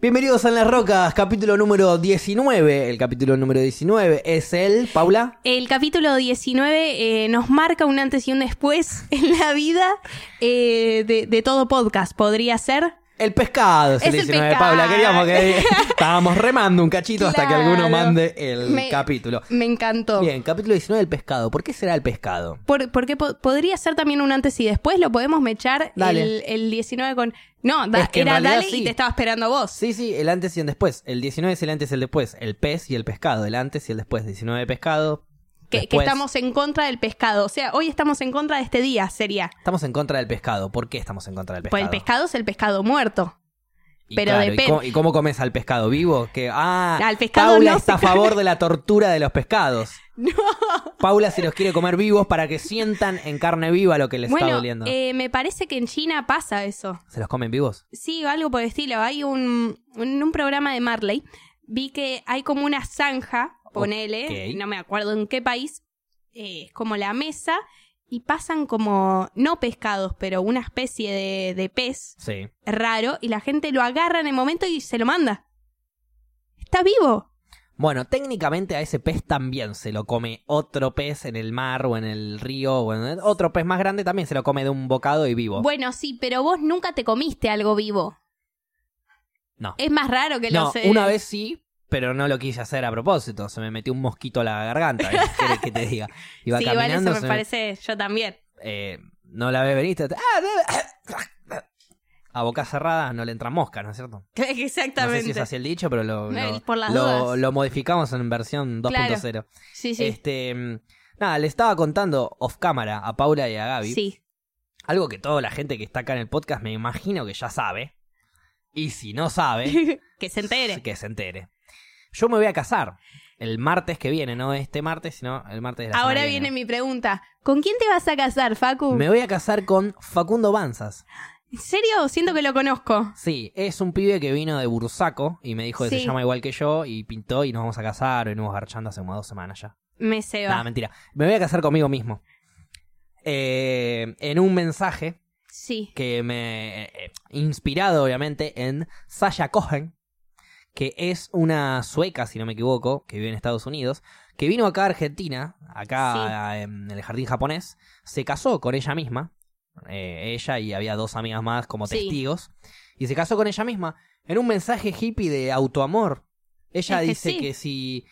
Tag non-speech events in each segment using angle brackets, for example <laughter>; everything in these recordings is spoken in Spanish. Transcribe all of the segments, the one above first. Bienvenidos a En las Rocas, capítulo número 19. El capítulo número 19 es el, Paula. El capítulo 19 eh, nos marca un antes y un después <laughs> en la vida eh, de, de todo podcast. Podría ser. El pescado, es Es el el 19, pescado. Paula. Queríamos <laughs> que estábamos remando un cachito hasta que alguno Claro. mande el Me- capítulo. Me encantó. Bien, capítulo 19 del pescado. ¿Por qué será el pescado? Por- porque po- podría ser también un antes y después. Lo podemos mechar Dale. el, el 19 con. No, da- Es que en era realidad dale sí. y te estaba esperando a vos. Sí, sí, el antes y el después. El 19 es el antes y el después. El pez y el pescado. El antes y el después. 19 pescado. que, que después. estamos en contra del pescado. O sea, hoy estamos en contra de este día, sería. Estamos en contra del pescado. ¿Por qué estamos en contra del pescado? Pues el pescado es el pescado muerto. Y pero claro, ¿y, depende. cómo, y cómo comes al pescado vivo? Que, ah, Al pescado Paula no está a se- favor de la tortura de los pescados. <laughs> No. Paula se los quiere comer vivos para que sientan en carne viva lo que les está Bueno, doliendo. eh, me parece que en China pasa eso. ¿Se los comen vivos? Sí, algo por el estilo. Hay un, un, un programa de Marley. Vi que hay como una zanja, ponele, Ok. no me acuerdo en qué país, eh, es como la mesa, y pasan como, no pescados, pero una especie de, de pez Sí. raro, y la gente lo agarra en el momento y se lo manda. Está vivo. Bueno, técnicamente a ese pez también se lo come otro pez en el mar o en el río o en otro pez más grande también se lo come de un bocado y vivo. Bueno, sí, pero vos nunca te comiste algo vivo. no. Es más raro que No, los... eh, una vez sí, pero no lo quise hacer a propósito. Se me metió un mosquito a la garganta. ¿Qué querés que te diga? Iba <laughs> sí, igual caminando. eso me se me- parece, yo también. <laughs> eh, no la ve venir. te- ¡Ah! de- A boca cerrada no le entran moscas, ¿no es cierto? No Exactamente. sé si es así el dicho, pero lo, No, lo, por las lo- dudas. lo modificamos en versión 2.0. Sí, sí. Este, mm, nada, le estaba contando off cámara a Paula y a Gaby. sí. Algo que toda la gente que está acá en el podcast me imagino que ya sabe. Y si no sabe, <laughs> que se entere. que se entere. Yo me voy a casar el martes que viene, no este martes, sino el martes de la semana Ahora que viene mi pregunta. ¿Con quién te vas a casar, Facu? Me voy a casar con Facundo Banzas. ¿En serio? Siento que lo conozco. Sí, es un pibe que vino de Bursaco y me dijo que se Sí. llama igual que yo y pintó y nos vamos a casar. Venimos garchando hace como dos semanas ya. Me ceba. Nada, mentira. Me voy a casar conmigo mismo. Eh, en un mensaje sí. que me. eh, inspirado, obviamente, en Sasha Cohen, que es una sueca, si no me equivoco, que vive en Estados Unidos, que vino acá a Argentina, acá en el jardín japonés, se casó con ella misma, eh, ella y había dos amigas más como Sí. testigos, y se casó con ella misma en un mensaje hippie de autoamor. Ella Es que dice sí. que si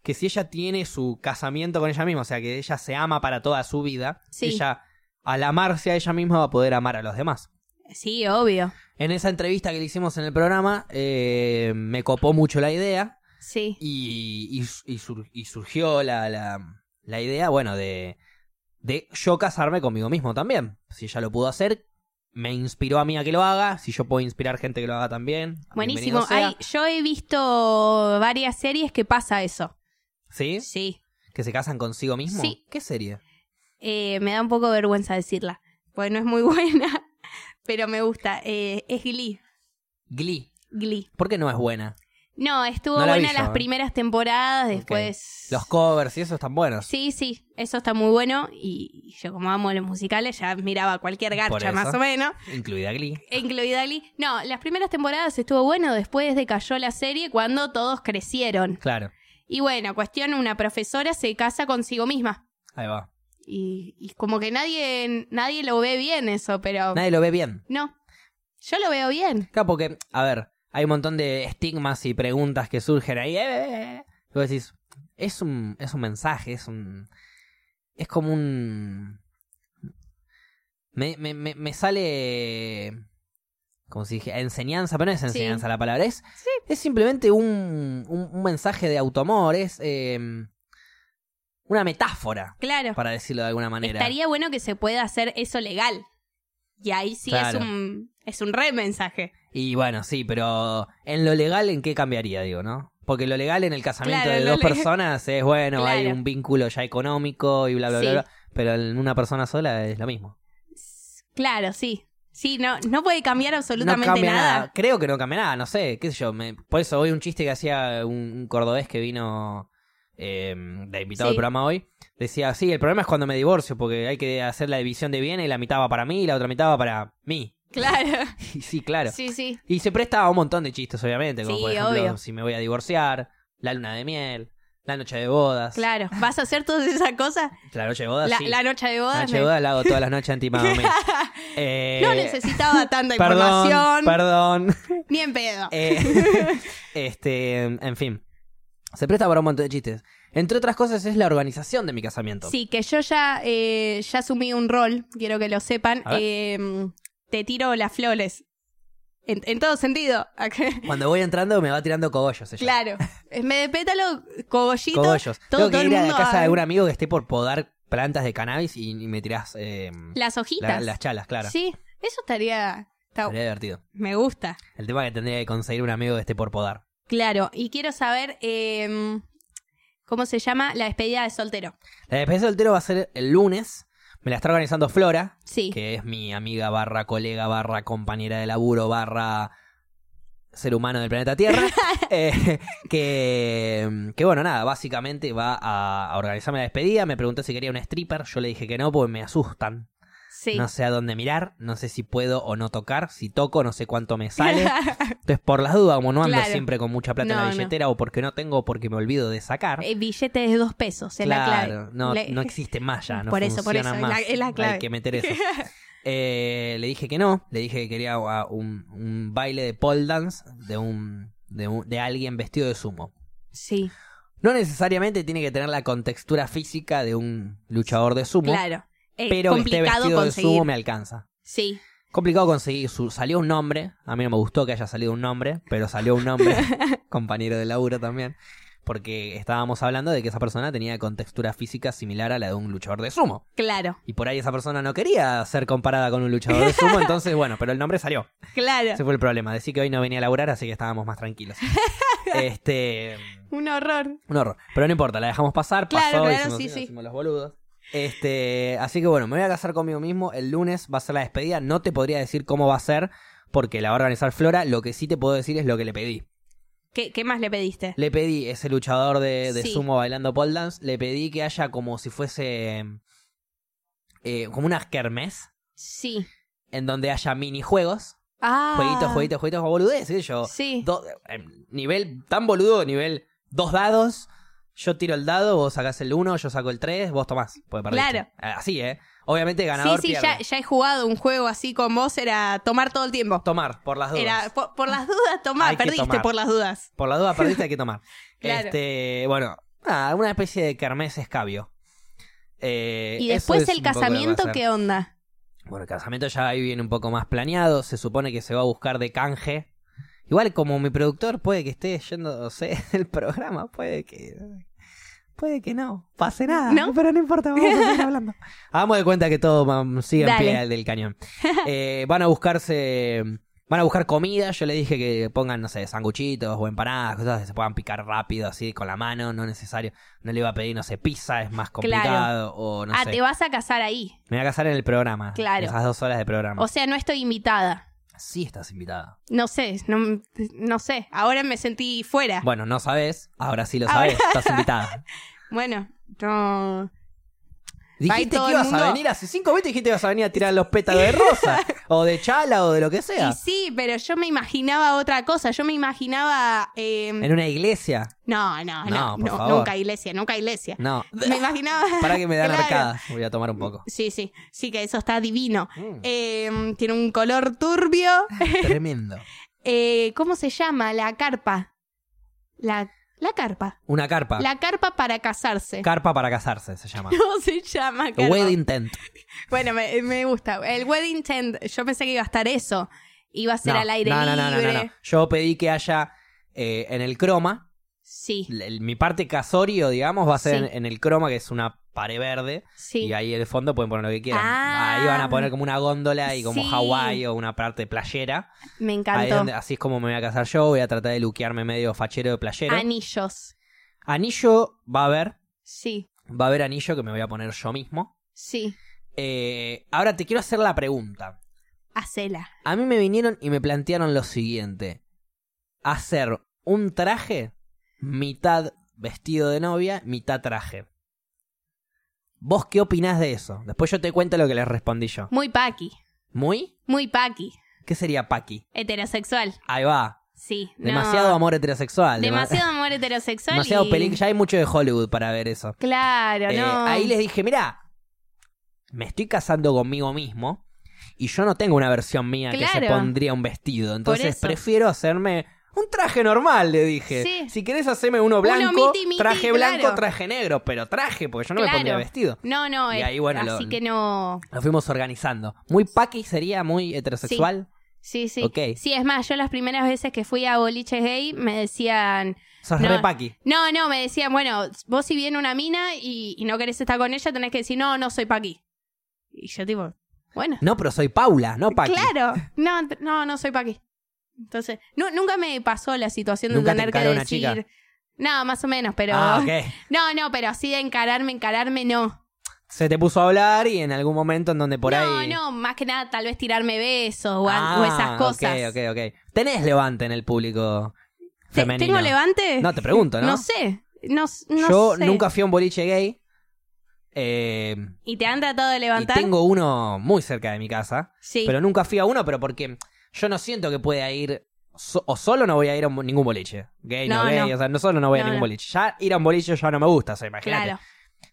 que si ella tiene su casamiento con ella misma, o sea, que ella se ama para toda su vida, Sí. ella al amarse a ella misma va a poder amar a los demás. Sí, obvio. En esa entrevista que le hicimos en el programa, eh, me copó mucho la idea Sí. y, y su- y sur- y surgió la, la- la idea, bueno, de, de yo casarme conmigo mismo también. Si ella lo pudo hacer, me inspiró a mí a que lo haga, si yo puedo inspirar gente que lo haga también. Buenísimo. bienvenido sea. Ay, yo he visto varias series que pasa eso. ¿Sí? Sí. ¿Que se casan consigo mismo? Sí. ¿Qué serie? Eh, me da un poco de vergüenza decirla. Porque no es muy <laughs> buena, pero me gusta. Eh, es Glee. Glee. Glee. ¿Por qué no es buena? No, estuvo No la vi buena yo, las eh. primeras temporadas, Ok. después... Los covers y eso están buenos. Sí, sí, eso está muy bueno. Y yo, como amo los musicales, ya miraba cualquier Por garcha eso. más o menos. Incluida Glee. Incluida Glee. No, las primeras temporadas estuvo bueno, después decayó la serie cuando todos crecieron. Claro. Y bueno, cuestión, una profesora se casa consigo misma. Ahí va. Y, y como que nadie, nadie lo ve bien eso, pero Nadie lo ve bien. no. Yo lo veo bien. Claro, porque, a ver, hay un montón de estigmas y preguntas que surgen ahí. eh, Y vos decís, es un, es un mensaje, es un. Es como un. Me, me, me, me sale. Como si dije, enseñanza, pero no es enseñanza la palabra. Es, es simplemente un, un, un mensaje de autoamor, es. eh, una metáfora, Claro. para decirlo de alguna manera. Estaría bueno que se pueda hacer eso legal. Y ahí sí Claro. es un es un re mensaje. Y bueno, sí, pero en lo legal, ¿en qué cambiaría, digo, no? Porque lo legal en el casamiento Claro, de lo dos legal. personas es, bueno, hay Claro. un vínculo ya económico y bla, bla, bla, Sí. bla, Pero en una persona sola es lo mismo. Claro, sí. Sí, no, no puede cambiar No absolutamente cambia nada. nada. Creo que no cambia nada, no sé, qué sé yo. me- por eso hoy un chiste que hacía un, un cordobés que vino eh, de invitado al Sí. programa hoy. Decía, sí, el problema es cuando me divorcio, porque hay que hacer la división de bienes y la mitad va para mí <laughs> y la otra mitad va para mí. <laughs> Claro. Y sí, claro. Sí, sí. Y se presta a un montón de chistes, obviamente, como Sí, por ejemplo, obvio. si me voy a divorciar, la luna de miel, la noche de bodas. Claro. ¿Vas a hacer todas esas cosas? La noche de bodas, La, sí. la noche de La bodas. noche me- de bodas la hago todas las noches anti mamá <laughs> Mía. Eh, <laughs> No necesitaba tanta Perdón, información. <laughs> perdón. Ni en pedo. Eh, <laughs> este, en fin. Se presta para un montón de chistes. Entre otras cosas es la organización de mi casamiento. Sí, que yo ya, eh, ya asumí un rol, quiero que lo sepan. A ver. Eh, te tiro las flores. En, en todo sentido. <laughs> Cuando voy entrando me va tirando cogollos ella. <laughs> claro. En vez de pétalo, cogollito. Cogollos. Tengo que todo el ir a la mundo casa a- de algún amigo que esté por podar plantas de cannabis y, y me tirás eh, Las la- hojitas. las chalas, claro. Sí, eso estaría... está- Sería divertido. Me gusta. El tema es que tendría que conseguir un amigo que esté por podar. Claro, y quiero saber eh, cómo se llama la despedida de soltero. La despedida de soltero va a ser el lunes. Me la está organizando Flora, Sí, que es mi amiga barra colega barra compañera de laburo barra ser humano del planeta <laughs> Tierra. Eh, que, que bueno, nada, básicamente va a, a organizarme la despedida. Me preguntó si quería un stripper. Yo le dije que no, porque me asustan. sí. No sé a dónde mirar, no sé si puedo o no tocar. Si toco, no sé cuánto me sale. Entonces, por las dudas, como no ando Claro. siempre con mucha plata en No, la no. billetera o porque no tengo o porque me olvido de sacar. <laughs> Eh, billete de dos pesos, es la clave. Claro, no, Le- <laughs> no existe más ya, no Por eso, por funciona eso, es más. la- es la Hay clave. que meter <laughs> eso. Eh, le dije que no, le dije que quería a un, un baile de pole dance de un, de un- de alguien vestido de sumo. Sí, No necesariamente tiene que tener la contextura física de un luchador de sumo, claro. Es pero que esté complicado vestido conseguir. de sumo me alcanza. Sí, Complicado conseguir, su, salió un nombre, a mí no me gustó que haya salido un nombre, pero salió un nombre, compañero de laburo también, porque estábamos hablando de que esa persona tenía contextura física similar a la de un luchador de sumo. claro, Y por ahí esa persona no quería ser comparada con un luchador de sumo, entonces bueno, pero el nombre salió. claro. Ese fue el problema. Decí que hoy no venía a laburar, así que estábamos más tranquilos. Este. Un horror. Un horror. Pero no importa, la dejamos pasar, Claro, pasó, claro, hicimos, sí, nos sí. hicimos los boludos. Este, así que bueno, me voy a casar conmigo mismo. El lunes va a ser la despedida. No te podría decir cómo va a ser, porque la va a organizar Flora. Lo que sí te puedo decir es lo que le pedí. ¿Qué, qué más le pediste? Le pedí ese luchador de, de Sí. sumo bailando pole dance. Le pedí que haya como si fuese. eh, como unas kermés. Sí. En donde haya minijuegos. Ah. Jueguitos, jueguitos, jueguitos, boludez, qué sé yo. Sí. Do- eh, nivel tan boludo, nivel dos dados. Yo tiro el dado, vos sacás el uno, yo saco el tres, vos tomás. Porque perdiste. Claro. Eh, Así, ¿eh? Obviamente ganador Sí, sí, pierde. ya, ya he jugado un juego así con vos, era tomar todo el tiempo. Tomar, por las dudas. Era por, por las dudas, tomar, Hay que perdiste tomar. por las dudas. Por las dudas perdiste, hay que tomar. <laughs> Claro. Este, bueno, nada, una especie de kermés escabio. Eh, Y eso después es el un poco lo que va a casamiento, ser. ¿qué onda? Bueno, el casamiento ya ahí viene un poco más planeado. Se supone que se va a buscar de canje. Igual como mi productor puede que esté yéndose <laughs> del programa, puede que... Puede que no, pase nada. ¿No? Pero no importa, vamos a seguir <laughs> hablando. Hagamos de cuenta que todo mm, sigue en Dale. pie del <laughs> cañón. Eh, van a buscarse... Van a buscar comida, yo le dije que pongan, no sé, sanguchitos o empanadas, cosas que se puedan picar rápido, así, con la mano, no necesario. No le iba a pedir, no sé, pizza, es más Claro. complicado, o no ah, sé. te vas a casar ahí. Me voy a casar en el programa. Claro. Esas dos horas de programa. O sea, no estoy invitada. sí estás invitada. No sé, no, no sé. Ahora me sentí fuera. Bueno, no sabes. Ahora sí lo Ahora- sabes. <laughs> Estás invitada. Bueno, no. Dijiste todo que el ibas a mundo. venir hace cinco meses. Dijiste que ibas a venir a tirar los pétalos <laughs> de rosa. o de chala o de lo que sea. Y sí, pero yo me imaginaba otra cosa. Yo me imaginaba. eh, En una iglesia. No, no, no. No, por no, favor. nunca iglesia, nunca iglesia. No. Me imaginaba. <laughs> Para que me dan Claro. arcadas. Voy a tomar un poco. Sí, sí, sí, que eso está divino. Mm, <laughs> Eh, tiene un color turbio. tremendo. Eh, ¿Cómo se llama? La carpa. La, la carpa. Una carpa. La carpa para casarse. Carpa para casarse se llama. <laughs> ¿Cómo se llama? <laughs> carpa? Wedding tent. Bueno, me, me gusta. El wedding tent, yo pensé que iba a estar eso. Iba a ser no, al aire no, no, no, no, libre. no. Yo pedí que haya eh, en el croma. Sí, el- el- mi parte casorio, digamos, va a ser Sí. en, en el croma, que es una pared verde. sí. Y ahí en el fondo pueden poner lo que quieran. Ah. ahí van a poner como una góndola y como Sí. Hawái o una parte playera. Me Ahí encantó. donde- así es como me voy a casar yo. Voy a tratar de luquearme medio fachero de playero. Anillos. anillo va a haber. Sí, Va a haber anillo que me voy a poner yo mismo. sí. Eh, ahora te quiero hacer la pregunta. Hacela. A mí me vinieron y me plantearon lo siguiente. Hacer un traje, mitad vestido de novia, mitad traje. ¿Vos qué opinás de eso? Después yo te cuento lo que les respondí yo. Muy paqui. ¿Muy? Muy paqui. ¿Qué sería paqui? Heterosexual. Ahí va. Sí. no. Demasiado amor heterosexual. dema- <laughs> Demasiado amor heterosexual. demasiado y- peli- Ya hay mucho de Hollywood para ver eso. Claro, Eh, no. Ahí les dije, mirá, me estoy casando conmigo mismo y yo no tengo una versión mía que se Claro. pondría un vestido. Entonces eso. prefiero hacerme un traje normal, le dije. Sí. Si querés hacerme uno blanco, miti, miti, traje blanco, claro. traje negro, pero traje, porque yo no me Claro. pondría vestido. No, no. Y eh, ahí, bueno, lo- así que no. Nos fuimos organizando. Muy paqui sería, muy heterosexual. Sí, sí. Ok. Sí, es más, yo las primeras veces que fui a boliches gay me decían, Sos No. re paqui. no, no, me decían, bueno, vos si viene una mina y, y no querés estar con ella, tenés que decir, no, no soy paqui. Y yo tipo, bueno. No, pero soy Paula, no paqui. Claro, no, t- no, no soy paqui. Entonces, nu- nunca me pasó la situación de ¿Nunca te tener que encaró una decir, chica? no, más o menos, pero Ah, ok. no, no, pero así de encararme, encararme, no. Se te puso a hablar y en algún momento en donde por no, ahí... no, más que nada tal vez tirarme besos o, a- Ah, o esas cosas. Ok, ok, ok. Tenés levante en el público ¿Te- femenino. ¿Tengo levante? No, te pregunto, ¿no? No sé. No, s- no Yo sé. nunca fui a un boliche gay. eh, ¿Y te han tratado de y levantar? tengo uno muy cerca de mi casa. Sí. Pero nunca fui a uno, pero porque yo no siento que pueda ir. so- o solo no voy a ir a un- ningún boliche. Gay, no, No, gay. no. O sea, no solo no voy a No, ningún no. boliche. Ya ir a un boliche ya no me gusta, o sea, imagínate. claro.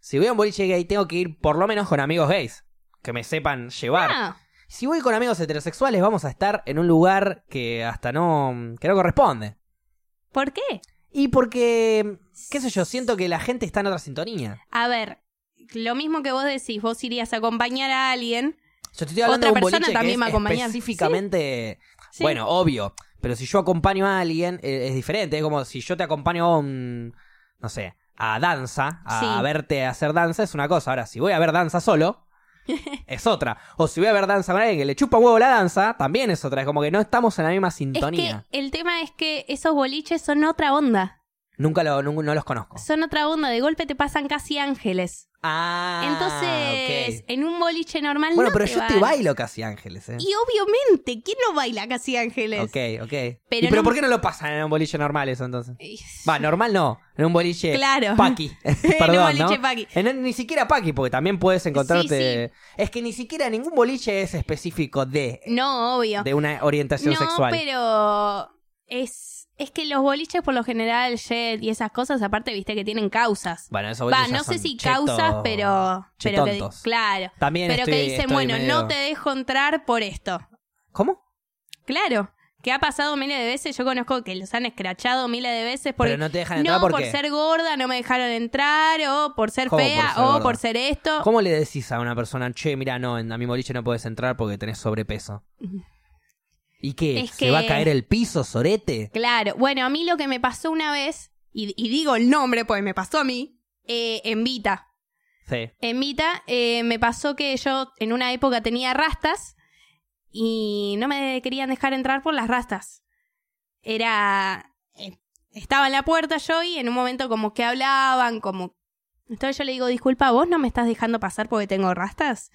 Si voy a un boliche gay, tengo que ir por lo menos con amigos gays. Que me sepan llevar. Ah, Si voy con amigos heterosexuales, vamos a estar en un lugar que hasta no. que no corresponde. ¿Por qué? Y porque. qué sé yo, siento que la gente está en otra sintonía. A ver, lo mismo que vos decís, vos irías a acompañar a alguien. Yo te estoy hablando Otra de un persona boliche que también es va a acompañar. específicamente. Sí. Bueno, obvio. Pero si yo acompaño a alguien, eh, es diferente. Es como si yo te acompaño a un. no sé, a danza, a Sí. verte hacer danza, es una cosa. Ahora, si voy a ver danza <laughs> solo. Es otra. O si voy a ver danza con alguien que le chupa un huevo la danza, también es otra. Es como que no estamos en la misma es que sintonía. el tema es que esos boliches son otra onda. Nunca lo, nun- no los conozco. Son otra onda. De golpe te pasan casi ángeles. Ah, Entonces, ok. en un boliche normal Bueno, no pero te yo te van. bailo casi ángeles, eh. Y obviamente, ¿quién no baila casi ángeles? Ok, ok. ¿Y Pero, Pero no- ¿por qué no lo pasan en un boliche normal eso entonces? Y- Va, normal no, en un boliche Claro. Eh, paqui. <laughs> Perdón, <laughs> en ¿no? un boliche paqui. En un- ni siquiera paqui, porque también puedes encontrarte... Es que ni siquiera ningún boliche es específico de, No, obvio. de una orientación no, sexual. pero es, es que los boliches por lo general, jet y esas cosas, aparte, viste que tienen causas. Bueno, esos Va, boliches ya no sé son si chetos- causas, pero, pero que, chetontos. claro, También pero que estoy- dicen, estoy bueno, medio- no te dejo entrar por esto. ¿Cómo? Claro, que ha pasado miles de veces, yo conozco que los han escrachado miles de veces por Pero no te dejan entrar por, ¿por qué? ser gorda, no me dejaron entrar, o por ser ¿Cómo fea, por ser o gorda? por ser esto. ¿Cómo le decís a una persona, che, mira, no, en- a mi boliche no puedes entrar porque tenés sobrepeso? ¿Y qué? Es ¿Se que- va a caer el piso, sorete? Claro, bueno, a mí lo que me pasó una vez, y, y digo el nombre porque me pasó a mí, eh, en Vita. Sí. En Vita eh, me pasó que yo en una época tenía rastas y no me querían dejar entrar por las rastas. Era... eh, estaba en la puerta yo y en un momento como que hablaban, como... Entonces yo le digo, disculpa, ¿vos no me estás dejando pasar porque tengo rastas?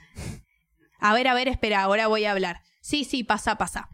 A ver, a ver, espera, ahora voy a hablar. Sí, sí, pasa, pasa.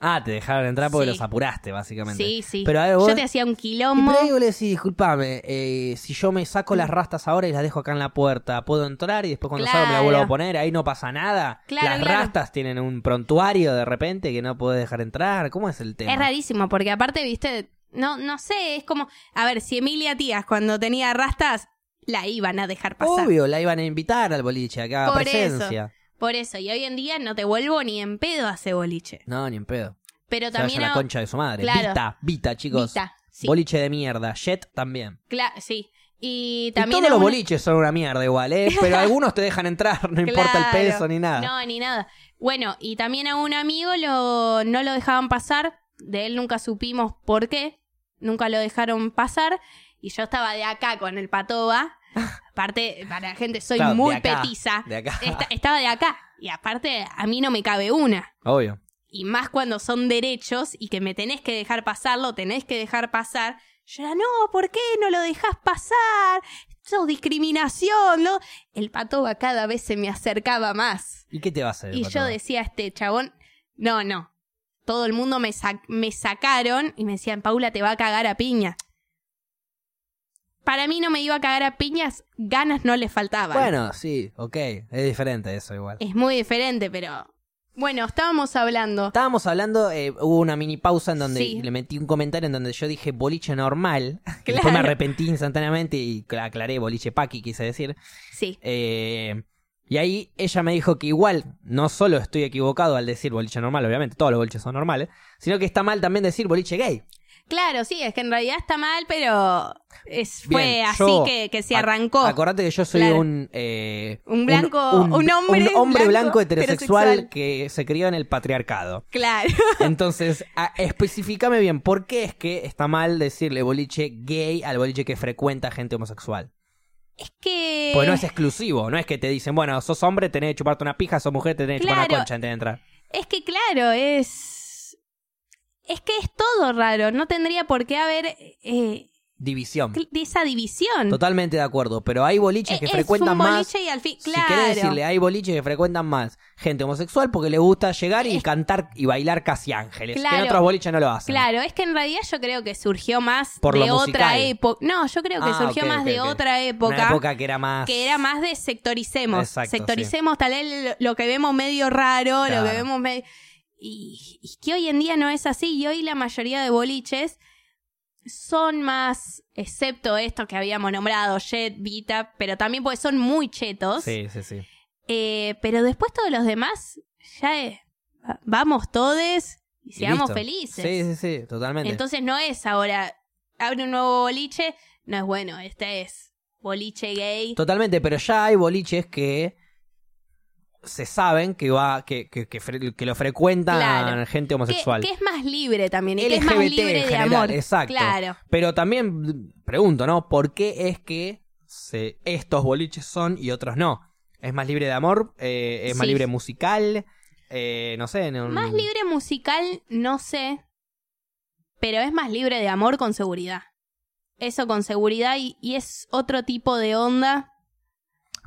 Ah, te dejaron entrar porque Sí. los apuraste, básicamente. Sí, sí. Pero a ver, vos- Yo te hacía un Y quilombo. por ahí vos le decís, disculpame, eh, si yo me saco Mm. las rastas ahora y las dejo acá en la puerta, ¿puedo entrar y después cuando salgo me las vuelvo a Claro. poner? Ahí no pasa nada. Claro, las claro. rastas tienen un prontuario de repente que no podés dejar entrar. ¿Cómo es el tema? Es rarísimo, porque aparte, viste, no, no sé, es como, a ver, si Emilia Tías cuando tenía rastas, la iban a dejar pasar. Obvio, la iban a invitar al boliche, acá Por presencia. Por eso, y hoy en día no te vuelvo ni en pedo a ese boliche. No, ni en pedo. Pero Se vaya también a la a- concha de su madre. Claro. Vita, Vita, chicos. Vita, sí, Boliche de mierda. Jet también. cla- sí. Y Y también todos a los una- boliches son una mierda igual, ¿eh? <laughs> Pero algunos te dejan entrar, no importa el Claro. peso ni nada. No, ni nada. Bueno, y también a un amigo lo, no lo dejaban pasar. De él nunca supimos por qué. Nunca lo dejaron pasar. Y yo estaba de acá con <laughs> el patoba. Aparte, para la gente, soy Claro, de muy acá, petiza. Eh. De acá. Esta- estaba de acá. Y aparte, a mí no me cabe una. <laughs> Obvio. Y más cuando son derechos y que me tenés que dejar pasarlo, tenés que dejar pasar. Yo era, no, ¿por qué no lo dejás pasar? Esto es discriminación, ¿no? El patoba cada vez se me acercaba más. ¿Y qué te va a hacer? el Y yo patrón? decía a este chabón, no, no. Todo el mundo me, sac- me sacaron y me decían, Paula, te va a cagar a piña. Para mí no me iba a cagar a piñas, ganas no le faltaban. Eh. Bueno, sí, ok. Es diferente eso igual. Es muy diferente, pero Bueno, estábamos hablando. Estábamos hablando, eh, hubo una mini pausa en donde Sí. le metí un comentario en donde yo dije boliche <laughs> normal. que Después me Claro. arrepentí instantáneamente y cl- aclaré boliche paqui, quise decir. Sí. Eh, y ahí ella me dijo que igual no solo estoy equivocado al decir boliche normal, obviamente todos los boliches son normales, sino que está mal también decir boliche gay. Claro, sí, es que en realidad está mal, pero es, fue Bien, así yo- que, que se Ac- arrancó. Acordate que yo soy Claro. un... eh, Un blanco- un hombre un hombre blanco, blanco heterosexual heterosexual. que se crió en el patriarcado. Claro. <laughs> Entonces, a- especificame bien, ¿por qué es que está mal decirle boliche gay al boliche que frecuenta gente homosexual? Es que. Pues no es exclusivo, no es que te dicen, bueno, sos hombre, tenés que chuparte una pija, sos mujer, tenés que chupar una Claro. concha antes de entrar. Es que claro, es. Es que es todo raro. No tendría por qué haber eh, División. cl- esa división. E-, Totalmente de acuerdo, pero hay boliches que Es- frecuentan es un más. boliche y al fin. Si Claro. querés decirle, hay boliches que frecuentan más gente homosexual porque le gusta llegar y Es- cantar y bailar casi ángeles. Que en Claro. otros boliches no lo hacen. Claro, es que en realidad yo creo que surgió más Por lo de otra musical. época. No, yo creo que Ah, surgió ok, más ok, de ok. otra Una época que era más. que era más de sectoricemos. Exacto, sectoricemos tal vez lo que vemos medio raro, Claro. lo que vemos medio... Y, y que hoy en día no es así, y hoy la mayoría de boliches son más, excepto esto que habíamos nombrado, Jet, Vita, pero también porque son muy chetos. Sí, sí, sí. Eh, pero después todos los demás, ya es, va- vamos todes y Y seamos listo. felices. Sí, sí, sí, totalmente. Entonces no es ahora, abre un nuevo boliche, no es bueno, este es boliche gay. Totalmente, pero ya hay boliches que se saben que va que, que, que fre- que lo frecuentan Claro. gente que, homosexual. que es más libre también, y que es más LGBT en libre de general, amor. exacto. Claro, Pero también mm, pregunto, ¿no? ¿Por qué es que se- estos boliches son y otros no? ¿Es más libre de amor? Eh, ¿Es más Sí. libre musical? Eh, no sé. no- más libre musical, no sé, pero es más libre de amor con seguridad. Eso con seguridad y, y es otro tipo de onda.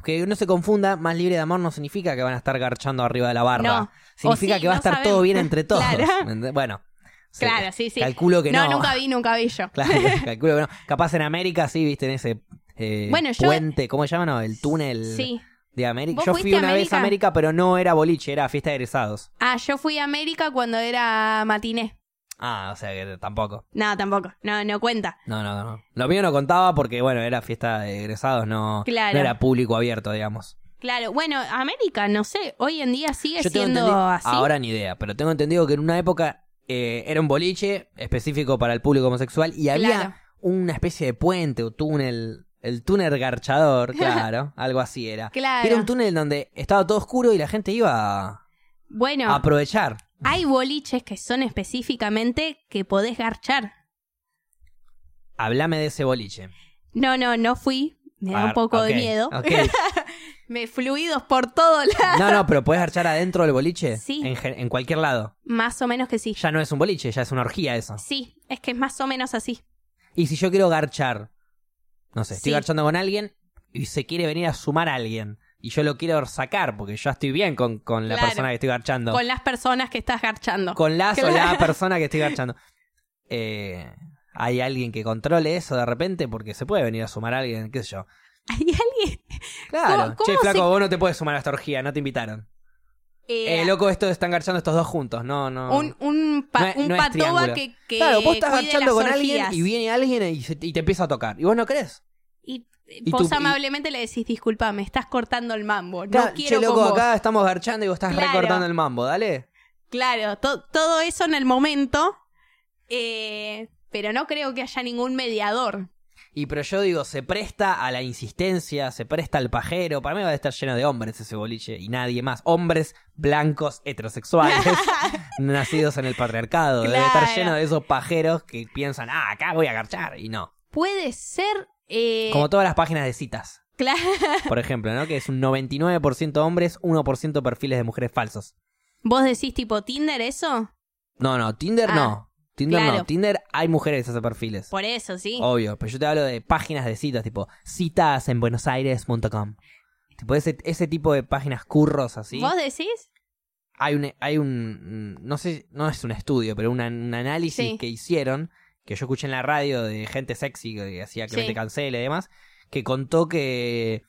Que no se confunda, más libre de amor no significa que van a estar garchando arriba de la barra. No. Significa O sí, que va a no estar sabemos. todo bien entre todos. Claro. ¿me entendés? Bueno. sí, Claro, sí, sí. Calculo que no. no, nunca vi, nunca vi yo. <laughs> Claro, calculo que no. Capaz en América sí, viste, en ese eh, Bueno, yo- puente, ¿cómo se llama? No, el túnel Sí. de América. ¿Vos Yo fui fuiste a una vez a América? América, pero no era boliche, era fiesta de egresados. Ah, yo fui a América cuando era matiné. Ah, o sea que tampoco. No, tampoco. No, no cuenta. No, no, no. Lo mío no contaba porque, bueno, era fiesta de egresados, no, Claro. no era público abierto, digamos. Claro, bueno, América, no sé, hoy en día sigue Yo tengo siendo entendido- así. Ahora ni idea, pero tengo entendido que en una época eh, era un boliche específico para el público homosexual y había Claro. una especie de puente o túnel, el túnel <laughs> garchador, claro, algo así era. Claro. Era un túnel donde estaba todo oscuro y la gente iba a Bueno, a aprovechar. hay boliches que son específicamente que podés garchar. Hablame de ese boliche. No, no, no fui. Me da A un ver, poco ok, de miedo. ok. <laughs> Me fluidos por todo <laughs> lado. No, no, pero puedes archar adentro del boliche. Sí. En, gen- en cualquier lado. Más o menos que sí. Ya no es un boliche, ya es una orgía eso. Sí, es que es más o menos así. Y si yo quiero garchar, no sé, estoy Sí. garchando con alguien y se quiere venir a sumar a alguien. Y yo lo quiero sacar porque yo estoy bien con, con la Claro. persona que estoy garchando. Con las personas que estás garchando. Con la o la Claro. persona que estoy garchando. Eh, ¿Hay alguien que controle eso de repente? Porque se puede venir a sumar a alguien, qué sé yo. <laughs> ¿Hay alguien? Claro. ¿Cómo- cómo che, flaco, se- vos no te puedes sumar a esta orgía, no te invitaron. Eh, Eh, loco, esto están garchando estos dos juntos. No, no. un un, No pa- es- un no es patoba triángulo. que, que claro, vos estás cuide garchando las con alguien orgías. y viene alguien y, se- y te empieza a tocar. Y vos no crees. Y, eh, y vos tu- y- amablemente le decís, disculpa, me estás cortando el mambo. No Claro, quiero che, loco, con vos". acá estamos garchando y vos estás Claro. recortando el mambo, dale. Claro, to- todo eso en el momento. eh, pero no creo que haya ningún mediador. Y pero yo digo, se presta a la insistencia, se presta al pajero. Para mí va a estar lleno de hombres ese boliche y nadie más. Hombres blancos <laughs> heterosexuales nacidos en el patriarcado. Debe estar Claro. lleno de esos pajeros que piensan, ah, acá voy a garchar. Y no. Puede ser. eh, Como todas las páginas de citas, cla- por ejemplo, ¿no? Que es un 99% hombres, 1% perfiles de mujeres falsos. ¿Vos decís tipo Tinder eso? No, no, Tinder Ah, no. Tinder no. claro. Tinder hay mujeres que hacen perfiles. Por eso, sí. Obvio, pero yo te hablo de páginas de citas, tipo citas en buenosaires.com. Tipo ese, ese tipo de páginas curros así. ¿Vos decís? Hay un, hay un, no sé, no es un estudio, pero una- un análisis Sí. que hicieron, que yo escuché en la radio de gente sexy que hacía Clemente Sí. Cancela y demás, que contó que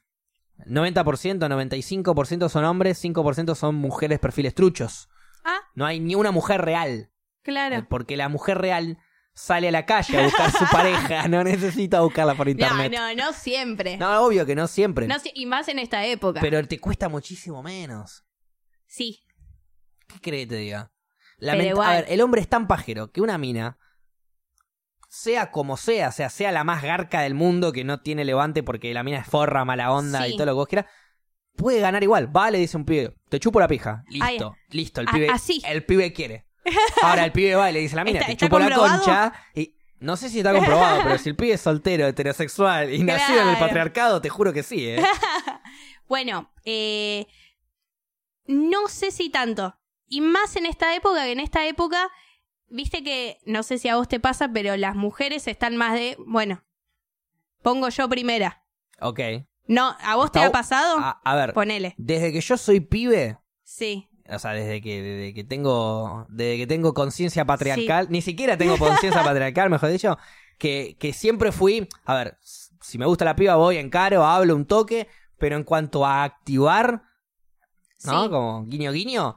90%, 95% son hombres, 5% son mujeres perfiles truchos. Ah. No hay ni una mujer real. eh, Claro. Porque la mujer real sale a la calle a buscar su pareja, <laughs> no necesita buscarla por No, internet. no, no siempre. No, obvio que no siempre. Eh. No sie- y más en esta época. pero te cuesta muchísimo menos. sí. ¿Qué crees que te diga? Pero Lamenta- igual. A ver, el hombre es tan pajero que una mina, sea como sea, o sea, sea la más garca del mundo que no tiene levante porque la mina es forra, mala onda Sí. y todo lo que vos quieras, puede ganar igual. Va, le dice un pibe, te chupo la pija. Listo, listo, el A- pibe, así. el pibe <laughs> quiere. Ahora el pibe va y le dice a la mina, ¿Está- te está chupo la comprobado? concha. Y no sé si está comprobado, pero si el pibe es soltero, heterosexual <laughs> y nacido en el Claro. patriarcado, te juro que sí, <laughs> ¿eh? Bueno, eh, no sé si tanto. Y más en esta época, que en esta época, viste que, no sé si a vos te pasa, pero las mujeres están más de, bueno, pongo yo primera. Ok. No, ¿a vos te Está- Ah, ha pasado? A, a ver, Ponele. desde que yo soy pibe, Sí. O sea, desde que, desde que tengo, desde que tengo conciencia patriarcal, ni siquiera tengo conciencia patriarcal, mejor dicho, que, que siempre fui, a ver, s- si me gusta la piba voy, encaro, hablo un toque, pero en cuanto a activar, ¿no? Sí. Como guiño guiño,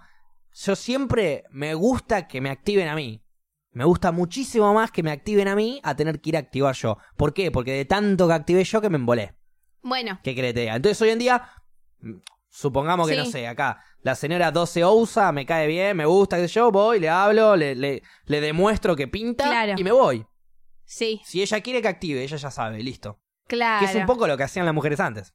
yo siempre me gusta que me activen a mí. Me gusta muchísimo más que me activen a mí a tener que ir a activar yo. ¿Por qué? Porque de tanto que activé yo que me embolé. Bueno, ¿Qué querés que te diga? Entonces hoy en día, mm, supongamos que Sí. no sé, acá, la señora 12 Ousa me cae bien, me gusta, que yo voy, le hablo, le, le, le demuestro que pinta Claro. y me voy. sí, Si ella quiere que active, ella ya sabe, listo. claro. Que es un poco lo que hacían las mujeres antes.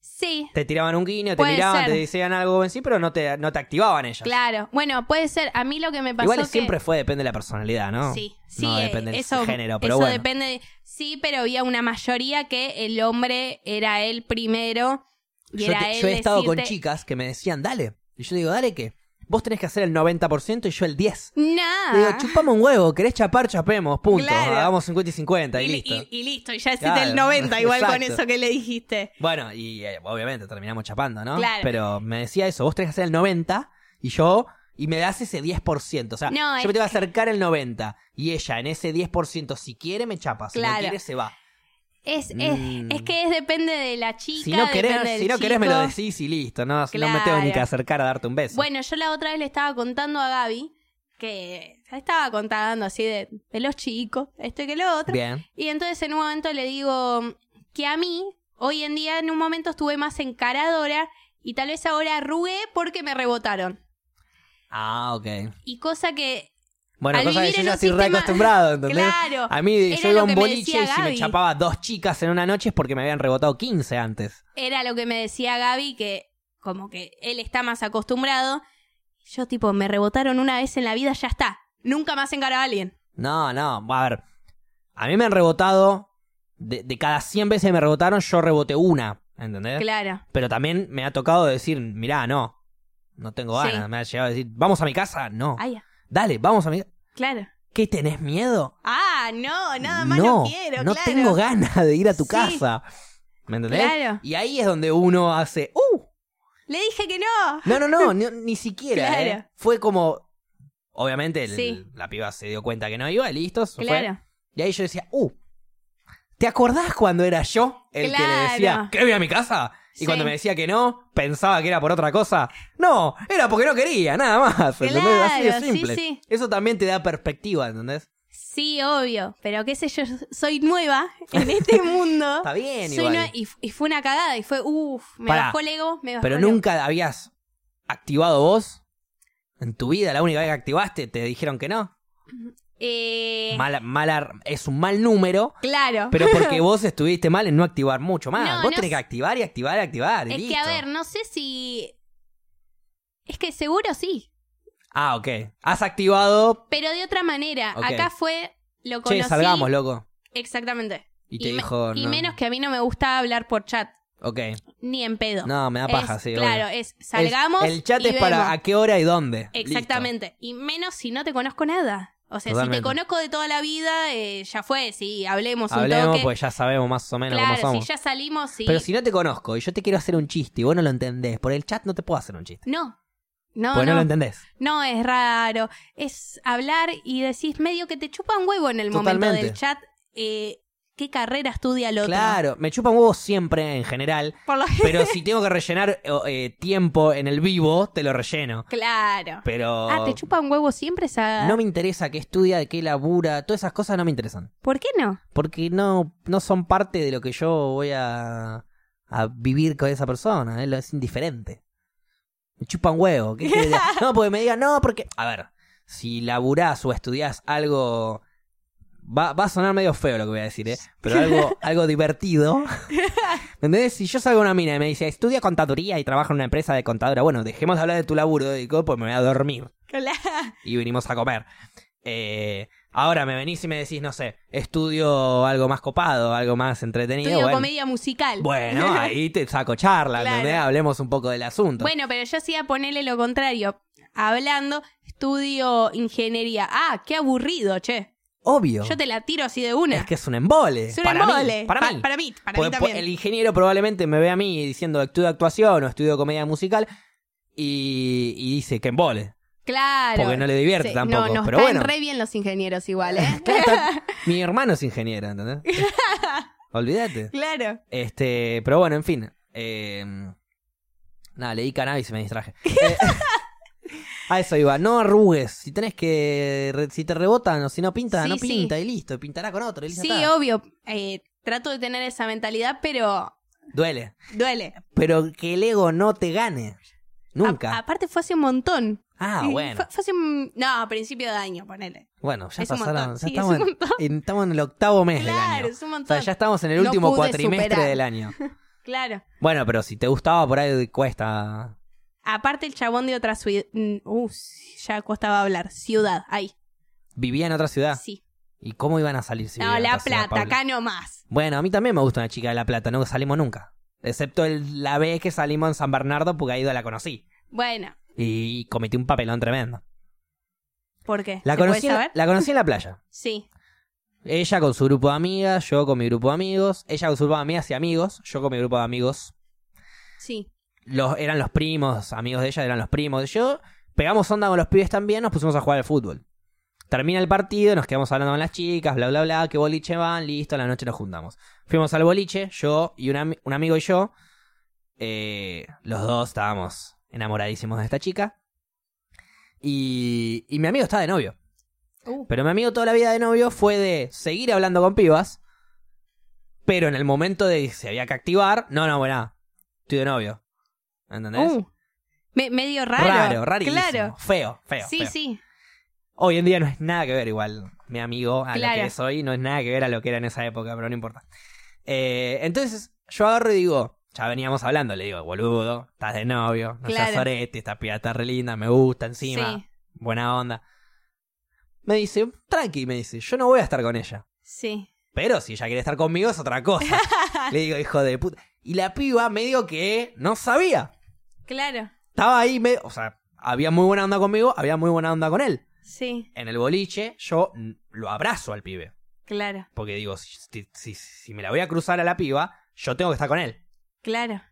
Sí, Te tiraban un guiño, te Puede miraban, ser. te decían algo en sí, pero no te, no te activaban ellas. claro. Bueno, puede ser. A mí lo que me pasó Igual que... siempre fue, depende de la personalidad, ¿no? Sí, sí, No eh, depende del eso, género, pero eso bueno. depende. de- sí, pero había una mayoría que el hombre era él primero y Yo, era te- él. yo he estado con decirte, chicas que me decían, dale. Y yo digo, dale que vos tenés que hacer el 90% y yo el 10%. Nah. Le digo, chupamos un huevo, querés chapar, chapemos, punto. Ah. Claro. Hagamos 50 y 50 y, <laughs> y, listo. y- y listo, y ya hiciste Claro, el 90 igual con exacto. eso que le dijiste. Bueno, y eh, obviamente terminamos chapando, ¿no? Claro. Pero me decía eso, vos tenés que hacer el 90 y yo, y me das ese 10%. O sea, No, yo es- me te voy a acercar el 90 y ella en ese 10%, si quiere, me chapa, si Claro. no quiere, se va. Es, es, Mm. es que es depende de la chica. Si no depende querés, del si no querés me lo chico. decís y listo, no, no me tengo Claro. ni que acercar a darte un beso. Bueno, yo la otra vez le estaba contando a Gaby que ya estaba contando así de, de los chicos, esto y que lo otro. Bien. Y entonces en un momento le digo que a mí, hoy en día, en un momento estuve más encaradora y tal vez ahora arrugué porque me rebotaron. Ah, ok. Y cosa que. Bueno, al cosa que vivir yo en ya un estoy sistema- reacostumbrado, ¿entendés? Ah. Claro. <laughs> A mí, Era yo iba a lo un que me boliche decía y si me Gaby. chapaba dos chicas en una noche es porque me habían rebotado 15 antes. Era lo que me decía Gaby, que como que él está más acostumbrado. Yo, tipo, me rebotaron una vez en la vida, ya está. Nunca más encaraba a alguien. No, no, a ver. A mí me han rebotado. De, de cada 100 veces que me rebotaron, yo reboté una, ¿entendés? Claro. Pero también me ha tocado decir, mirá, no. No tengo Sí. ganas. Me ha llegado a decir, vamos a mi casa. No. Ah, ya. Dale, vamos a mi casa. Claro. ¿Qué tenés miedo? Ah, no, nada más no, quiero, no claro. tengo ganas de ir a tu Sí. casa. ¿Me entendés? Claro. Y ahí es donde uno hace, ¡uh! Le dije que no. No, no, <laughs> no, ni, ni siquiera. Claro. ¿eh? Fue como. Obviamente el- Sí. la piba se dio cuenta que no iba, listo, se fue. Claro. Y ahí yo decía, uh, ¿te acordás cuando era yo el que Claro. le decía, ¿querés ir a mi casa? Y Sí. cuando me decía que no, pensaba que era por otra cosa. No, era porque no quería, nada más. ¿entendés? Así de Claro, sí, simple. sí. Eso también te da perspectiva, ¿entendés? Sí, obvio, pero qué sé yo, soy nueva <laughs> en este mundo. Está bien, Soy igual. nueva y, y fue una cagada y fue, uff, me Pará, bajó el ego, me bajó Pero el ego. nunca habías activado vos en tu vida. La única vez que activaste, te dijeron que no. Eh, Mala, mala, es un mal número. claro. <laughs> Pero porque vos estuviste mal en no activar mucho más. No, vos no tenés que sé. activar y activar y activar. y es que listo. a ver, no sé si. Es que seguro sí, Ah, ok. Has activado. pero de otra manera. Ok. Acá fue lo conocí. Che, salgamos, loco. Exactamente. Y te me- dijo. y no. menos que a mí no me gusta hablar por chat, Ok. ni en pedo. No, me da paja, Es- sí. obvio. Claro, es salgamos. Es- el chat y es para vemos. a qué hora y dónde. Listo. Exactamente. Y menos si no te conozco nada. O sea, si Totalmente. te conozco de toda la vida, eh, ya fue, sí, hablemos un Hablemos, toque. pues ya sabemos más o menos cómo claro, somos. si ya salimos, sí. Pero si no te conozco y yo te quiero hacer un chiste y vos no lo entendés, por el chat no te puedo hacer un chiste. No. No, porque no. no, lo entendés. No, es raro. Es hablar y decís medio que te chupa un huevo en el momento Totalmente. del chat. eh, qué carrera estudia el otro. Claro, me chupan huevos siempre en general, Por lo <laughs> pero si tengo que rellenar eh, tiempo en el vivo, te lo relleno. Claro. Pero Ah, te chupa un huevo siempre esa. no me interesa qué estudia, de qué labura, todas esas cosas no me interesan. ¿Por qué no? Porque no, no son parte de lo que yo voy a, a vivir con esa persona, eh, lo- es indiferente. Me chupan huevo. ¿qué quiere decir? no, porque me digan, no, porque... A ver, si laburás o estudiás algo... Va, va a sonar medio feo lo que voy a decir, ¿eh? Pero algo, algo divertido. ¿Me entendés? Si yo salgo a una mina y me dice, estudia contaduría y trabaja en una empresa de contadora, bueno, dejemos de hablar de tu laburo, digo, pues me voy a dormir Claro. y vinimos a comer. Eh, ahora me venís y me decís, no sé, estudio algo más copado, algo más entretenido. Estudio bueno, comedia musical. <laughs> Bueno, ahí te saco charla, Claro. ¿entendés? Hablemos un poco del asunto. Bueno, pero yo sí a ponerle lo contrario. Hablando, estudio ingeniería. Ah, qué aburrido, che. Obvio. Yo te la tiro así de una. Es que es un embole. es un para embole. Mí, para Pa- mí. para mí, para Porque mí también. El ingeniero probablemente me ve a mí diciendo estudio actuación o estudio comedia musical y, y dice que embole. Claro. Porque no le divierte tampoco, No, nos pero caen bueno. re bien los ingenieros <laughs> igual, ¿eh? <laughs> Claro, está- mi hermano es ingeniero, ¿entendés? Olvídate. claro. Este, pero bueno, en fin. eh, nada, le di cannabis y me <laughs> distraje. Eh, <laughs> a eso iba, no arrugues. Si tenés que. re- si te rebotan o si no pinta, Sí, no sí. pinta y listo. Pintará con otro. y listo, Sí, está. obvio. eh, trato de tener esa mentalidad, pero Duele. duele. Pero que el ego no te gane. A- Nunca. aparte fue hace un montón. ah, Eh, bueno. Fue, fue hace un... No, a principio de año, ponele. Bueno, ya es un pasaron. montón, ya sí, es estamos, un en- en, estamos en el octavo mes del año. Claro, es un O sea, montón. ya estamos en el No último pude cuatrimestre superar. del año. Claro. Bueno, pero si te gustaba por ahí cuesta. Aparte el chabón de otra ciudad... Uh, ya costaba hablar. Ciudad, ahí. Vivía en otra ciudad. Sí. ¿Y cómo iban Ah, a salir si no, vivían en La otra ciudad, Plata, Paula? acá nomás. Bueno, a mí también me gusta una chica de La Plata, no salimos nunca. Excepto el- la vez que salimos en San Bernardo porque ahí la conocí. Bueno, Y cometí un papelón tremendo. ¿por qué? La ¿Se puede conocí, en la, saber? la conocí en la playa. Sí. Ella con su grupo de amigas, yo con mi grupo de amigos. Ella con su grupo de amigas y amigos, yo con mi grupo de amigos. Sí. Los, eran los primos, amigos de ella eran los primos de yo. Pegamos onda con los pibes también, nos pusimos a jugar al fútbol. Termina el partido, nos quedamos hablando con las chicas, bla, bla, bla, que boliche van, listo, a la noche nos juntamos. Fuimos al boliche, yo y un, ami- un amigo y yo. Eh, los dos estábamos enamoradísimos de esta chica. Y, y mi amigo estaba de novio. Uh. Pero mi amigo toda la vida de novio fue de seguir hablando con pibas. Pero en el momento de que se había que activar, no, no, bueno, estoy de novio. ¿Entendés? Uh. Me- medio raro. raro, rarísimo. Claro. Feo, feo. sí, feo. sí. Hoy en día no es nada que ver igual. Mi amigo, a Claro. lo que es hoy, no es nada que ver a lo que era en esa época, pero no importa. Eh, entonces, yo agarro y digo, ya veníamos hablando, le digo, boludo, estás de novio, no seas Claro. orete, esta piba está re linda, me gusta encima, Sí. buena onda. Me dice, tranqui, me dice, yo no voy a estar con ella. Sí. Pero si ella quiere estar conmigo es otra cosa. le digo, hijo de puta. Y la piba medio que no sabía. Claro. Estaba ahí, medio, o sea, había muy buena onda conmigo, había muy buena onda con él Sí. en el boliche, yo mm, lo abrazo al pibe. Claro. Porque digo, si, si- si- si me la voy a cruzar a la piba, yo tengo que estar con él. Claro.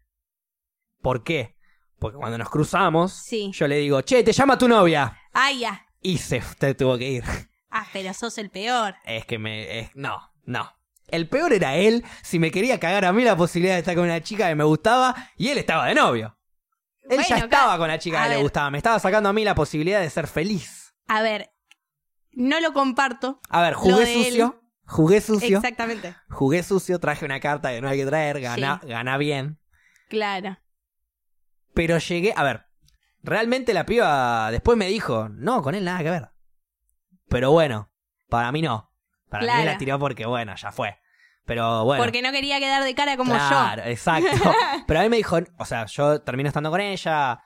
¿Por qué? Porque cuando nos cruzamos, Sí. yo le digo, che, te llama tu novia. Ah, ya. Y se te tuvo que ir. Ah, pero sos el peor. Es que me. es- no, no. El peor era él si me quería cagar a mí la posibilidad de estar con una chica que me gustaba y él estaba de novio. Él Bueno, ya ca- estaba con la chica a que le ver. gustaba. Me estaba sacando a mí la posibilidad de ser feliz. A ver, no lo comparto. A ver, Lo jugué de él. sucio. Jugué sucio. Exactamente. Jugué sucio, traje una carta que no hay que traer, ganá, Sí. ganá bien. Claro. Pero llegué, a ver, realmente la piba después me dijo, no, con él nada que ver. Pero bueno, para mí no. Para mí Claro. la tiró porque bueno, ya fue. Pero bueno. Porque no quería quedar de cara como claro, <laughs> exacto. Pero a mí me dijo, o sea, yo terminé estando con ella,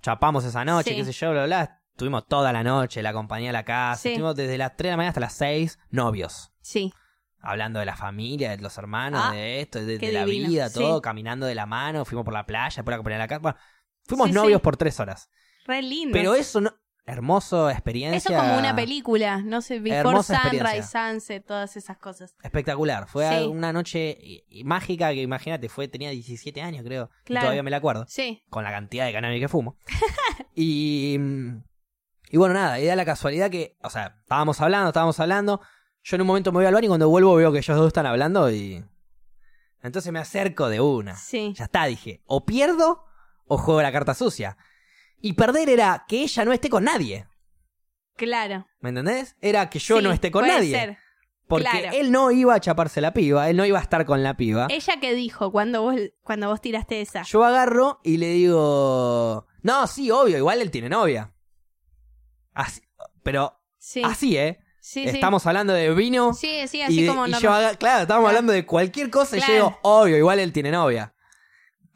chapamos esa noche, Sí. qué sé yo, bla, bla, bla. Estuvimos toda la noche, la compañía a la casa, Sí. estuvimos desde las 3 de la mañana hasta las 6 novios yo. Sí. hablando de la familia, de los hermanos, Ah, de esto, de, qué de la divino, vida, sí. todo, caminando de la mano, fuimos por la playa, por la compañía de la casa. Bueno, fuimos Sí, novios sí. por tres horas. Re lindo. Pero eso no. Hermoso experiencia. Eso es como una película, no sé, Before Hermosa Sunrise, experiencia. Sunset, todas esas cosas. Espectacular. Fue Sí. una noche y- y mágica que imagínate, fue, tenía 17 años, creo. y Claro. todavía me la acuerdo. Sí, Con la cantidad de cannabis que fumo. <laughs> y. mm, Y bueno, nada, y da la casualidad que. O sea, estábamos hablando, estábamos hablando. Yo en un momento me voy al bar y cuando vuelvo veo que ellos dos están hablando y. Entonces me acerco de una. Sí. Ya está, dije. O pierdo o juego la carta sucia. Y perder era que ella no esté con nadie. Claro. ¿Me entendés? Era que yo Sí, no esté con puede nadie. ser. Porque claro. él no iba a chaparse la piba, él no iba a estar con la piba. Ella que dijo cuando vos, cuando vos tiraste <laughs> esa. Yo agarro y le digo. No, sí, obvio, igual él tiene novia. Así- pero Sí. así, ¿eh? sí, sí. Estamos hablando de vino. Sí, sí, así y de- como y normal. yo haga- claro, estábamos Claro. hablando de cualquier cosa y Claro. yo digo, obvio, igual él tiene novia.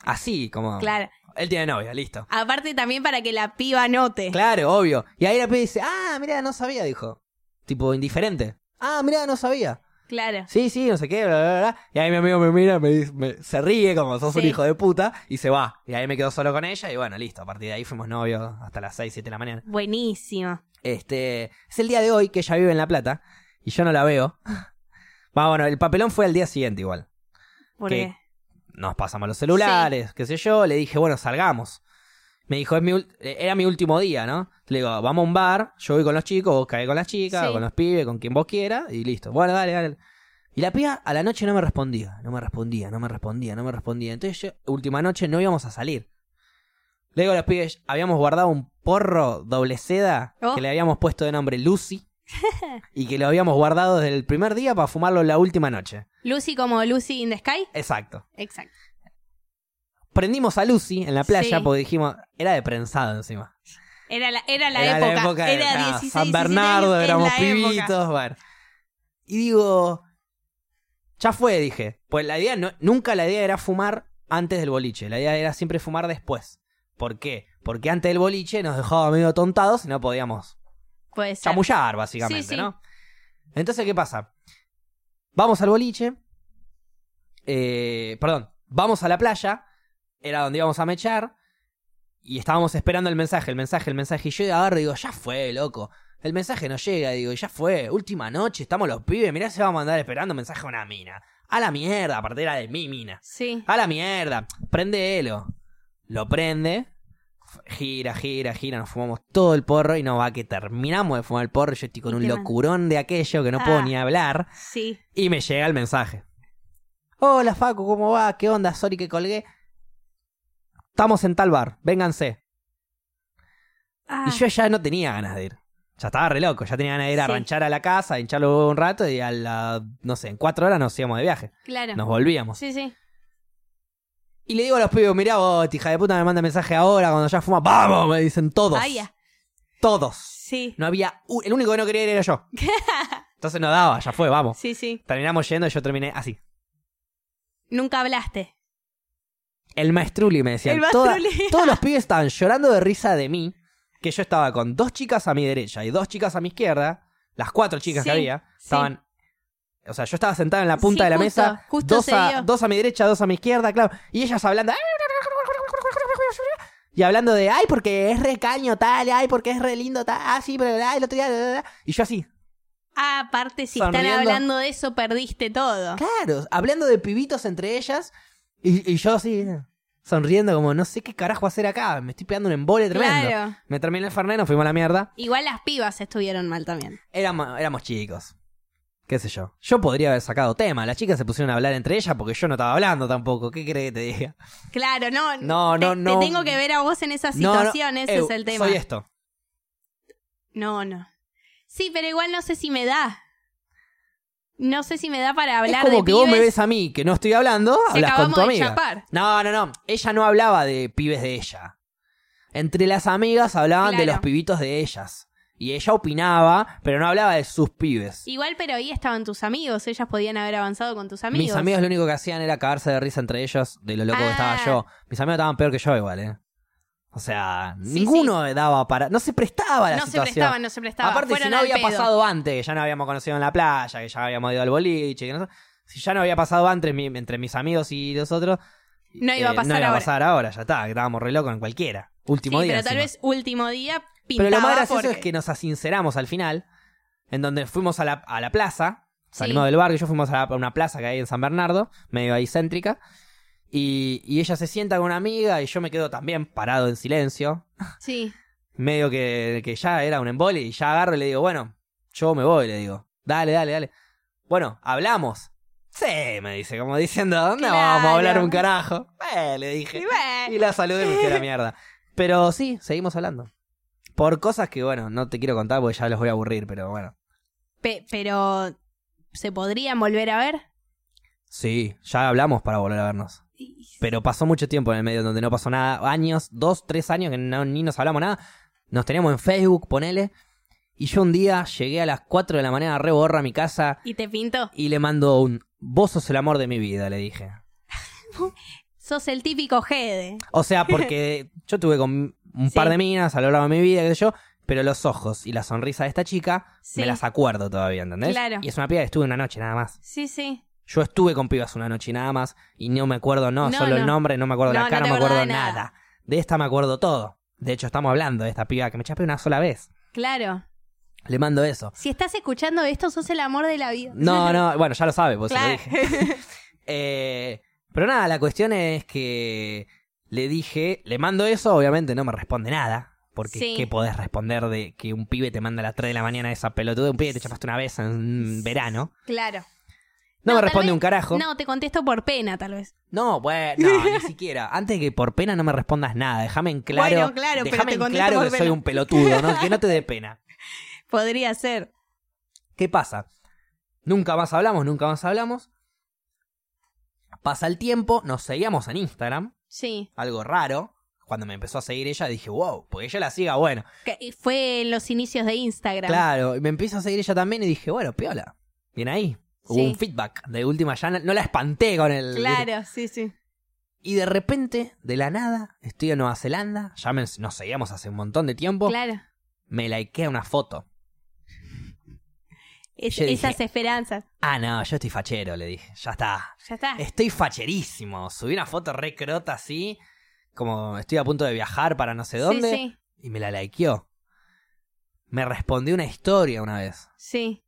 Así, como. Claro. Él tiene novia, listo. Aparte también para que la piba note. Claro, obvio. Y ahí la piba dice, ah, mira, no sabía, dijo. Tipo, indiferente. Ah, mira, no sabía. Claro. Sí, sí, no sé qué, bla, bla, bla. Y ahí mi amigo me mira, me, dice- me- se ríe como sos un Sí. hijo de puta y se va. Y ahí me quedo solo con ella y bueno, listo. A partir de ahí fuimos novios hasta las 6, 7 de la mañana. Buenísimo. Este, es el día de hoy que ella vive en La Plata y yo no la veo. <laughs> Va, bueno, el papelón fue al día siguiente igual. Porque... Nos pasamos los celulares, qué sé yo. Le dije, bueno, salgamos. Me dijo, es mi ul- eh, era mi último día, ¿no? Le digo, vamos a un bar, yo voy con los chicos, vos caes con las chicas, Sí. con los pibes, con quien vos quieras, y listo. Bueno, dale, dale. Y la piba a la noche no me respondía, no me respondía, no me respondía, no me respondía. Entonces, yo- última noche no íbamos a salir. Le digo a los pibes, habíamos guardado un porro doble seda Oh. que le habíamos puesto de nombre <laughs> Lucy y que lo habíamos guardado desde el primer día para fumarlo la última noche. Lucy como Lucy in the Sky. Exacto. Exacto. prendimos a Lucy en la playa Sí. porque dijimos, era de prensado encima. Era la, era la era época. la época de era nada, 16, San 17 Bernardo, años, es éramos la época. pibitos, bueno. Y digo, ya fue, dije. Pues la idea, no, nunca la idea era fumar antes del boliche, la idea era siempre fumar después. ¿Por qué? Porque antes del boliche nos dejaba medio tontados y no podíamos Puede ser. chamullar, básicamente, Sí, sí. ¿no? Entonces, ¿qué pasa? Vamos al boliche. eh, perdón, vamos a la playa. Era donde íbamos a mechar. Y estábamos esperando el mensaje, el mensaje, el mensaje. Y yo agarro y digo, ya fue, loco. El mensaje no llega, digo, ya fue. Última noche, estamos los pibes. Mirá, se va a mandar esperando mensaje a una mina. A la mierda, aparte era de mi mina. Sí. A la mierda. Prendelo. Lo prende. f- Gira, gira, gira. Nos fumamos todo el porro y no va que terminamos de fumar el porro. Yo estoy con Y un te manda. locurón de aquello que no puedo Ah. ni hablar. Sí. Y me llega el mensaje. Hola Facu, ¿cómo va? ¿Qué onda? Sorry que colgué. Estamos en tal bar, vénganse. Ah, Y yo ya no tenía ganas de ir. Ya estaba re loco, ya tenía ganas de ir a Sí. ranchar a la casa, hincharlo un rato y a la, no sé, en cuatro horas nos íbamos de viaje. claro. Nos volvíamos. Sí, sí. Y le digo a los pibes, mirá vos, hija de puta, me manda mensaje ahora cuando ya fuma. ¡Vamos! Me dicen todos. Vaya. Todos. Sí. No había... u- el único que no quería ir era yo. Entonces no daba, ya fue, vamos. Sí, sí. Terminamos yendo y yo terminé así. Nunca hablaste. El maestruli, me decían. El Toda- maestruli. todos <laughs> los pibes estaban llorando de risa de mí, que yo estaba con dos chicas a mi derecha y dos chicas a mi izquierda, las cuatro chicas que Sí, había, sí. estaban... O sea, yo estaba sentado en la punta Sí, de la justo, mesa, justo dos, se a, dio. dos a mi derecha, dos a mi izquierda, claro, y ellas hablando... Y hablando de, ay, porque es re caño tal, ay, porque es re lindo tal, ah, sí, pero el otro día... bla, bla, bla". Y yo así, Ah, aparte, si están Sonriendo. hablando de eso, perdiste todo. Claro, hablando de pibitos entre ellas. Y, y yo así, sonriendo, como no sé qué carajo hacer acá. Me estoy pegando un embole tremendo. Claro. Me terminé el Fernet, nos fuimos a la mierda. Igual las pibas estuvieron mal también. Éramos, éramos chicos. Qué sé yo. Yo podría haber sacado tema. Las chicas se pusieron a hablar entre ellas porque yo no estaba hablando tampoco. ¿Qué crees que te diga? Claro, no. No, te- no, no. Te tengo que ver a vos en esa No, no. situación, ese Eu, es el tema. Soy esto. No, no. Sí, pero igual no sé si me da. No sé si me da para es hablar como de que pibes. vos me ves a mí que no estoy hablando, si hablas con acabamos tu de amiga. chapar. No, no, no. Ella no hablaba de pibes de ella. Entre las amigas hablaban de Claro. los pibitos de ellas. Y ella opinaba, pero no hablaba de sus pibes. Igual, pero ahí estaban tus amigos. Ellas podían haber avanzado con tus amigos. Mis amigos lo único que hacían era cagarse de risa entre ellos de lo loco que Ah. estaba yo. Mis amigos estaban peor que yo igual, ¿eh? O sea, Sí, ninguno daba para... No se prestaba a la no se situación. prestaban, no se prestaban. Aparte, si Fueron no al había pedo. pasado antes, que ya no habíamos conocido en la playa, que ya habíamos ido al boliche, que no- si ya no había pasado antes mi- entre mis amigos y los otros, No iba a eh, pasar no iba ahora. a pasar ahora, ya está, que estábamos re locos en cualquiera. Sí, Último pero día. tal encima. vez último día pintaba pero lo más gracioso porque- es que nos asinceramos al final, en donde fuimos a la, a la plaza, salimos Sí. del barrio, yo fuimos a, la- a una plaza que hay en San Bernardo, medio ahí céntrica, y, y ella se sienta con una amiga y yo me quedo también parado en silencio, <laughs> Sí, medio que, que ya era un embole y ya agarro y le digo, bueno, yo me voy, le digo, dale, dale, dale. Bueno, hablamos. Sí, me dice, como diciendo, ¿dónde Claro. vamos a hablar un carajo? Eh, le dije. Y bueno, Y la saludé y me fui a la mierda. Pero sí, seguimos hablando. Por cosas que, bueno, no te quiero contar porque ya los voy a aburrir, pero bueno. pe- pero se podrían volver a ver. Sí, ya hablamos para volver a vernos. Pero pasó mucho tiempo en el medio donde no pasó nada. Años, dos, tres años que no- ni nos hablamos nada. Nos teníamos en Facebook, ponele. Y yo un día llegué a las 4 de la mañana, reborra a mi casa Y te pintó. y le mando un... Vos sos el amor de mi vida, le dije. Sos el típico Jede. O sea, <laughs> porque yo tuve con un Sí. par de minas a lo largo de mi vida, qué sé yo, pero los ojos y la sonrisa de esta chica Sí. me las acuerdo todavía, ¿entendés? Claro. Y es una piba que estuve una noche nada más. Sí, sí. Yo estuve con pibas una noche nada más y no me acuerdo, no, No, solo el no. nombre, no me acuerdo No, la no cara, te no me acuerdo acordás de nada. nada. De esta me acuerdo todo. De hecho, estamos hablando de esta piba que me chapé una sola vez. Claro. Le mando eso. Si estás escuchando esto, sos el amor de la vida. <laughs> No, no, bueno, ya lo sabe, pues se lo Claro. dije. <laughs> Eh, pero nada, la cuestión es que le dije, le mando eso, obviamente no me responde nada. Porque Sí. ¿qué podés responder de que un pibe te manda a las 3 de la mañana esa pelotuda? Un pibe que te chapaste una vez en verano. claro. No, No, me tal responde vez- un carajo. No, No, te contesto por pena, tal vez. bueno, no, ni siquiera. Antes de que por pena no me respondas nada, déjame en claro. Bueno, claro, pero déjame te en contesto claro por que soy pena. un pelotudo, ¿no? que no te dé <laughs> pena. Podría ser. ¿Qué pasa? Nunca más hablamos, nunca más hablamos. Pasa el tiempo, nos seguíamos en Instagram. Sí. algo raro. Cuando me empezó a seguir ella, dije, wow, porque ella la siga, bueno. Que fue en los inicios de Instagram. Claro, y me empieza a seguir ella también y dije, bueno, piola, bien ahí. Hubo Sí. un feedback. De última ya no, no la espanté con el... Claro, sí, sí. Y de repente, de la nada, estoy en Nueva Zelanda, ya me- nos seguíamos hace un montón de tiempo, Claro. me likea una foto. Es- Yo dije- esas esperanzas. Ah, no, yo estoy fachero, le dije, ya está. Ya está. Estoy facherísimo. Subí una foto re crota así, como estoy a punto de viajar para no sé dónde, Sí, y me la likeó. Me respondió una historia una vez. sí. sí.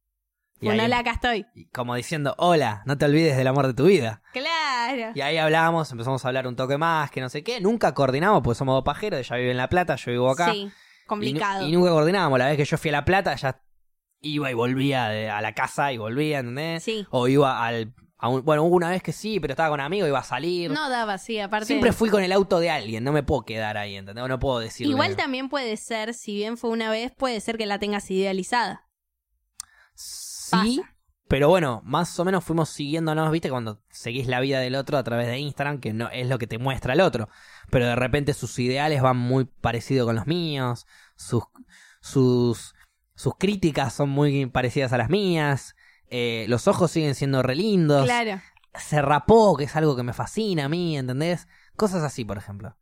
Y Bueno, ahí- hola, acá estoy. y como diciendo, hola, no te olvides del amor de tu vida. Claro. Y ahí hablamos, empezamos a hablar un toque más, que no sé qué. Nunca coordinamos, porque somos dos pajeros, ella vive en La Plata, yo vivo acá. Y Sí. nu- Complicado. Y, nunca coordinábamos. La vez que yo fui a La Plata, ya iba y volvía de- a la casa y volvía, ¿entendés? Sí. O iba al... a un- bueno, hubo una vez que sí, pero estaba con amigos, iba a salir. No daba, sí, aparte. Siempre fui con el auto de alguien, no me puedo quedar ahí, ¿entendés? No puedo decir... Igual también puede ser, si bien fue una vez, puede ser que la tengas idealizada. Sí, pero bueno, más o menos fuimos siguiéndonos, viste, cuando seguís la vida del otro a través de Instagram, que no es lo que te muestra el otro. Pero de repente sus ideales van muy parecidos con los míos, sus, sus, sus críticas son muy parecidas a las mías, eh, los ojos siguen siendo re lindos, Claro. se rapó, que es algo que me fascina a mí, ¿entendés? Cosas así, por ejemplo.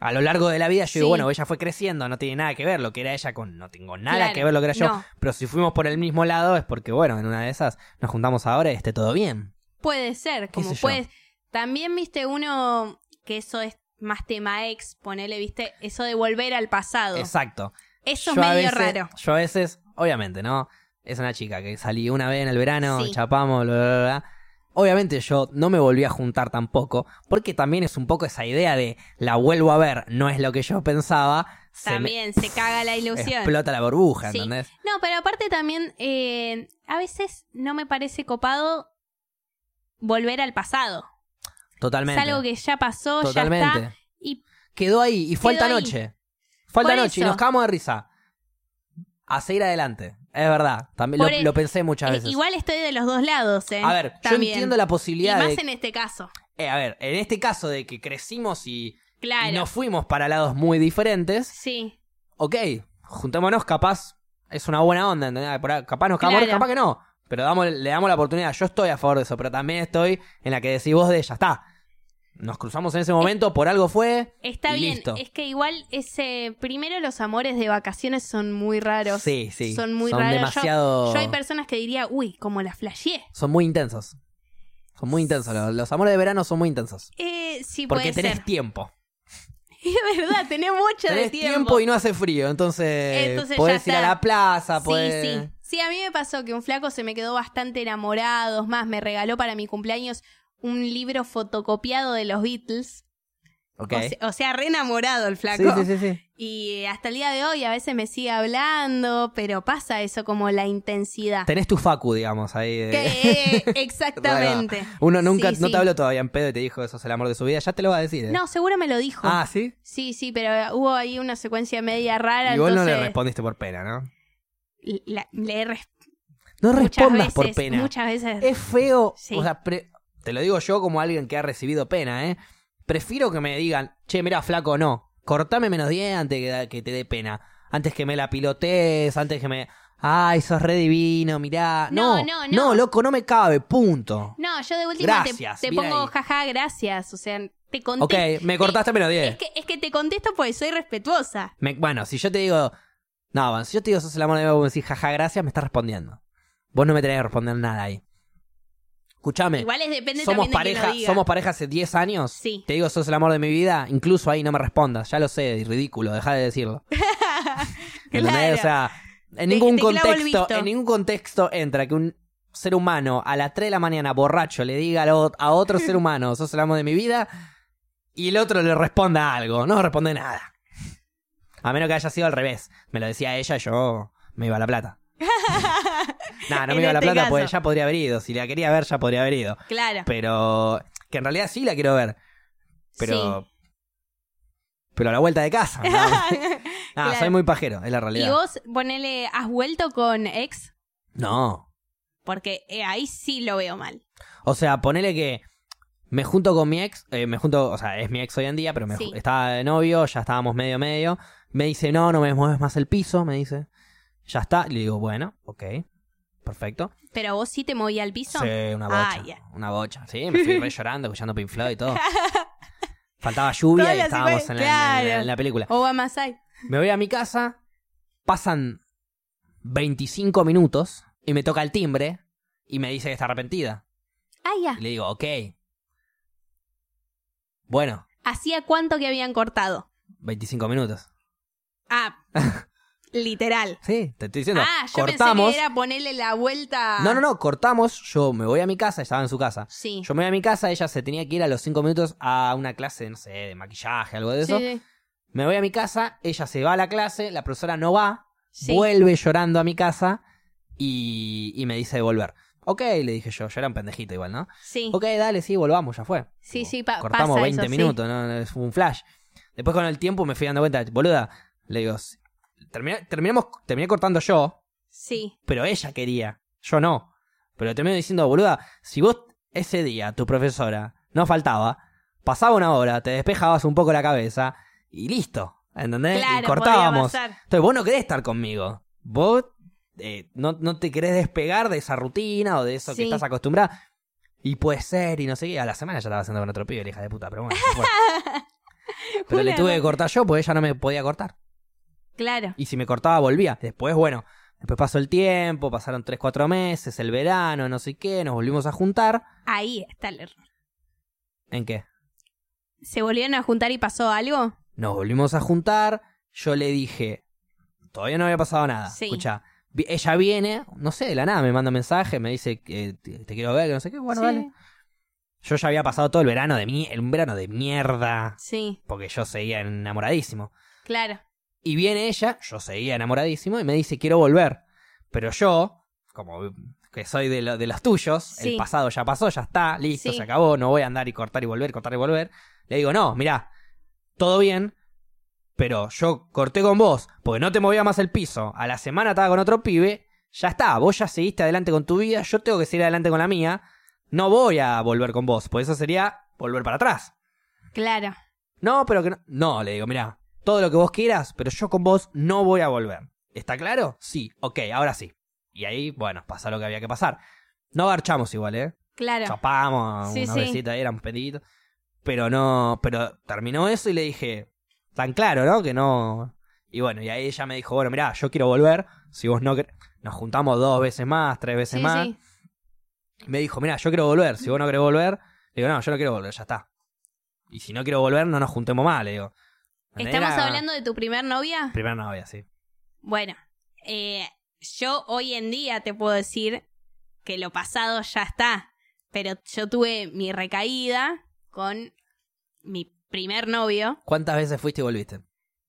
A lo largo de la vida yo digo, Sí. bueno, ella fue creciendo, no tiene nada que ver lo que era ella con... No tengo nada Claro, que ver lo que era yo. no. Pero si fuimos por el mismo lado es porque, bueno, en una de esas nos juntamos ahora y esté todo bien. Puede ser, como sé yo? puedes. También viste uno que eso es más tema ex, ponele, viste, eso de volver al pasado. Exacto. Eso es Yo a medio veces- raro. Yo a veces, obviamente, ¿no? Es una chica que salí una vez en el verano, Sí. chapamos, bla, bla, bla. Obviamente yo no me volví a juntar tampoco, porque también es un poco esa idea de la vuelvo a ver, no es lo que yo pensaba, se me- También se caga la ilusión. Explota la burbuja, Sí. ¿entendés? No, pero aparte también, eh, a veces no me parece copado volver al pasado. Totalmente. Es algo que ya pasó, Totalmente. ya está. Y Quedó ahí y falta Quedó ahí. noche. Falta Por noche y eso. nos cagamos de risa. A seguir adelante. Es verdad. También lo, Por e- lo pensé muchas eh, veces. igual estoy de los dos lados, ¿eh? a ver, yo También. entiendo la Y posibilidad más de. en este caso. eh, a ver, en este caso de que crecimos y, Claro. y nos fuimos para lados muy diferentes, Sí. ok, juntémonos, capaz es una buena onda, ¿entendés? Por ahí- capaz nos cagamos, Claro. capaz que no. Pero damos, le damos la oportunidad. Yo estoy a favor de eso, pero también estoy en la que decís vos de ya está. Nos cruzamos en ese Eh, momento, por algo fue. Está y bien, listo. es que igual ese primero los amores de vacaciones son muy raros. Sí, sí. Son muy raros. Yo- demasiado. Yo hay personas que diría, uy, como la flasheé. son muy intensos. Son muy intensos. Los, los amores de verano son muy intensos. Eh, sí, Porque puede tenés ser. tiempo. <laughs> Es verdad, tenés mucho de Tenés tiempo. tiempo y no hace frío. Entonces, Entonces ya podés ir a está. la plaza. Podés... Sí, sí. Sí, a mí me pasó que un flaco se me quedó bastante enamorado. Es más, me regaló para mi cumpleaños un libro fotocopiado de los Beatles. Ok. O se- O, sea, re enamorado el flaco. Sí, sí, sí, sí. Y eh, hasta el día de hoy a veces me sigue hablando, pero pasa eso como la intensidad. Tenés tu facu, digamos, ahí. de- Que, <laughs> eh, exactamente. <laughs> Uno nunca, Sí, no sí. te habló todavía en pedo y te dijo, sos el amor de su vida. Ya te lo va a decir. ¿eh? No, seguro me lo dijo. Ah, ¿sí? Sí, sí, pero hubo ahí una secuencia media rara. y vos no entonces le respondiste por pena, ¿no? la- le he res- No muchas respondas veces, por pena. Muchas veces. Es feo. Sí. O sea, pre- te lo digo yo como alguien que ha recibido pena, ¿eh? Prefiero que me digan, che, mira, flaco, no. Cortame menos 10 antes que, da- que te dé pena. Antes que me la pilotes, antes que me. Ay, sos re divino, mirá. No, No, no, no, no. loco, no me cabe, punto. No, yo de última te- Gracias, te, bien pongo ahí. jaja, gracias. O sea, te Ok, eh. contesto. me cortaste menos 10. Es, que, es que te contesto porque soy respetuosa. Me- bueno, si yo te digo. No, si yo te digo sos el amor de mi vida, vos me decís jaja, gracias, me estás respondiendo. Vos no me tenés que responder nada ahí. Escuchame, Igual es depende Eh. somos también de quién pareja, lo diga. somos pareja hace 10 años. Sí. Te digo sos el amor de mi vida, incluso ahí no me respondas, ya lo sé, es ridículo, deja de <laughs> decirlo. ¿Entendés? O Claro. sea, en ningún te clavo el contexto, visto. en ningún contexto entra que un ser humano a las 3 de la mañana borracho le diga al o- a otro <laughs> ser humano, sos el amor de mi vida, y el otro le responda algo, no responde nada. A menos que haya sido al revés, me lo decía ella, yo me iba a la <laughs> plata. Nah, no En me iba a la este plata caso. porque ya podría haber ido, si la quería ver ya podría haber ido, Claro. pero que en realidad sí la quiero ver. Pero. Pero a la vuelta de <laughs> casa. No, sí. Ah, Claro. soy muy pajero, es la y realidad. vos, ponele, ¿has vuelto con ex? No. Porque eh, ahí sí lo veo mal. O sea, ponele que me junto con mi ex, eh, me junto, o sea, es mi ex hoy en día, pero me Sí. ju- estaba de novio, ya estábamos medio medio. Me dice, no, no me mueves más el piso, me dice. Ya está. Y le digo, bueno, ok, perfecto. Pero vos sí te moví al piso. Sí, una Ah, bocha. ya. Una bocha. Sí, me fui re llorando, escuchando Pink Floyd y <laughs> todo. Faltaba lluvia Todas y las estábamos imágenes, en la- en la- claro. en la película. O a Masai. Me voy a mi casa, pasan 25 minutos y me toca el timbre y me dice que está arrepentida. Ah, ya. Y le digo, ok. Bueno, ¿Hacía cuánto que habían cortado? 25 minutos. <laughs> Ah, literal. Sí, te estoy diciendo. ah, yo cortamos. pensé que era ponerle la vuelta. No, no, no, cortamos. Yo me voy a mi casa, estaba en su casa. Sí. Yo me voy a mi casa, ella se tenía que ir a los 5 minutos a una clase, no sé, de maquillaje, algo de eso. Sí, sí. Me voy a mi casa, ella se va a la clase, la profesora no va, Sí. vuelve llorando a mi casa y, y me dice de volver. Ok, le dije yo, yo era un pendejito igual, ¿no? Sí. Ok, dale, sí, volvamos, ya fue. Sí, Tipo, sí, pa- Cortamos pasa 20 eso, sí. minutos, ¿no? No, Es un flash. Después con el tiempo me fui dando cuenta, boluda, le digo, "S- terminé, terminamos, terminé cortando yo, Sí. pero ella quería, yo no. Pero terminé diciendo, boluda, si vos ese día, tu profesora, no faltaba, pasaba una hora, te despejabas un poco la cabeza y listo, ¿entendés? Claro, Eh, y cortábamos. podría pasar. Entonces vos no querés estar conmigo. Vos eh, no, no te querés despegar de esa rutina o de eso Sí. que estás acostumbrada. Y puede ser, y no sé qué. A la semana ya estaba haciendo con otro pibe, la hija de puta, pero bueno. se fue. pero le Una tuve que ro- cortar yo porque ella no me podía cortar. Claro. Y si me cortaba, volvía. Después, bueno, después pasó el tiempo, pasaron 3, 4 meses, el verano, no sé qué, nos volvimos a juntar. Ahí está el error. ¿En qué? ¿Se volvieron a juntar y pasó algo? Nos volvimos a juntar. Yo le dije, todavía no había pasado nada. Sí. Escucha, ella viene, no sé, de la nada, me manda un mensaje, me dice que te, te quiero ver, que no sé qué. Bueno, sí. dale. Yo ya había pasado todo el verano de mí, un verano de mierda, Sí, porque yo seguía enamoradísimo. claro. Y viene ella, yo seguía enamoradísimo, y me dice, quiero volver. Pero yo, como que soy de, lo- de los tuyos, Sí. el pasado ya pasó, ya está, listo, Sí. se acabó, no voy a andar y cortar y volver, cortar y volver. Le digo, no, mirá, todo bien, pero yo corté con vos, porque no te movía más el piso, a la semana estaba con otro pibe, ya está, vos ya seguiste adelante con tu vida, yo tengo que seguir adelante con la mía, no voy a volver con vos, por eso sería volver para atrás. Claro. No, pero que no. No, le digo, mirá, todo lo que vos quieras, pero yo con vos no voy a volver. ¿Está claro? Sí, ok, ahora sí. Y ahí, bueno, pasa lo que había que pasar. No garchamos igual, ¿eh? Claro. Chapamos, Sí, una sí. besita ahí, era un pedito. Pero no, pero terminó eso y le dije, tan claro, ¿no? Que no. Y bueno, y ahí ella me dijo, bueno, mirá, yo quiero volver. Si vos no quer- Nos juntamos dos veces más, tres veces Sí, más. sí. Y me dijo, mira, yo quiero volver. Si vos no querés volver, le digo, no, yo no quiero volver, ya está. Y si no quiero volver, no nos juntemos más, le digo. ¿Estamos Era hablando de tu primer novia? Primera novia, sí. Bueno, eh, yo hoy en día te puedo decir que lo pasado ya está, pero yo tuve mi recaída con mi primer novio. ¿Cuántas veces fuiste y volviste?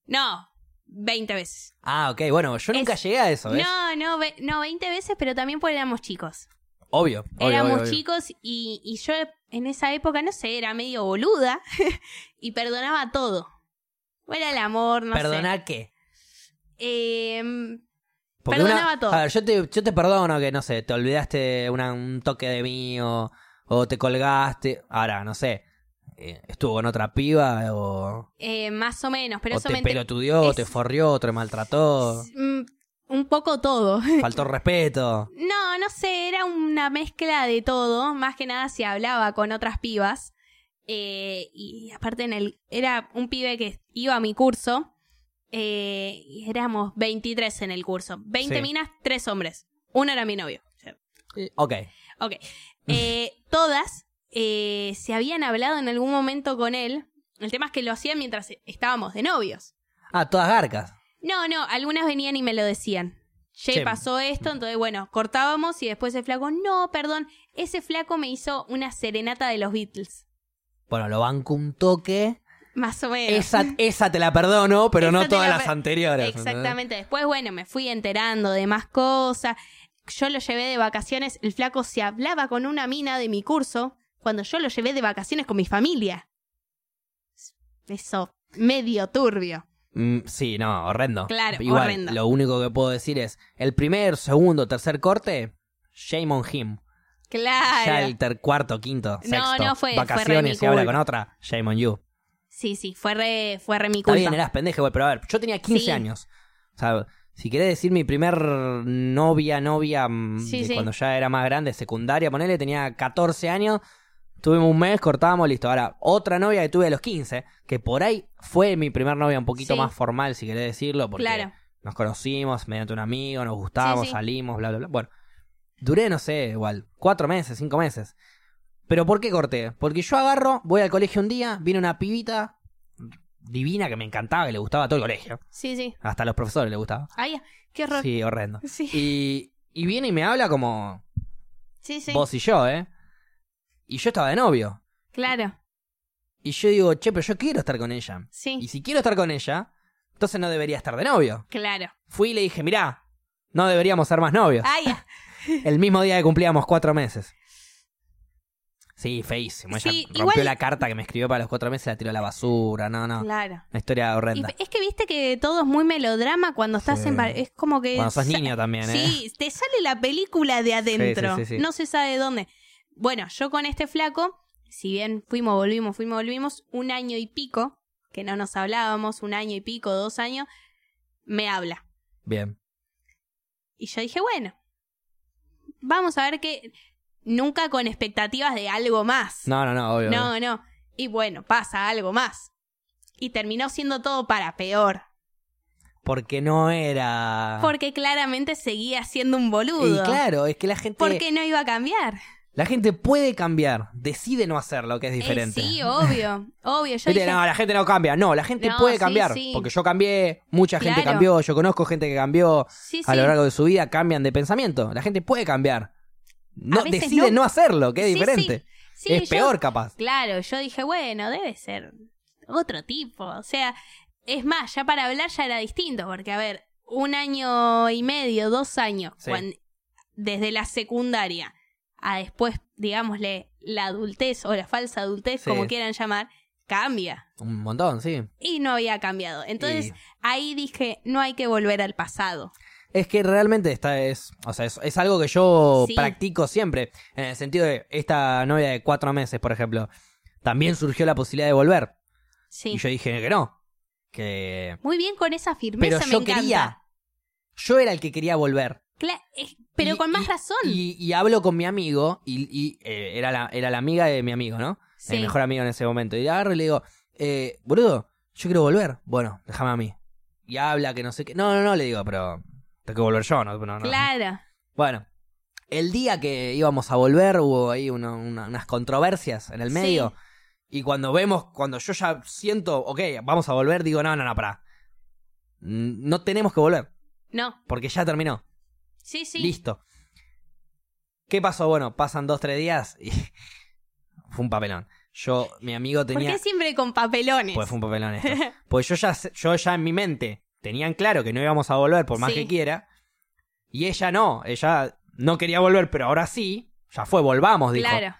No, 20 veces. Ah, ok, bueno, yo nunca Es- llegué a eso, ¿ves? No, no, ve- no, 20 veces, pero también porque éramos chicos. Obvio, obvio, éramos obvio, obvio. chicos y, y yo en esa época, no sé, era medio boluda <laughs> y perdonaba todo. O era el amor, no sé. ¿Perdonar qué? Eh, una- Perdonaba todo. A ver, yo te, yo te perdono que, no sé, te olvidaste una- un toque de mí o, o te colgaste. Ahora, no sé, eh, estuvo con otra piba o, eh, más o menos, pero o eso te me enter- pelotudió, es- te forrió, te <laughs> maltrató, Mm, Un poco todo. faltó respeto. No, no sé, era una mezcla de todo. Más que nada se hablaba con otras pibas. Eh, y aparte en el, era un pibe que iba a mi curso. eh, y éramos 23 en el curso. 20 Sí. minas, 3 hombres. Uno era mi novio. Ok, Ok. Eh, todas eh, se habían hablado en algún momento con él. El tema es que lo hacían mientras estábamos de novios. ah, todas garcas. No, no, algunas venían y me lo decían. Che, Che. pasó esto, entonces bueno, cortábamos y después el flaco, no, perdón, ese flaco me hizo una serenata de los Beatles. Bueno, lo banco un toque. Más o menos. Esa, esa te la perdono, pero Esa no te todas la las per- anteriores. ¿entendés? Exactamente. Después, bueno, me fui enterando de más cosas. Yo lo llevé de vacaciones, el flaco se hablaba con una mina de mi curso cuando yo lo llevé de vacaciones con mi familia. Eso, medio turbio. Mm, sí, no, horrendo. Claro, Igual, horrendo. Lo único que puedo decir es, el primer, segundo, tercer corte, shame on him. Ya Claro. el ter- cuarto, quinto, No, sexto, no, fue- fue re mi vacaciones y ahora culpa. con otra, shame on you. Sí, sí, fue re, fue re mi Está culpa. bien, eras pendejo, igual, pero a ver, yo tenía 15 Sí. años. O sea, si querés decir mi primer novia, novia, mm, Sí, de sí. cuando ya era más grande, secundaria, ponele, tenía 14 años, tuvimos un mes, cortábamos, listo. Ahora, otra novia que tuve a los 15, que por ahí fue mi primer novia un poquito Sí. más formal, si querés decirlo, porque Claro. nos conocimos mediante un amigo, nos gustábamos, Sí, sí. salimos, bla, bla, bla. Bueno, duré, no sé, igual, cuatro meses, cinco meses. Pero ¿por qué corté? Porque yo agarro, voy al colegio un día, viene una pibita divina que me encantaba, que le gustaba a todo el colegio. Sí, sí. Hasta a los profesores le gustaba. Ay, ah, qué horror. Sí, Sí, horrendo. sí, Y, y viene y me habla como sí. vos y yo, ¿eh? Y yo estaba de novio. Claro, Y yo digo, che, pero yo quiero estar con ella. sí. Y si quiero estar con ella, entonces no debería estar de novio. Claro. Fui y le dije, mirá, no deberíamos ser más novios. Ay, ah, El mismo día que cumplíamos cuatro meses. Sí, feísimo. Ella Sí, rompió igual- la carta que me escribió para los cuatro meses, la tiró a la basura. No, no. claro. Una historia Y horrenda. es que viste que todo es muy melodrama cuando estás Sí. en... pa- Es como que... Cuando sos sa- niño también, ¿eh? Sí, te sale la película de adentro. Sí, sí, sí, sí. No se sabe dónde. Bueno, yo con este flaco, si bien fuimos, volvimos, fuimos, volvimos, un año y pico, que no nos hablábamos, un año y pico, dos años, me habla. Bien. Y yo dije, bueno, vamos a ver que... Nunca con expectativas de algo más. No, no, no, obvio. obvio. No, no. Y bueno, pasa algo más. Y terminó siendo todo para peor. Porque no era. Porque claramente seguía siendo un Ah. Y boludo. claro, es que la gente. Porque no iba a cambiar. La gente puede cambiar, decide no hacerlo, que es Eh, diferente. sí, <laughs> obvio. Obvio. Yo Viste, dije, No, la gente no cambia. No, la gente No, puede sí, cambiar. sí. Porque yo cambié, mucha gente Claro. cambió, yo conozco gente que cambió. sí, a sí. lo largo de su vida cambian de pensamiento. La gente puede cambiar. No, A veces decide no. no. hacerlo, que es Sí, diferente. sí. Sí, es yo- peor capaz. Claro, yo dije, bueno, debe ser otro tipo. O sea, es más, ya para hablar ya era distinto. Porque, a ver, un año y medio, dos años, Sí. cuan- desde la secundaria a después, digámosle, la adultez o la falsa adultez, Sí. como quieran llamar, cambia. Un montón, sí. Y no había cambiado. Entonces, Y- ahí dije, no hay que volver al pasado. Es que realmente esta es, o sea, es, es algo que yo Sí. practico siempre. En el sentido de esta novia de cuatro meses, por ejemplo, también surgió la posibilidad de volver. Sí. Y yo dije que no. Que. Muy bien con esa firmeza, Pero me yo encanta. quería. Yo era el que quería volver. Cla- eh, pero Y- con más y- razón. Y, y hablo con mi amigo, y, y, eh, era, la, era la amiga de mi amigo, ¿no? Sí. El mejor amigo en ese momento. Y agarro y le digo, eh, boludo, yo quiero volver. Bueno, déjame a mí. Y habla que no sé qué. No, no, no, le digo, pero tengo que volver yo, no, no, no. Claro. Bueno, el día que íbamos a volver hubo ahí una- una- unas controversias en el Sí. medio. Y cuando vemos, cuando yo ya siento, ok, vamos a volver, digo, no, no, no, pará. Mm, No tenemos que volver, No. porque ya terminó. Sí, sí. Listo. ¿Qué pasó? Bueno, pasan dos, tres días y <laughs> fue un papelón. Yo, mi amigo ¿Por tenía. qué siempre con papelones? Pues fue un <laughs> papelón esto. Pues yo ya, sé- yo ya en mi mente tenían claro que no íbamos a volver por más Sí. que quiera. Y ella no, ella no quería volver, pero ahora sí. Ya fue, volvamos, dijo. claro.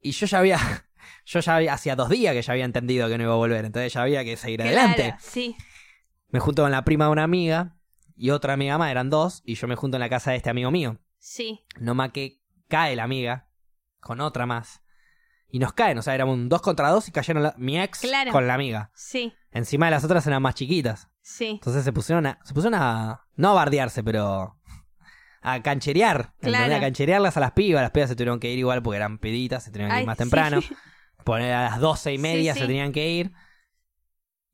Y yo ya había, <laughs> yo ya había, hacía dos días que ya había entendido que no iba a volver, entonces ya había que seguir adelante. Claro, sí. Me junto con la prima de una amiga y otra amiga más, eran dos, y yo me junto en la casa de este amigo mío. Sí. No más que cae la amiga con otra más. Y nos caen, o sea, éramos un dos contra dos y cayeron la- mi ex Claro. con la amiga. Sí. Encima de las otras eran más chiquitas. Sí. Entonces se pusieron a, se pusieron a, no a bardearse, pero a cancherear. ¿entendés? Claro. A cancherearlas a las pibas. Las pibas se tuvieron que ir igual porque eran peditas, se tenían que Ay, ir más sí. <laughs> temprano. Poner a las doce y Sí, media sí. se tenían que ir.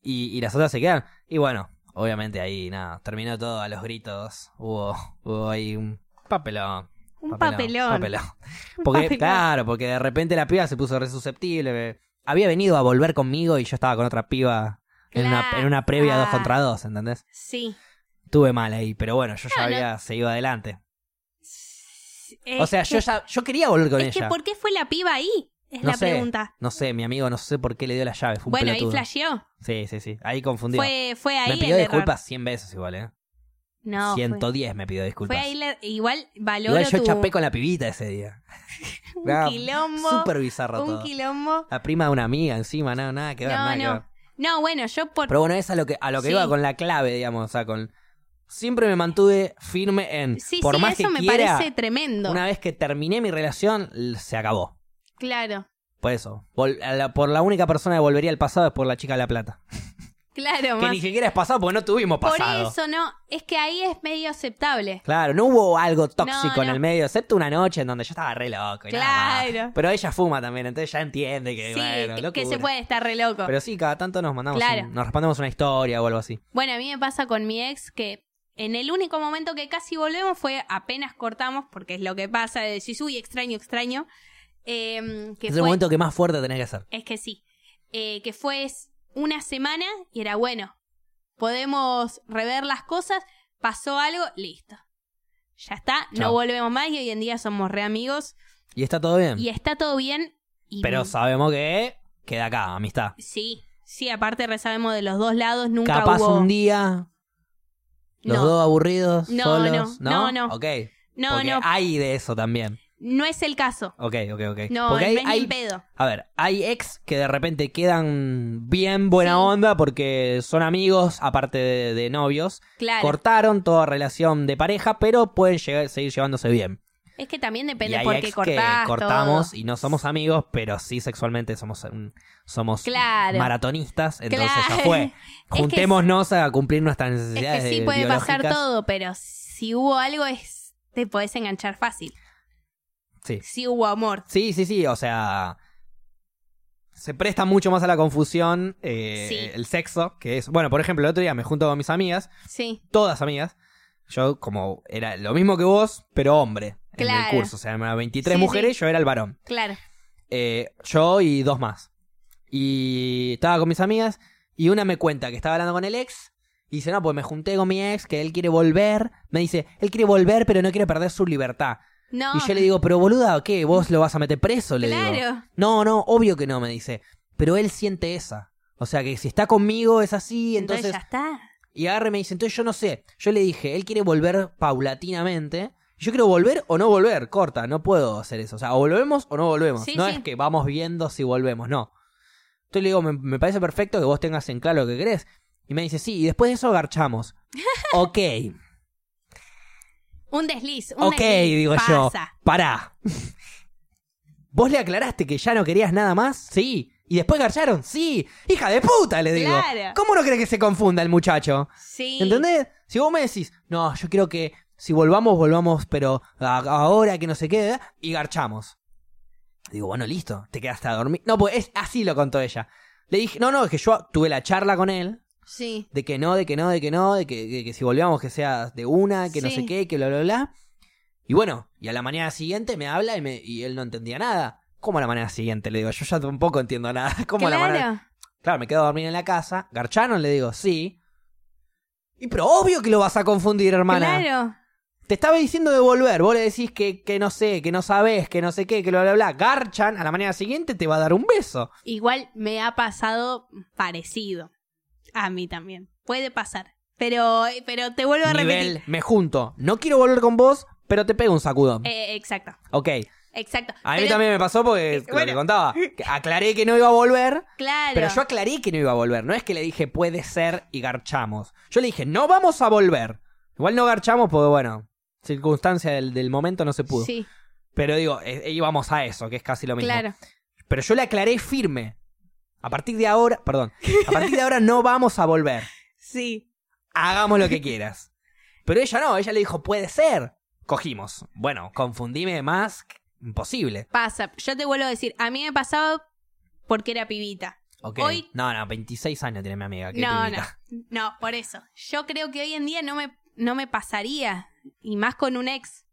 Y, y las otras se quedan. Y bueno, obviamente ahí nada, terminó todo a los gritos. Hubo, hubo ahí un papelón. Un papelón. papelón. <laughs> Un Porque, papelón. claro, porque de repente la piba se puso re susceptible. eh. Había venido a volver conmigo y yo estaba con otra piba en, Claro. Ah. una, en una previa dos contra dos, ¿entendés? Sí. Tuve mal ahí, pero bueno, yo ya Claro, no- había seguido adelante. o Es sea, yo que- ya yo quería volver con Es que ella. ¿por qué fue la piba ahí? Es No la sé. pregunta. No sé, mi amigo, no sé por qué le dio la llave. Fue un Bueno, ahí pelotudo. flasheó. Sí, sí, sí. Ahí confundido. Fue, fue ahí me pidió el error. disculpas 100 veces igual, ¿eh? No, fue- 110 me pidió fue, disculpas. ahí la- igual valoro igual yo tu- chapé con la pibita ese <laughs> día. un Nada, quilombo. Súper bizarro un todo. quilombo. La prima de una amiga encima, nada, nada que ver, No, nada que ver. no. No, bueno, yo por... Pero bueno, es a lo que, a lo que Sí. iba con la clave, digamos, o sea, con... Siempre me mantuve firme en... sí, por sí, más eso que me quiera, parece tremendo. una vez que terminé mi relación, l- se acabó. Claro, Por eso. Vol- a la- por la única persona que volvería al pasado es por la chica de la plata. claro. Que más- ni siquiera es pasado porque no tuvimos Por pasado. eso no, es que ahí es medio aceptable. Claro, no hubo algo tóxico No, en no. el medio, excepto una noche en donde yo estaba re loco. y nada más. Claro. Pero ella fuma también, entonces ya entiende que, sí, bueno, que- locura. que se puede estar re loco. Pero sí, cada tanto nos mandamos, Claro. un- nos respondemos una historia o algo así. Bueno, a mí me pasa con mi ex que en el único momento que casi volvemos fue apenas cortamos, porque es lo que pasa, de decís, uy, extraño, extraño. em, que Es fue- el momento que más fuerte tenés que hacer. Es que sí. Eh, que fue es- una semana y era bueno. Podemos rever las cosas, pasó algo, listo. Ya está, no Chao. volvemos más y hoy en día somos re amigos Y está todo bien. y está todo bien. Y Em. Pero sabemos que queda acá, amistad. Sí, sí, aparte re sabemos de los dos lados, nunca Capaz hubo... un día, los no, dos aburridos, No, solos. no, No, no, no. Ok. no, Porque no, hay de eso también. no es el caso. Ok, ok, ok. No, Porque hay, no es ni hay- en pedo. a ver, hay ex que de repente quedan bien buena onda porque son amigos, aparte de, de novios. Claro. Cortaron toda relación de pareja, pero pueden llegar- seguir llevándose bien. es que también y depende hay por ex qué que cortás. todo. cortamos y no somos amigos, pero sí sexualmente somos, mm, somos Claro. maratonistas, entonces Claro. ya <laughs> fue. que Juntémonos a cumplir nuestras Es necesidades. que sí de- puede pasar biológicas. todo, pero si hubo algo es te podés enganchar fácil. Sí. Si hubo amor. Sí, sí, sí, o sea. Se presta mucho más a la confusión eh, Sí. el sexo, que es. Bueno, por ejemplo, el otro día me junto con mis amigas, Sí, todas amigas. Yo, como era lo mismo que vos, pero hombre en Claro. el curso. O sea, eran 23 Sí, mujeres, yo era el varón. claro. Eh, yo y dos más. Y estaba con mis amigas y una me cuenta que estaba hablando con el ex. Y dice, no, pues me junté con mi ex, que él quiere volver. Me dice, él quiere volver, pero no quiere perder su libertad. No. Y yo le digo, pero boluda, ¿qué? ¿Vos lo vas a meter preso? Le Ah. claro. digo. No, no, obvio que no, me dice. Pero él siente esa. O sea, que si está conmigo es así, entonces, entonces... ya está. Y agarre y me dice, entonces yo no sé. Yo le dije, él quiere volver paulatinamente. Yo quiero volver o no volver, corta, no puedo hacer eso. O sea, o volvemos o no volvemos. Sí, no sí. es que vamos viendo si volvemos, no. Entonces le digo, me, me parece perfecto que vos tengas en claro lo que querés. Y me dice, sí, y después de eso <laughs> garchamos. ok, Un desliz. Un ok, desliz digo yo. pasa. Pará. <laughs> ¿Vos le aclaraste que ya no querías nada más? Sí. ¿Y después garcharon? Sí. ¡Hija de puta! Le digo. Claro. ¿Cómo no crees que se confunda el muchacho? Sí. ¿Entendés? Si vos me decís, no, yo quiero que si volvamos, volvamos, pero a- ahora que no se quede, y garchamos. Digo, bueno, listo, te quedaste a dormir. No, pues es así lo contó ella. Le dije, no, no, es que yo tuve la charla con él, Sí. de que no, de que no, de que no, de que, de que si volvíamos que sea de una, que no Sí. sé qué, que bla, bla, bla. Y bueno, y a la mañana siguiente me habla y, me, y él no entendía nada. ¿Cómo a la mañana siguiente? Le digo, yo ya tampoco entiendo nada. <laughs> ¿Cómo a la mañana? Claro. Claro, me quedo a dormir en la casa. ¿Garcharon? Le digo, sí. Y pero obvio que lo vas a confundir, hermana. Claro. Te estaba diciendo de volver, vos le decís que, que no sé, que no sabés, que no sé qué, que bla, bla, bla. Garchan, a la mañana siguiente te va a dar un beso. Igual me ha pasado parecido. A mí también. Puede pasar. Pero, pero te vuelvo a repetir. Nivel, me junto. No quiero volver con vos, pero te pego un sacudón. Eh, exacto, ok. exacto. A mí Pero- también me pasó porque lo que <laughs> bueno. contaba. que Aclaré que no iba a volver, Claro. pero yo aclaré que no iba a volver. No es que le dije puede ser y garchamos. Yo le dije, no vamos a volver. Igual no garchamos porque, bueno, circunstancia del, del momento no se pudo. Sí, Pero digo, eh, íbamos a eso, que es casi lo mismo. claro. Pero yo le aclaré firme. A partir de ahora, perdón, a partir de ahora no vamos a volver. Sí. Hagamos lo que quieras. Pero ella no, ella le dijo, puede ser. Cogimos. Bueno, confundime más, imposible. Pasa. Yo te vuelvo a decir, a mí me ha pasado porque era pibita. Ok. Hoy- No, no, 26 años tiene mi amiga. qué No, no. pibita. No, por eso. Yo creo que hoy en día no me, no me pasaría. Y más con un ex.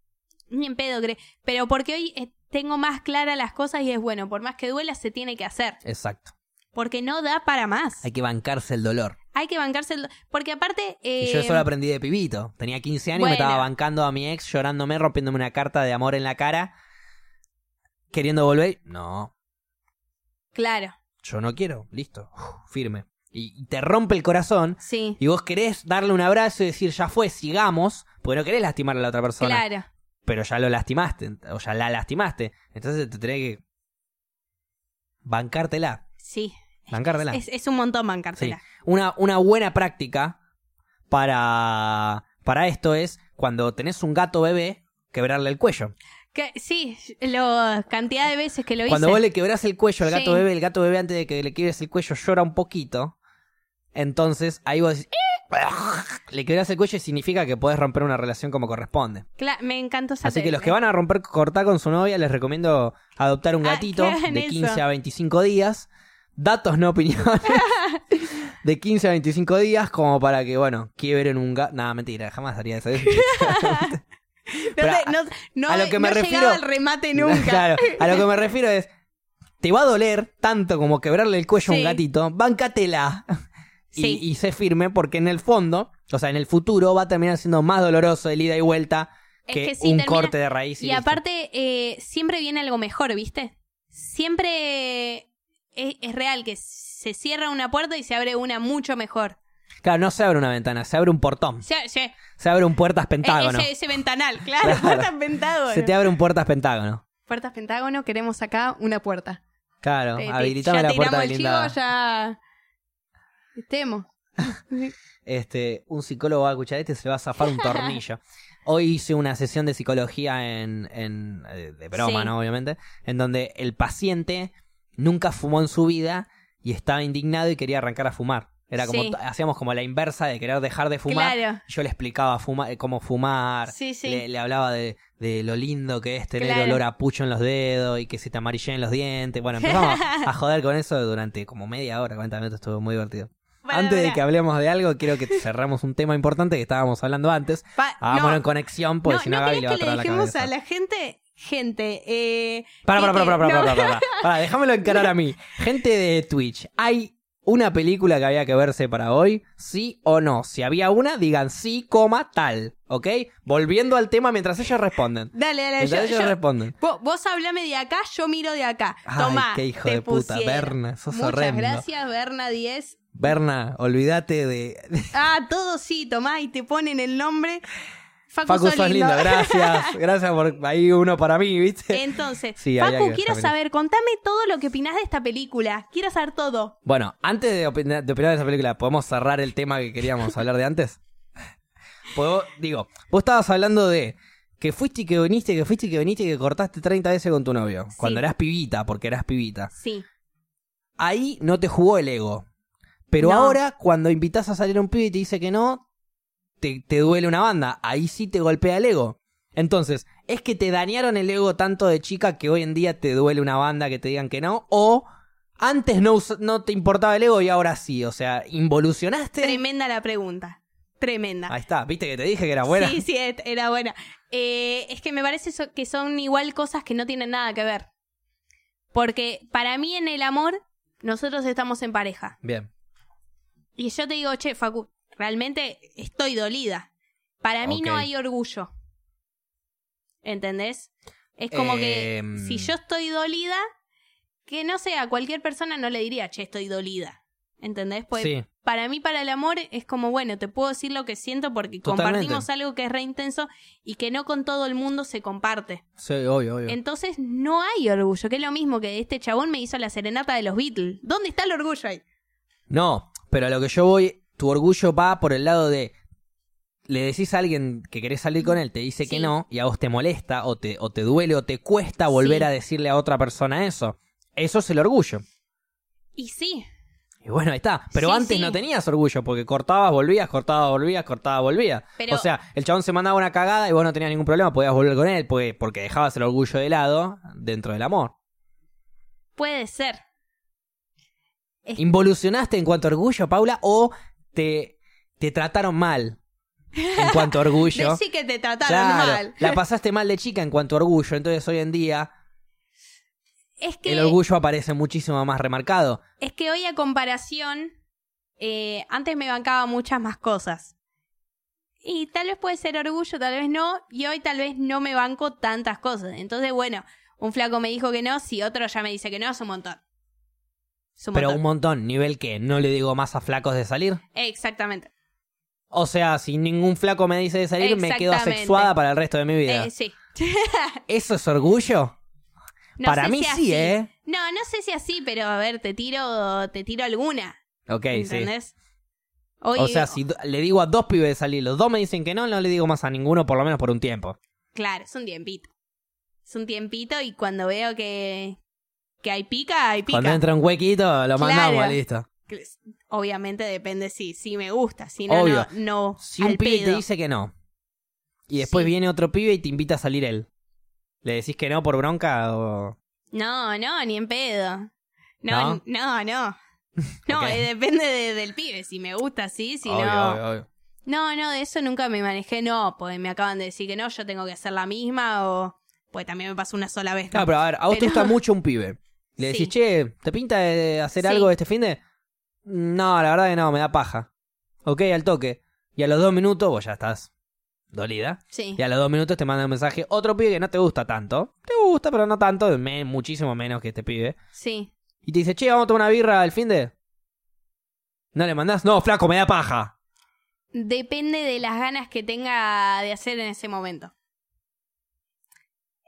Ni en pedo, creo. Pero porque hoy eh, tengo más claras las cosas y es bueno, por más que duela, se tiene que hacer. Exacto. Porque no da para más. Hay que bancarse el dolor. Hay que bancarse el do- Porque aparte. Y eh, yo eso lo aprendí de pibito. Tenía 15 años y me bueno. estaba bancando a mi ex, llorándome, rompiéndome una carta de amor en la cara, queriendo volver. No, Claro, yo no quiero, listo, Uf, firme. Y y te rompe el corazón sí. y vos querés darle un abrazo y decir, ya fue, sigamos, porque no querés lastimar a la otra persona, Claro. pero ya lo lastimaste, o ya la lastimaste. Entonces te tenés que bancártela, Sí. bancártela. Es, es un montón bancártela. Una, una buena práctica para, para esto es cuando tenés un gato bebé, quebrarle el cuello. Que, sí, lo, cantidad de veces que lo Cuando hice. vos le quebrás el cuello al gato Sí. bebé, el gato bebé antes de que le quiebres el cuello llora un poquito. Entonces ahí vos decís, "Eh". le quebrás el cuello y significa que podés romper una relación como corresponde. Cla- me encantó esa Así que los técnica. que van a romper cortar con su novia, les recomiendo adoptar un Ah, gatito que hagan de eso. 15 a 25 días. Datos, no <laughs> opiniones. de 15 a 25 días, como para que, bueno, quiebren un gato. Nada, mentira, jamás haría eso. <laughs> No, Pero te- <laughs> no, no, a lo que me no refiero- llegaba al remate <laughs> nunca. Claro, a lo que me refiero es, te va a doler tanto como quebrarle el cuello a Sí. un gatito, bancatela y, Sí. y sé firme porque en el fondo, o sea, en el futuro va a terminar siendo más doloroso el ida y vuelta Es que, que sí, un termina- corte de raíz. y Y, listo. aparte, eh, siempre viene algo mejor, ¿viste? Siempre eh, es, es real que se cierra una puerta y se abre una mucho mejor. Claro, no se abre una ventana, se abre un portón, O sea, se- eh, se abre un puertas pentágono. ese, eh. ese ventanal, <laughs> claro, Claro. <laughs> puertas pentágono. Se te abre un puertas pentágono. Puertas pentágono, queremos acá una puerta. Claro, Te- te- habilitame ya la puerta tiramos el blindada. chivo, ya... Estemos. Este, un psicólogo va a escuchar este y se le va a zafar <laughs> un tornillo. Hoy hice una sesión de psicología en, en eh, de broma, Sí. ¿no? Obviamente, en donde el paciente nunca fumó en su vida y estaba indignado y quería arrancar a fumar. Era como Sí. t- hacíamos como la inversa de querer dejar de fumar. Claro. Yo le explicaba fuma- eh, cómo fumar, Sí, sí. Le, le hablaba de, de lo lindo que es tener Claro. olor a pucho en los dedos y que se te amarillen los dientes. Bueno, <laughs> empezamos a joder con eso durante como media hora, 40 minutos, estuvo muy divertido. Pará, antes de pará. que hablemos de algo, quiero que cerramos un tema importante que estábamos hablando antes. Pa- Hagámoslo no, en conexión, Ah, porque no, si no, ¿no Gaby querés le va a que le tratar la dejemos cabeza. a la gente, gente, eh, Para, para, que- para, para, para, no, para, para, Pará, déjamelo encarar a mí. Gente de Twitch, ¿hay una película que había que verse para hoy? ¿Sí o no? Si había una, digan sí, coma, tal. ¿Ok? Volviendo al tema mientras ellos responden. Dale, dale, Eh, yo, Mientras ellos yo- responden. vos, vos hablame de acá, yo miro de acá. Ay, Tomá, qué hijo te de puta, pusieron. Berna, sos Muchas horrendo. gracias, Berna 10. Berna, olvídate de. Ah, todo sí, tomá, y te ponen el nombre. Facu, Facu, sos sos lindo, lindo. gracias. Gracias por ahí uno para mí, Eh, ¿viste? Entonces, Sí, había que Facu, ver quiero esta película. saber, contame todo lo que opinás de esta película. Quiero saber todo. Bueno, antes de opinar, de opinar de esa película, ¿podemos cerrar el tema que queríamos hablar de antes? Puedo- digo, vos estabas hablando de que fuiste y que viniste, que fuiste y que viniste y que cortaste 30 veces con tu novio. Sí. Cuando eras pibita, porque eras pibita. Sí, Ahí no te jugó el ego. Pero No. ahora, cuando invitas a salir a un pibe y te dice que no, te, te duele una banda. Ahí sí te golpea el ego. Entonces, ¿es que te dañaron el ego tanto de chica que hoy en día te duele una banda que te digan que no? ¿O antes no, us- no te importaba el ego y ahora sí? O sea, ¿involucionaste? tremenda la pregunta. Tremenda. Ahí está, viste que te dije que era buena. Sí, sí, et- era buena. Eh, es que me parece so- que son igual cosas que no tienen nada que ver. Porque para mí en el amor, nosotros estamos en pareja. Bien, Y yo te digo, che, Facu, realmente estoy dolida. Para mí no Ok. hay orgullo. ¿Entendés? Es como que Em. si yo estoy dolida, que no sé, a cualquier persona no le diría, che, estoy dolida. ¿Entendés? Pues sí, para mí, para el amor, es como, bueno, te puedo decir lo que siento porque Totalmente. compartimos algo que es re intenso y que no con todo el mundo se comparte. sí, obvio, obvio. Entonces no hay orgullo, que es lo mismo que este chabón me hizo la serenata de los Beatles. ¿Dónde está el orgullo ahí? No, pero a lo que yo voy, tu orgullo va por el lado de. Le decís a alguien que querés salir con él, te dice que Sí. no, y a vos te molesta, o te, o te duele, o te cuesta volver Sí. a decirle a otra persona eso. Eso es el orgullo. Y sí, Y bueno, ahí está. Pero Sí, antes sí. no tenías orgullo, porque cortabas, volvías, cortabas, volvías, cortabas, volvías. Pero- O sea, el chabón se mandaba una cagada y vos no tenías ningún problema, podías volver con él, porque, porque dejabas el orgullo de lado dentro del amor. puede ser. Es- ¿Involucionaste en cuanto a orgullo, Paula, o te, te trataron mal en cuanto <laughs> a orgullo? Decí que te trataron Claro, mal. la pasaste mal de chica en cuanto a orgullo, entonces hoy en día Es que, el orgullo aparece muchísimo más remarcado. es que hoy a comparación, eh, antes me bancaba muchas más cosas. Y tal vez puede ser orgullo, tal vez no. Y hoy tal vez no me banco tantas cosas. Entonces, bueno, un flaco me dijo que no, si otro ya me dice que no, es un montón. Es un Pero montón. Eh, un montón, nivel que no le digo más a flacos de salir. Exactamente. O sea, si ningún flaco me dice de salir, me quedo Exactamente. asexuada para el resto de mi vida. Eh, sí. ¿Eso es orgullo? No para sé mí si sí, así. ¿eh? No, no sé si así, pero a ver, te tiro, te tiro alguna. Ok, sí. ¿Entendés? Hoy- O sea, si do- le digo a dos pibes de salir, los dos me dicen que no, no le digo más a ninguno, por lo menos por un tiempo. Claro, es un tiempito. Es un tiempito y cuando veo que, que hay pica, hay pica. Cuando entra un huequito, lo mandamos, Claro. listo. Obviamente depende si, si me gusta, si no, Obvio. no, no Si un al pibe te pedo. dice que no, y después Sí. viene otro pibe y te invita a salir él, ¿le decís que no por bronca o...? No, no, ni en pedo. ¿No? No, n- <laughs> no, no. No, Ok. eh, depende de- del pibe, si me gusta, sí, si Obvio, no. obvio, obvio. No, no, de eso nunca me manejé, no, pues me acaban de decir que no, yo tengo que hacer la misma o... Pues también me pasó una sola vez. ¿no? Claro, pero a ver, a vos te Pero- <laughs> gusta mucho un pibe. Le Sí. decís, che, ¿te pinta de hacer Sí. algo este fin de...? No, la verdad que no, me da paja. Ok, al toque. Y a los dos minutos vos ya estás dolida. Sí. Y a los dos minutos te manda un mensaje otro pibe que no te gusta tanto. Te gusta, pero no tanto, me- muchísimo menos que este pibe. Sí. Y te dice, che, vamos a tomar una birra al fin de... ¿No le mandás? No, flaco, me da paja. Depende de las ganas que tenga de hacer en ese momento.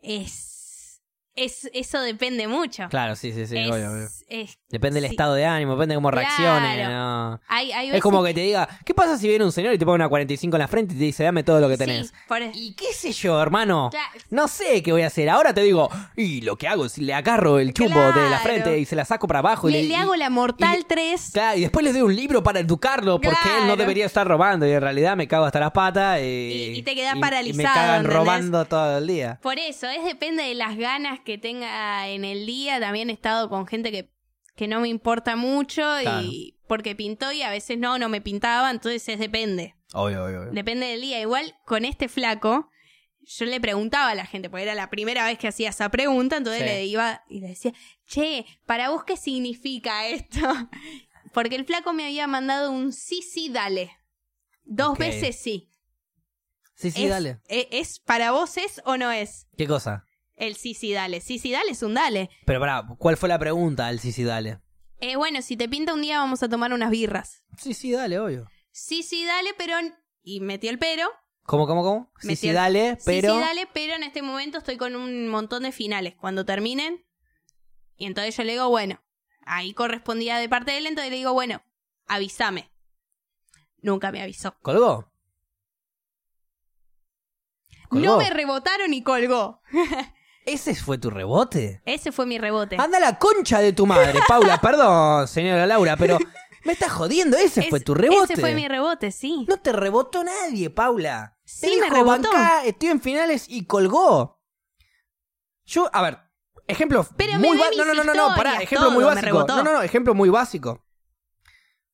Es. es eso depende mucho. Claro, sí, sí, sí, Es- obvio, obvio. es- Depende del sí. estado de ánimo, depende de cómo Claro. reaccione. ¿no? hay, hay Es veces como que te diga, ¿qué pasa si viene un señor y te pone una 45 en la frente y te dice, dame todo lo que tenés? Sí, por- claro, Y qué sé yo, hermano. No sé qué voy a hacer. Ahora te digo, y lo que hago es le agarro el chumbo de la Claro. frente y se la saco para abajo. y le, le y- hago la Mortal y- 3. Claro, y después les doy un libro para educarlo porque él no Claro. debería estar robando y en realidad me cago hasta las patas eh, y, Y- y te quedás me paralizado, cagan ¿entendés? robando todo el día. Por eso, es depende de las ganas que tenga en el día. También he estado con gente que, que no me importa mucho Claro. y porque pintó y a veces no, no me pintaba, entonces es depende. Obvio, obvio. obvio. Depende del día. Igual con este flaco, yo le preguntaba a la gente, porque era la primera vez que hacía esa pregunta, entonces Sí. le iba y le decía, che, ¿para vos qué significa esto? <laughs> Porque el flaco me había mandado un sí, sí, dale. Dos Ok. veces sí. Sí, sí, es, dale. e- es- ¿Para vos es o no es ¿Qué cosa? el sí, sí, dale? Sí, sí, dale es un dale. Pero pará, ¿cuál fue la pregunta al sí, sí, dale? Eh, bueno, si te pinta un día vamos a tomar unas birras. Sí, sí, dale, obvio. Sí, sí, dale, pero... n- Y metió el pero. ¿Cómo, cómo, cómo? Sí, Metí sí, el- dale, pero... Sí, sí, dale, pero en este momento estoy con un montón de finales. Cuando terminen, y entonces yo le digo, bueno, ahí correspondía de parte de él, entonces le digo, bueno, avísame. Nunca me avisó. ¿Colgó? No ¿Colgó? me rebotaron y colgó. ¿Ese fue tu rebote? Ese fue mi rebote. Anda a la concha de tu madre, <laughs> Paula. Perdón, señora Laura, pero me estás jodiendo. Ese Es- fue tu rebote. Ese fue mi rebote, sí. No te rebotó nadie, Paula. Te Sí, me dijo, rebotó. "Bancá, estoy en finales y colgó. Yo, a ver, ejemplo Pero muy me ve ba- No, no, mis no, no, no, pará, historias, ejemplo muy todo, me básico. rebotó. No, no, no, ejemplo muy básico.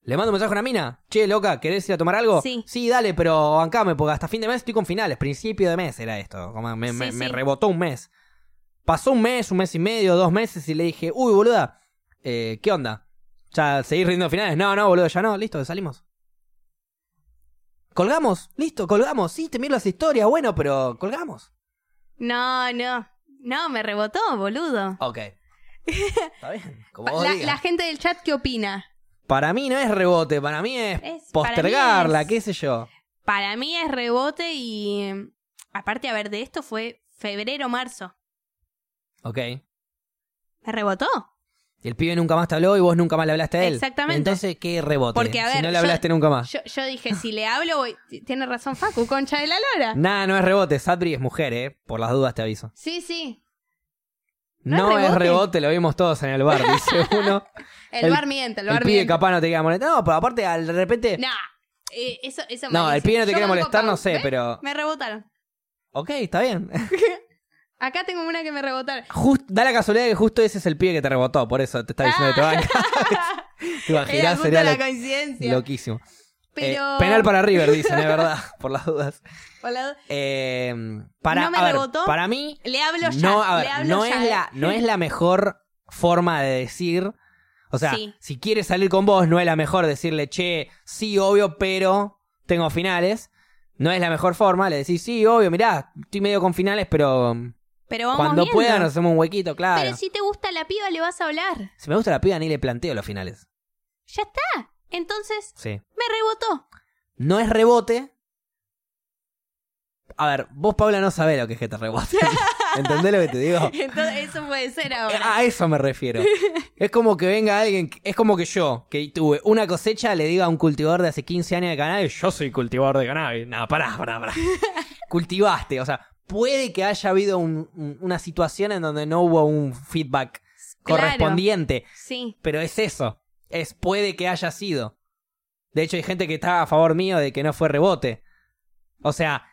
Le mando un mensaje a una mina. Che, loca, ¿querés ir a tomar algo? Sí. dale, pero bancame, porque hasta fin de mes estoy con finales. Principio de mes era esto. Como me, me- Sí, me sí. rebotó un mes. Pasó un mes, un mes y medio, dos meses, y le dije, uy, boluda, eh, ¿qué onda? ¿Ya seguís rindiendo finales? No, no, boludo, ya no, listo, salimos. Colgamos, listo, colgamos. Sí, te miro las historias, bueno, pero colgamos. No, no. No, me rebotó, boludo. Ok. <laughs> Está bien. Como Pa- vos la, digas. la gente del chat, ¿qué opina? Para mí no es rebote, para mí es, Es- para mí postergarla, es- qué sé yo. Para mí es rebote y. mm, Aparte, a ver, de esto fue febrero, marzo. Ok. Y ¿Me rebotó? el pibe nunca más te habló y vos nunca más le hablaste a él. Exactamente. Entonces, ¿qué rebote? Porque, a si ver, no le yo- hablaste nunca más. Yo, yo dije, si le hablo, voy- tiene razón Facu, concha de la lora. <laughs> Nah, no es rebote. Sadri es mujer, ¿eh? Por las dudas te aviso. Sí, sí. No, ¿No es es rebote? rebote, lo vimos todos en el <laughs> bar, dice uno. El, El- bar miente, el El bar pibe miente. capaz no te queda molestar. No, pero aparte, al de repente. Nah, eh, eso, eso No, malísimo. el pibe no te Yo quiere banco molestar, a no Pau. sé, ¿Ves? pero. Me rebotaron. Ok, está bien. <laughs> Acá tengo una que me rebotaron. Just- da la casualidad que justo ese es el pibe que te rebotó, por eso te está diciendo que te banca. <laughs> te Ah. Era imaginás, justo sería la lo- coincidencia. loquísimo. Eh, pero... penal para River, dicen, es verdad, <laughs> por las dudas. por la- Eh, para, No me a ver, rebotó. para mí, Le hablo ya. no, a le ver, hablo no, ya. ¿eh? es la, no es la mejor forma de decir. O sea, Sí. si quiere salir con vos, no es la mejor decirle, che, sí, obvio, pero tengo finales. No es la mejor forma, le decís, sí, obvio, mirá, estoy medio con finales, pero um, Pero vamos cuando viendo. pueda nos hacemos un huequito, claro. Pero si te gusta la piba, le vas a hablar. Si me gusta la piba, ni le planteo los finales. Ya está. Entonces, Sí. me rebotó. <laughs> No es rebote. A ver, vos, Paula, no sabés lo que es que te <laughs> rebote. ¿Entendés lo que te digo? Entonces, eso puede ser Ah, ahora. A eso me <laughs> refiero. Es como que venga alguien, es como que yo, que tuve una cosecha, le diga a un cultivador de hace 15 años de cannabis, yo soy cultivador de cannabis. No, pará, pará, <laughs> pará. Cultivaste, o sea, puede que haya habido un- un- una situación en donde no hubo un feedback Claro. correspondiente, Sí. pero es eso, es puede que haya sido. De hecho, hay gente que está a favor mío de que no fue rebote. O sea,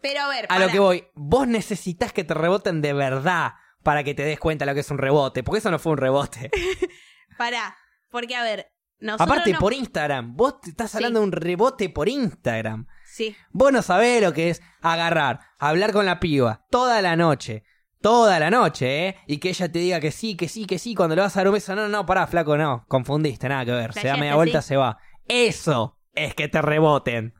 Pero a ver, a lo pará. que voy, vos necesitas que te reboten de verdad para que te des cuenta lo que es un rebote, porque eso no fue un rebote. Pará. Porque, a ver, <laughs> nosotros Aparte no- por Instagram, vos te estás Sí. hablando de un rebote por Instagram. Sí. Vos no sabés lo que es agarrar, hablar con la piba toda la noche, toda la noche, ¿eh? Y que ella te diga que sí, que sí, que sí, cuando le vas a dar un beso, no, no, pará, flaco, no, confundiste, nada que ver, se da Flasheaste, media vuelta, sí. se va. Eso es que te reboten.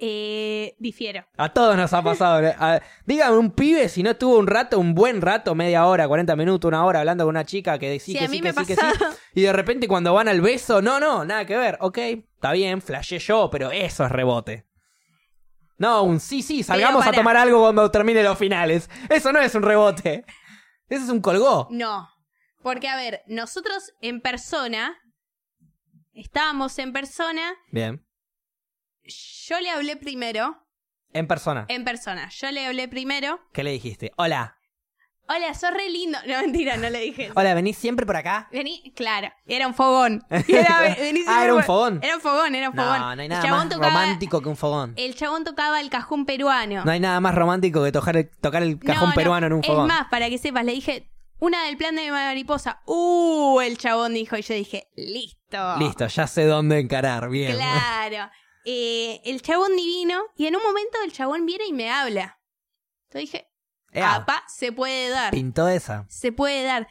Eh, difiero. A todos nos ha pasado. ¿no? A- dígame un pibe si no estuvo un rato, un buen rato, media hora, 40 minutos, una hora hablando con una chica que sí, Sí, que a mí sí, me que sí, que sí. pasaba. Y de repente cuando van al beso, no, no, nada que ver. Ok, está bien, flashé yo, pero eso es rebote. No, un sí, sí, salgamos a pará. tomar algo cuando termine los finales. Eso no es un rebote. Eso es un colgó. No. Porque, a ver, nosotros en persona, estábamos en persona, Bien. yo le hablé primero, En persona. en persona, yo le hablé primero. ¿Qué le dijiste? Hola. Hola, sos re lindo. No, mentira, no <laughs> le dije eso. Hola, ¿venís siempre por acá? Vení, claro, era un fogón. Era, vení <laughs> Ah, <laughs> era un siempre- fogón. Era un fogón, era un fogón. No, no hay El nada chabón más tocaba- romántico que un fogón. El chabón tocaba el cajón peruano. No hay nada más romántico que tocar el, tocar el No, cajón no, peruano en un fogón. Es más, para que sepas, le dije, una del plan de mi mariposa. Uh, el chabón dijo, y yo dije, listo. Oh. Listo, ya sé dónde encarar. Bien. Claro. Eh, el chabón divino. Y en un momento el chabón viene y me habla. Entonces dije, Ea, papá, se puede dar. pintó esa. Se puede dar.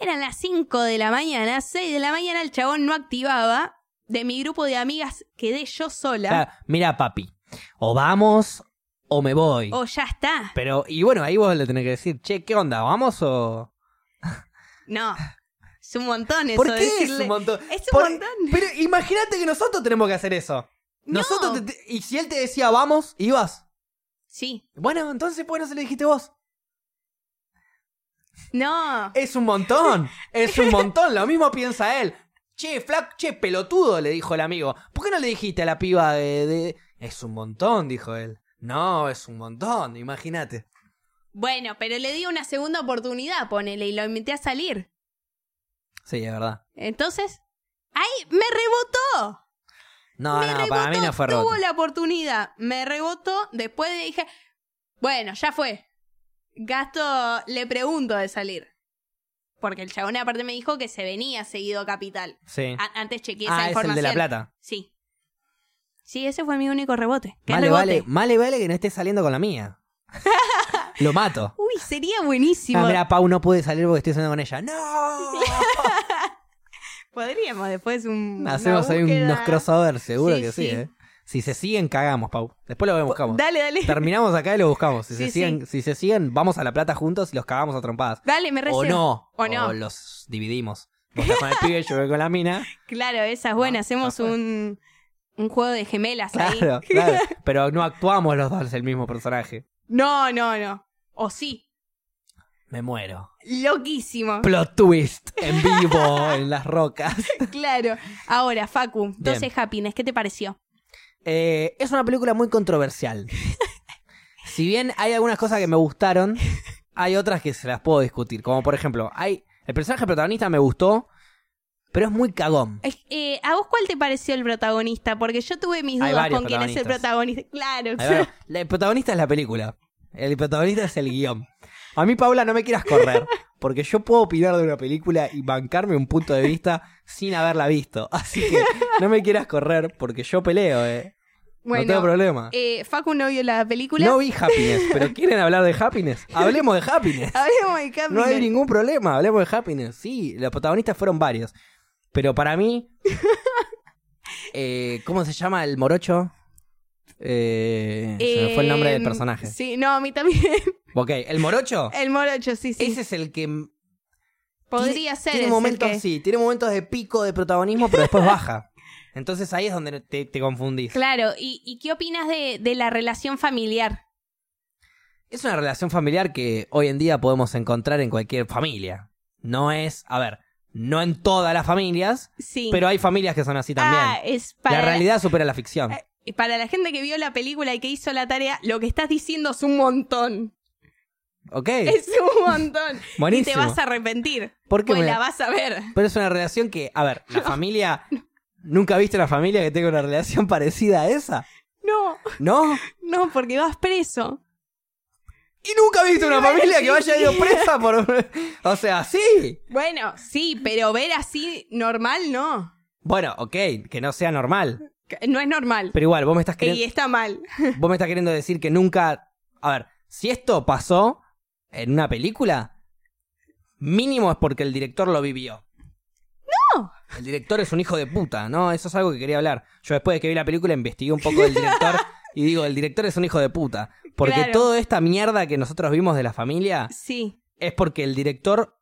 Eran las 5 de la mañana, 6 de la mañana, el chabón no activaba. De mi grupo de amigas quedé yo sola. Claro, mira, papi, o vamos o me voy. O Oh, ya está. Pero, y bueno, ahí vos le tenés que decir, che, ¿qué onda? ¿Vamos o.? No. Es un montón eso. ¿Por qué es decirle- un montón? <laughs> Es un Por- montón. Pero imagínate que nosotros tenemos que hacer eso. No. Nosotros. te- te- y si él te decía vamos, ibas. Sí. Bueno, entonces, ¿por qué no se lo dijiste vos? No. Es un montón, es un montón, lo mismo piensa él. Che, flac, che, pelotudo, le dijo el amigo. ¿Por qué no le dijiste a la piba de... de- Es un montón, dijo él. No, es un montón, imagínate. Bueno, pero le di una segunda oportunidad, ponele, y lo invité a salir. Sí, es verdad. Entonces, ahí me rebotó. No, me Ah, no, rebotó, para mí no fue roto. Tuvo la oportunidad, me rebotó, después dije, bueno, ya fue. Gasto, le pregunto de salir. Porque el chabón aparte me dijo que se venía seguido a Capital. Sí. A- antes chequeé esa Ah, es el información. de La Plata. Sí. Sí, ese fue mi único rebote. ¿Qué Más le, rebote? vale, más le vale que no esté saliendo con la <laughs> mía. lo mato. Uy, sería buenísimo. Ah, mira, Pau no puede salir porque estoy saliendo con ella. ¡No! <laughs> Podríamos después un una Hacemos ahí búsqueda. unos crossovers, seguro Sí, que sí, sí. ¿eh? Si se siguen, cagamos, Pau. Después lo buscamos. Dale, dale. Terminamos acá y lo buscamos. Si, Sí, se sí. siguen, si se siguen, vamos a La Plata juntos y los cagamos a trompadas. Dale, me O recibo. no. O no. los dividimos. Vos estás con el pibe, yo voy con la <laughs> mina. Claro, esa es buena. No, Hacemos no fue. un, un juego de gemelas Claro, ahí. claro. Pero no actuamos los dos el mismo personaje. No, no, no. O sí. Me muero. Loquísimo. Plot twist en <laughs> vivo en las rocas. claro. Ahora, Facu, 12 Bien. Happiness, ¿qué te pareció? Eh, es una película muy <laughs> controversial. Si bien hay algunas cosas que me gustaron, hay otras que se las puedo discutir. Como por ejemplo, hay el personaje protagonista me gustó, pero es muy cagón. Es- eh, ¿A vos cuál te pareció el protagonista? Porque yo tuve mis Hay dudas varios con quién es el protagonista. <laughs> Claro. Ahí va. La- El protagonista es la película. El protagonista es el guión. A mí, Paula, no me quieras correr. Porque yo puedo opinar de una película y bancarme un punto de vista sin haberla visto. Así que no me quieras correr porque yo peleo, eh. no tengo bueno, problema. eh, Facu no vio la película. <laughs> No vi happiness, pero ¿quieren hablar de happiness? Hablemos de happiness. Hablemos de Happiness. No hay ningún problema, hablemos de happiness. Sí, los protagonistas fueron varios. Pero para mí. <laughs> eh, ¿Cómo se llama el morocho? Eh, se me fue el nombre del Eh, personaje. Sí, no, a mí también. <laughs> Ok, el morocho. El morocho, Eh, sí, sí. Ese es el que. m- Podría ser. Tiene es el momentos, que- sí, tiene momentos de pico de protagonismo, pero <laughs> después baja. Entonces ahí es donde te, te confundís. Claro, ¿y, y qué opinas de, de la relación familiar? Es una relación familiar que hoy en día podemos encontrar en cualquier familia. No es, a ver, no en todas las familias, Sí. pero hay familias que son así también. Ah, es para la realidad supera la ficción. Eh, y para la gente que vio la película y que hizo la tarea, lo que estás diciendo es un montón. ¿Ok? Es un montón. y te <laughs> Buenísimo. vas a arrepentir. ¿Por qué Pues me- la vas a ver. Pero es una relación que, a <laughs> ver, la familia... ¿Nunca viste una familia que tenga una relación <laughs> parecida a esa? No, ¿No? no, porque vas preso. Y nunca viste <laughs> una familia que vaya ido presa por... un- O sea, sí. Bueno, sí, pero ver así normal no. Bueno, ok, que no sea normal. Que- No es normal. Pero igual, vos me estás Y queriendo, está mal. vos me estás queriendo decir que nunca... A ver, si esto pasó en una película, mínimo es porque el director lo vivió. No. El director es un hijo de puta, ¿no? Eso es algo que quería hablar. Yo después de que vi la película investigué un poco del director y digo, el director es un hijo de puta. Porque Claro. toda esta mierda que nosotros vimos de la familia Sí. es porque el director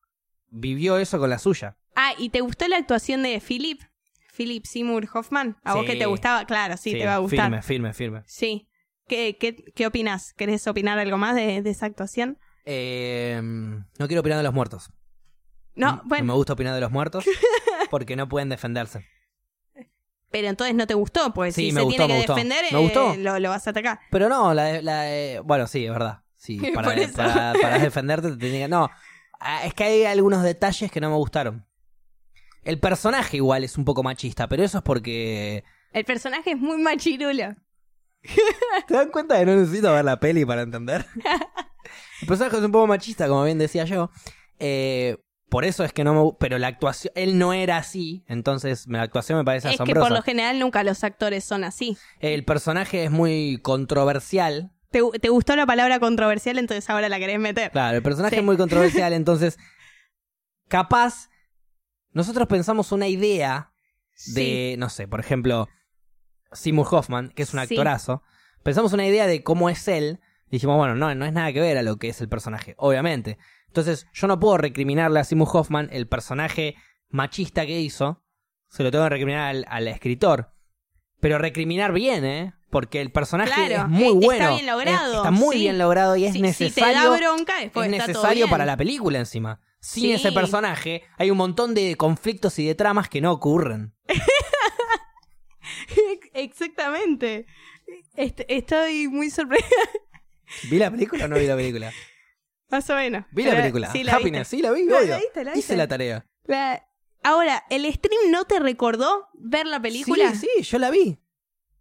vivió eso con la suya. Ah, ¿y te gustó la actuación de Philip? Philip Seymour Hoffman. ¿A vos Sí. que te gustaba? Claro, sí, te va a gustar. Firme, firme, firme. Sí. ¿Qué, qué, qué opinas? ¿Querés opinar algo más de, de esa actuación? Eh, no quiero opinar de los muertos. No, Mm, me bueno, gusta opinar de los <laughs> muertos porque no pueden defenderse. pero entonces no te gustó, pues Sí, si me se gustó, tiene me que gustó. defender, ¿Me eh, gustó? lo, lo vas a atacar. Pero no, la, de- la de- bueno, sí, es verdad. Sí, <laughs> Por para, eso. para- para defenderte te tenía que- No, Ah, es que hay algunos detalles que no me gustaron. El personaje igual es un poco machista, pero eso es porque... El personaje es muy machirulo. ¿Te dan cuenta que no necesito ver la peli para <laughs> entender? El personaje es un poco machista, como bien decía yo. Eh, por eso es que no me... gu- Pero la actuación... Él no era así, entonces la actuación me parece Es que asombrosa. por lo general nunca los actores son así. El personaje es muy controversial, ¿Te, te gustó la palabra controversial? Entonces ahora la querés meter. Claro, el personaje Sí. es muy controversial, entonces capaz nosotros pensamos una idea de, no sé, por ejemplo, Seymour Hoffman, que es un Sí. actorazo, pensamos una idea de cómo es él, y dijimos, bueno, no, no es nada que ver a lo que es el personaje, obviamente. Entonces, yo no puedo recriminarle a Seymour Hoffman el personaje machista que hizo, se lo tengo que recriminar al, al escritor. Pero recriminar bien, ¿eh? Porque el personaje Claro, es muy eh, está bueno. bien logrado, es- está muy sí. bien logrado y es Si- si, necesario te da bronca, después es está todo necesario bien. para <laughs> la película encima. Sin Sí. ese personaje hay un montón de conflictos y de tramas que no ocurren. Exactamente. Est- estoy muy sorprendida. <laughs> ¿Vi la película o no vi la película? Más o menos. Vi la Pero película. Sí, la Happiness, viste. sí, la vi, La- la obvio. viste, la viste. Hice la tarea. La- Ahora, ¿el stream no te recordó ver la película? Sí, sí, yo la vi.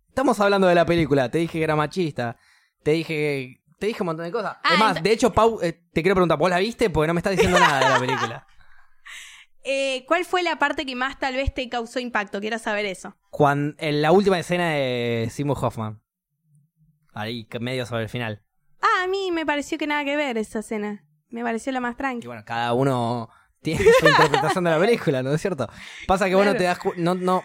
Estamos hablando de la película. Te dije que era machista. Te dije te dije un montón de cosas. Ah, es más, ento- de hecho, Pau, eh, te quiero preguntar, ¿vos la viste? Porque no me estás diciendo nada de la película. Eh, ¿Cuál fue la parte que más tal vez te causó impacto? Quiero saber eso. Cuando, en la última escena de Seymour Hoffman. Ahí, que medio sobre el final. Ah, a mí me pareció que nada que ver esa escena. Me pareció la más Y tranquila. bueno, cada uno tiene su interpretación de la película, ¿no es cierto? Pasa que vos no Claro. te das cu- no, no,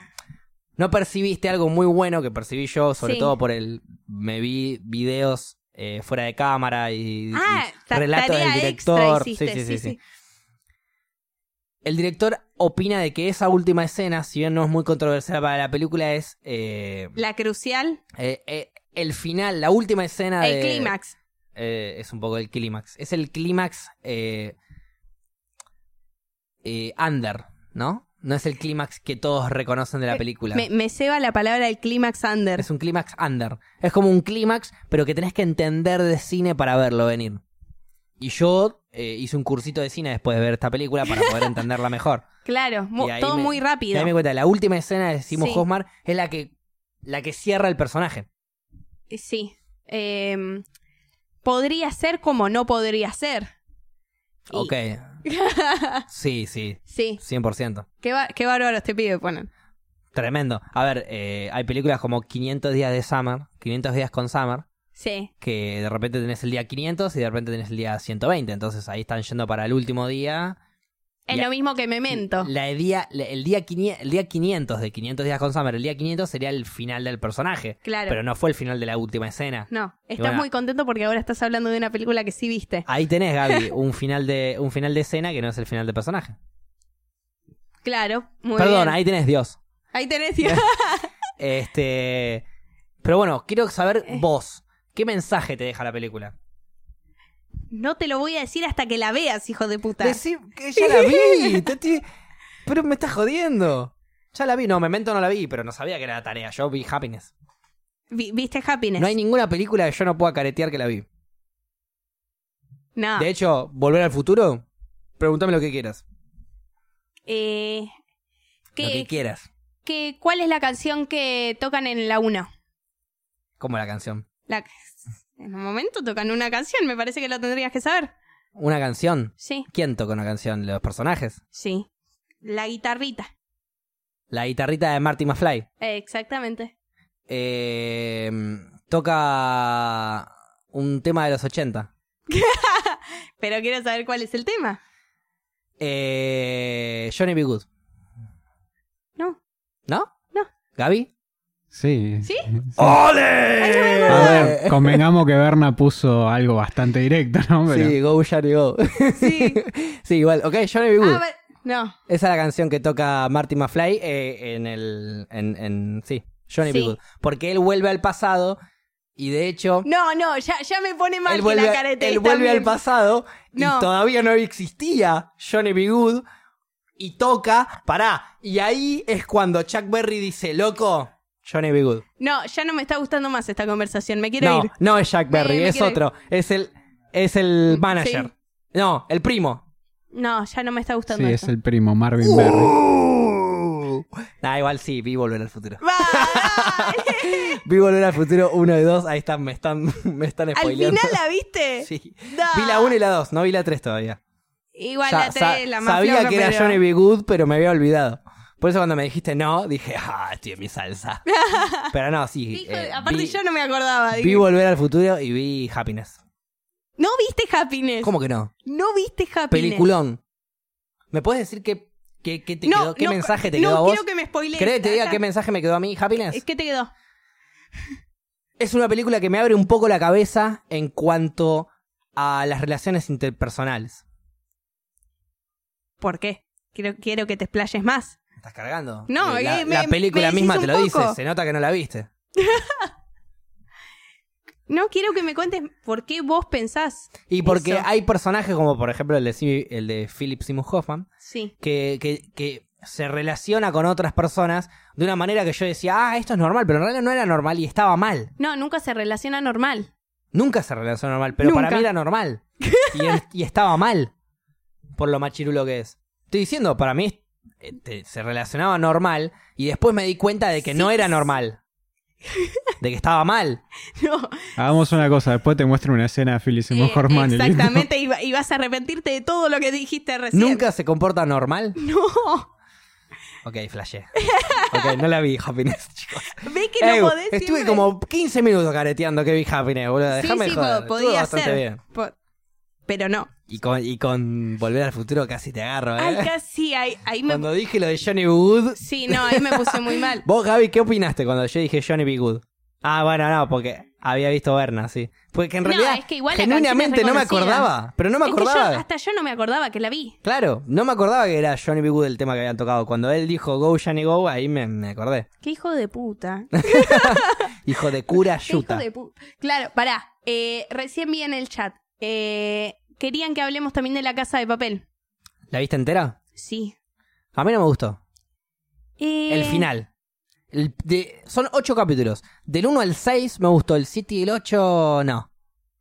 no percibiste algo muy bueno que percibí yo, sobre Sí. todo por el. Me vi videos eh, fuera de cámara y, y Ah, ta- relatos del tarea director. extra hiciste, sí, sí. El director opina de que esa última escena, si bien no es muy controversial para la película, es eh, La crucial, eh, eh, el final, la última escena el de. clímax. eh, es un poco el clímax. Es el clímax eh, eh, under, ¿no? No es el clímax que todos reconocen de la Eh, película. Me, me ceba la palabra el clímax under. Es un clímax under. Es como un clímax, pero que tenés que entender de cine para verlo venir. Y yo eh, hice un cursito de cine después de ver esta película para <laughs> poder entenderla mejor. Claro, mu- Y ahí todo me- muy Y ahí rápido. me di cuenta, la última escena de Simon Sí. Hosmar es la que, la que cierra el personaje. Sí. Em, podría ser como no podría ser. Y- <laughs> Ok. Sí, sí, Sí, 100%. qué, ba- qué bárbaro este pibe ponen. Tremendo. A ver, eh, hay películas como 500 días de Summer, 500 días con Summer, Sí, que de repente tenés el día 500 y de repente tenés el día 120. Entonces ahí están yendo para el último día. es La- lo mismo que Memento. La día, la- el, día 500, el día 500 de 500 días con Summer, el día 500 sería el final del personaje. Claro. Pero no fue el final de la última escena. No, estás bueno. muy contento porque ahora estás hablando de una película que sí viste. Ahí tenés, Gaby, <laughs> un final de un final de escena que no es el final del personaje. Claro, muy Perdón, bien. Eh. ahí tenés Dios. Ahí tenés. Este, pero bueno, quiero saber Eh. vos, ¿qué mensaje te deja la película? <laughs> no te lo voy a decir hasta que la veas, hijo de puta. Decí que ya la <laughs> vi. te estoy- Pero me estás jodiendo. Ya la vi, no, Memento no la vi, pero no sabía que era la tarea. Yo vi Happiness. Vi- ¿Viste Happiness? No hay ninguna película que yo no pueda caretear que la vi. No. Ah. De hecho, Volver al Futuro, pregúntame lo que quieras. Eh, Lo que ¿qué- quieras. qué- ¿Cuál es la canción que tocan en la 1? Como la canción. La- En un momento tocan una canción, me parece que lo tendrías que saber. ¿Una canción? Sí, ¿Quién toca una canción? ¿Los personajes? sí. La guitarrita. La guitarrita de Marty McFly. Eh, exactamente. Eh, toca un tema de los 80. Pero quiero saber cuál es el tema. Eh, Johnny B. Good. No. ¿No? No. ¿Gaby? <laughs> Sí. ¿Sí? Oh, ¡Ole! A ver, convengamos que Berna puso algo bastante directo, ¿no? Pero- Sí, go Johnny go. <laughs> Sí. sí, igual. Ok, Johnny B. Good. Ah, ve- no. Esa es la canción que toca Marty McFly eh, en el. En, en- sí, Johnny Sí. B. Good. Porque él vuelve al pasado y de hecho. No, no, ya, ya me pone mal él que vuelve, la a- carete. él vuelve al pasado y No. todavía no existía Johnny B. Good. Y toca, pará. Y ahí es cuando Chuck Berry dice: Loco, Johnny B. Good. No, ya no me está gustando más esta conversación, me quiero No, ir. no es Chuck Berry, me es quiero ir. otro. Es el. Es el manager. No, el primo. No, ya no me está Sí, gustando es esto. <laughs> el primo Marvin Uh. Berry. Nah, igual sí, vi Volver al Futuro. Va, <laughs> Vi Volver al Futuro 1 y 2, ahí están, me están, <laughs> me están Al spoileando. final la viste. <laughs> Sí. Da. Vi la 1 y la 2, no vi la 3 todavía. Igual Ya, Ah, la 3, sa- la más sabía floja, que era pero- Johnny B. Good, pero me había olvidado. Por eso cuando me dijiste no, dije, ah, estoy en mi <laughs> salsa. pero no, sí. Hijo eh, de- aparte vi, yo no me acordaba. dije, vi Volver al Futuro y vi Happiness. no viste Happiness. ¿Cómo que no? No viste Happiness. Peliculón. ¿Me puedes decir qué, qué, qué te No, quedó? ¿Qué no, mensaje te no quedó a vos? quiero que me spoilees. ¿Querés que te diga Acá. qué mensaje me quedó a mí? ¿Happiness? ¿Qué te quedó? es una película que me abre un poco la cabeza en cuanto a las relaciones interpersonales. ¿Por qué? Quiero, quiero que te explayes más. ¿Me estás cargando? No, Eh, la, eh, me- la película me decís misma un te lo dice, poco. se nota que no la viste. No, quiero que me cuentes por qué vos pensás. Y porque Eso. hay personajes como por ejemplo el de, Simi- el de Philip Seymour Hoffman, Sí. que, que- que se relaciona con otras personas de una manera que yo decía, ah, esto es normal, pero en realidad no era normal y estaba mal. No, nunca se relaciona normal. <laughs> Nunca se relacionó normal, pero para Nunca. mí era <laughs> normal. Y, es- y estaba mal. Por lo machirulo que es. Estoy diciendo, para mí eh, te- se relacionaba normal y después me di cuenta de que Sí, no era sí. normal. De que estaba <laughs> mal. No. Hagamos una cosa, después te muestro una escena de Phyllis Seymour Eh, Hoffman y listo. exactamente, y, va- y vas a arrepentirte de todo lo que dijiste recién. ¿Nunca se comporta normal? <laughs> No. Ok, flashé. Ok, no la vi, <laughs> Happiness, chicos. Ve que no Ey, podés. estuve siempre- como 15 minutos careteando que vi Happiness, boludo. Sí, Déjame sí, joder. po- Estuvo podía bastante ser. bien. Po- Pero no. Y con, y con Volver al Futuro casi te agarro, ¿eh? <laughs> Ay, casi, ahí, ahí me... Cuando dije lo de Johnny B. Good. Sí, no, ahí me puse muy mal. <laughs> Vos, Gaby, ¿qué opinaste cuando yo dije Johnny B. Good? Ah, bueno, no, porque había visto Berna, sí. Porque en No, realidad, es que igual la genuinamente canción es no me reconocida. acordaba. Pero no me Es que yo- acordaba. hasta yo no me acordaba que la vi. Claro, no me acordaba que era Johnny B. Good el tema que habían tocado. Cuando él dijo Go, Johnny, Go, ahí me, me acordé. Qué hijo de puta. Hijo de cura Qué <laughs> hijo yuta. de puta. Claro, pará. Eh, recién vi en el chat. Eh, querían que hablemos también de la casa de papel. ¿La viste entera? Sí. A mí no me gustó. Eh, El final. El- de- son ocho capítulos. Del 1 al 6 me gustó. El City y el 8 no.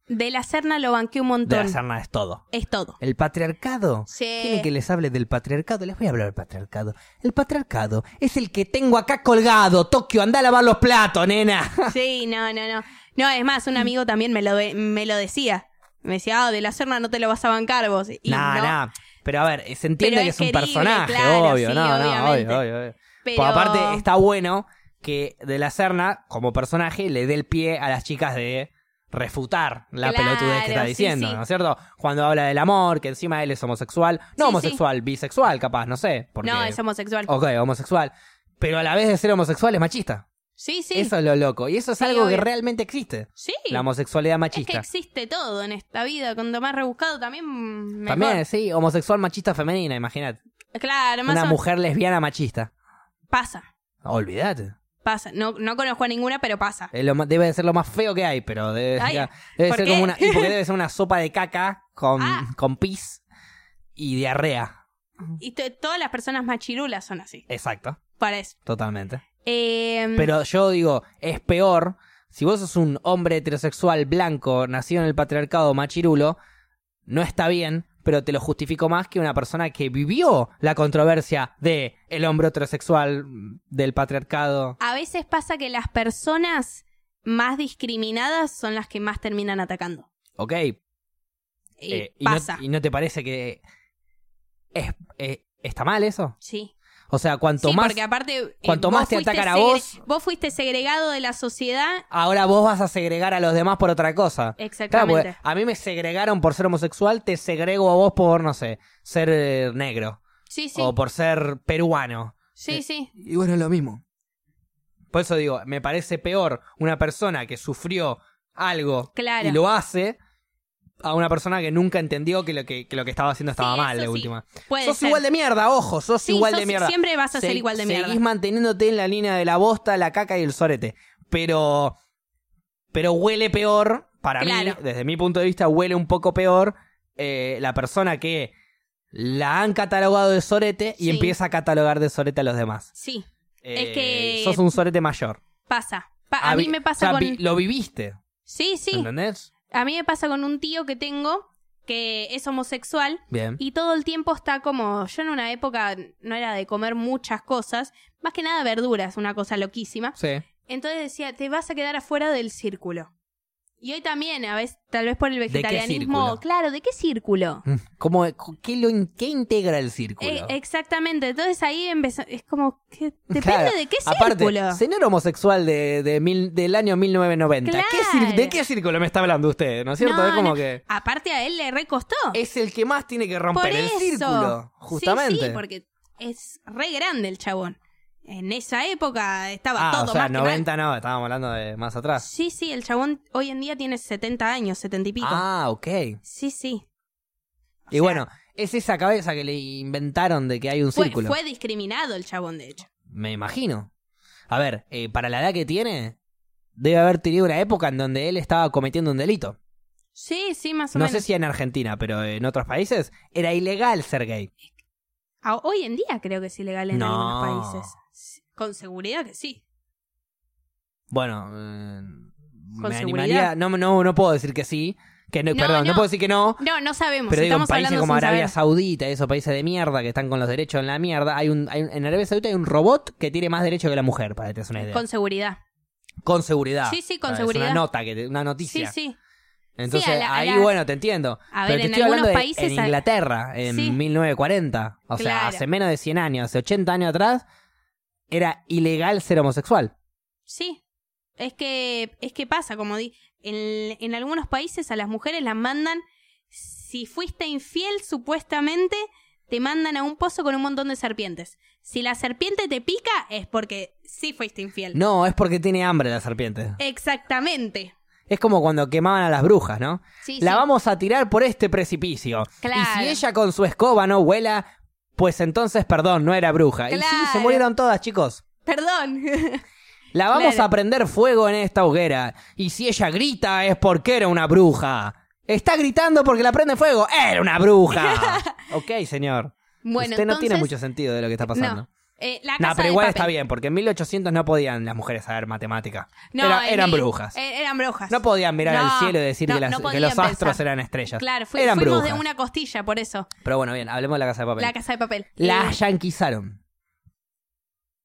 De la Serna lo banqué un De la montón. Serna es todo. es todo. El patriarcado. Sí. ¿Quieren que les hable del patriarcado? Les voy a hablar del patriarcado. El patriarcado es el que tengo acá colgado. Tokio, anda a lavar los platos, nena. Sí, no, no, no. No, es más, un amigo también me lo, de- me lo decía. Me decía, ah, de la Serna no te lo vas a bancar vos. Y nah, no, nah. Pero a ver, se entiende Pero que es es un querible, personaje, claro, obvio. sí, no, no, obviamente. obvio, obvio, obvio. pero... Pues aparte está bueno que De la Serna, como personaje, le dé el pie a las chicas de refutar la Claro, pelotudez que está sí, diciendo, sí. ¿no es cierto? Cuando habla del amor, que encima él es homosexual, no Sí, homosexual, bisexual, capaz, no sé. Porque, Oh, No, es homosexual. Ok, homosexual. Pero a la vez de ser homosexual es machista. Sí, sí. Eso es lo loco. Y eso es Sí, algo que obvio. realmente existe. Sí. La homosexualidad Es que machista. existe todo en esta vida. Cuando más rebuscado también mejor. También, sí, homosexual machista femenina, imagínate. Claro, más Una o- mujer lesbiana machista. pasa. Olvídate. Pasa. No, no conozco a ninguna, pero pasa. Es lo ma- debe ser lo más feo que hay, pero debe, Ay, ya- debe ¿por ser qué? como una. y porque debe ser una sopa de caca con, <laughs> Ah. con pis y diarrea. Y to- todas las personas machirulas son así. Exacto, Para eso. totalmente. Eh, Pero yo digo, es peor. Si vos sos un hombre heterosexual blanco nacido en el patriarcado machirulo, no está bien, pero te lo justifico más que una persona que vivió la controversia de el hombre heterosexual del patriarcado. a veces pasa que las personas más discriminadas son las que más terminan atacando. Ok, Y eh, y no- pasa. y no te parece que es- eh, está mal eso? Sí. O sea, cuanto Sí, más. porque aparte. eh, cuanto más vos te fuiste atacan a segre- vos- Vos fuiste segregado de la sociedad. Ahora vos vas a segregar a los demás por otra cosa. Claro, Exactamente. porque a mí me segregaron por ser homosexual, te segrego a vos por, no sé, ser eh, negro. sí, sí. O por ser peruano. Sí, sí. Y bueno, es lo mismo. Por eso digo, me parece peor una persona que sufrió algo Claro. y lo hace a una persona que nunca entendió que lo que, que lo que estaba haciendo estaba Sí, mal eso de sí. última. Puede sos ser. igual de mierda, ojo, sos Sí, igual sos- de mierda. Siempre vas a ser Se- igual de seguís mierda. manteniéndote en la línea de la bosta, la caca y el sorete. Pero. Pero huele peor, para mí, Claro. desde mi punto de vista, huele un poco peor eh, la persona que la han catalogado de sorete y Sí. empieza a catalogar de sorete a los demás. Sí, Eh, Es que- Sos un sorete mayor. pasa. Pa- a Habi- mí me o sea, pasa con. vi- Lo viviste, Sí, sí. ¿entendés? A mí me pasa con un tío que tengo que es homosexual Bien. y todo el tiempo está como. Yo en una época no era de comer muchas cosas, más que nada verduras, una cosa loquísima. Sí. Entonces decía, te vas a quedar afuera del círculo. Y hoy también, a veces, tal vez por el qué vegetarianismo. círculo? claro, ¿de qué círculo? Mm. ¿Cómo, qué, lo, in- qué integra el círculo? Eh, exactamente. Entonces ahí empezó. Es como. que Depende Claro. de qué Aparte, círculo. señor homosexual de, de mil- del año 1990. ¿qué Claro. cir- ¿De qué círculo me está hablando usted? ¿No es cierto? No, es como no. que. Aparte a él le recostó. Es el que más tiene que Eh, romper Por el eso. círculo. Sí, Justamente. Sí, porque es re grande el chabón. En esa época estaba Ah, todo o sea, más que mal. 90 no, estábamos hablando de más atrás. Sí, sí, el chabón hoy en día tiene 70 años, 70 y pico. Ah, ok. Sí, sí. O y sea, bueno, es esa cabeza que le inventaron de que hay un fue, círculo. fue discriminado el chabón, de hecho. Me imagino. A ver, eh, para la edad que tiene, debe haber tenido una época en donde él estaba cometiendo un delito. Sí, sí, más o No sé menos. si en Argentina, pero en otros países era ilegal ser gay. A- Ah, Hoy en día creo que es ilegal en No. algunos países. Sí, Con seguridad que sí. Bueno, eh, me seguridad? animaría. No, no, no puedo decir que sí. Que no, No, perdón, no. no. puedo decir que no. No, no sabemos. Pero digo, en Estamos países hablando como sin Arabia saber. Saudita y esos países de mierda que están con los derechos en la mierda, hay un, hay un- en Arabia Saudita hay un robot que tiene más derechos que la mujer, para que te hagas una idea. Con seguridad. Con seguridad. Sí, sí, con Es seguridad. Una nota, que te- una Sí, noticia. sí. Entonces, Sí, a la- a ahí, la- bueno, te entiendo. A Pero ver, te en estoy hablando algunos de- países. en Inglaterra, en Sí. 1940. O sea, Claro. hace menos de 100 años, hace 80 años atrás, era ilegal ser homosexual. Sí. Es que, es que pasa, como di, en, en algunos países a las mujeres las mandan si fuiste infiel, supuestamente te mandan a un pozo con un montón de serpientes. Si la serpiente te pica, es porque sí fuiste infiel. No, es porque tiene hambre la serpiente. Exactamente. Es como cuando quemaban a las brujas, ¿no? Sí, la sí. vamos a tirar por este precipicio. Claro. Y si ella con su escoba no vuela, pues entonces, perdón, no era bruja. Y sí, se Claro. murieron todas, chicos. Perdón. <laughs> La vamos Claro. a prender fuego en esta hoguera. Y si ella grita es porque era una bruja. Está gritando porque la prende fuego. Era una bruja. <laughs> ok, señor. bueno, Usted no entonces, tiene mucho sentido de lo que está pasando. No, Eh, la No, casa pero de igual papel. está bien, porque en 1800 no podían las mujeres saber matemática. No, Era- en eran mil- brujas. eh, eran brujas. No podían mirar No, al cielo y decir no, que, las- no que podían los astros pensar. eran estrellas. Claro, fui- eran fuimos brujas. de una costilla, por eso. Pero bueno, bien, hablemos de la casa de papel. La casa de papel. La Eh, yanquizaron.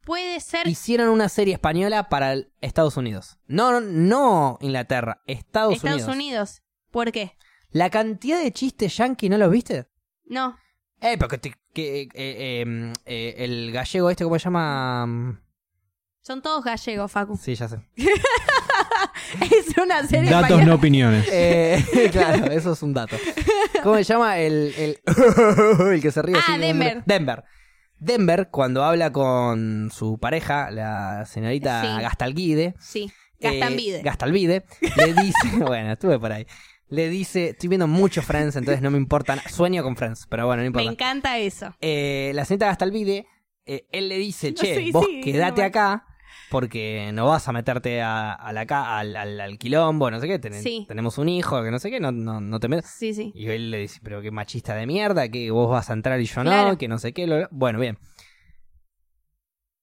puede ser. Hicieron una serie española para el- Estados Unidos. No, no, no Inglaterra, Estados, Estados Unidos. ¿Por qué? La cantidad de chistes yanqui, ¿no los viste? No. Eh, porque te- que, eh, eh, mm, eh, el gallego este, ¿cómo se llama? Mm, Son todos gallegos, Facu. Sí, ya sé. <laughs> es una serie Datos, española. <laughs> no opiniones. Eh, claro, eso es un dato. ¿Cómo se llama el, el, <laughs> el que se ríe? Ah, así, como un- Denver. Denver. Denver, cuando habla con su pareja, la señorita Sí. Gastalguide, Sí. eh, Gastambide. Gastalvide, le dice, <laughs> bueno, estuve por ahí, le dice, estoy viendo mucho Friends, entonces no me importa, na- sueño con Friends, pero bueno, no Me importa. encanta eso. Eh, la señorita Gastalvide, eh, él le dice, <laughs> No, che, sí, vos sí, quedate no. acá porque no vas a meterte a, a la ca- al, al- al quilombo, no sé qué, ten- Sí. tenemos un hijo, que no sé qué, no, no, no te metas. Sí, sí. Y él le dice, pero qué machista de mierda, que vos vas a entrar y yo no, Claro. que no sé qué. lo- lo- Bueno, bien.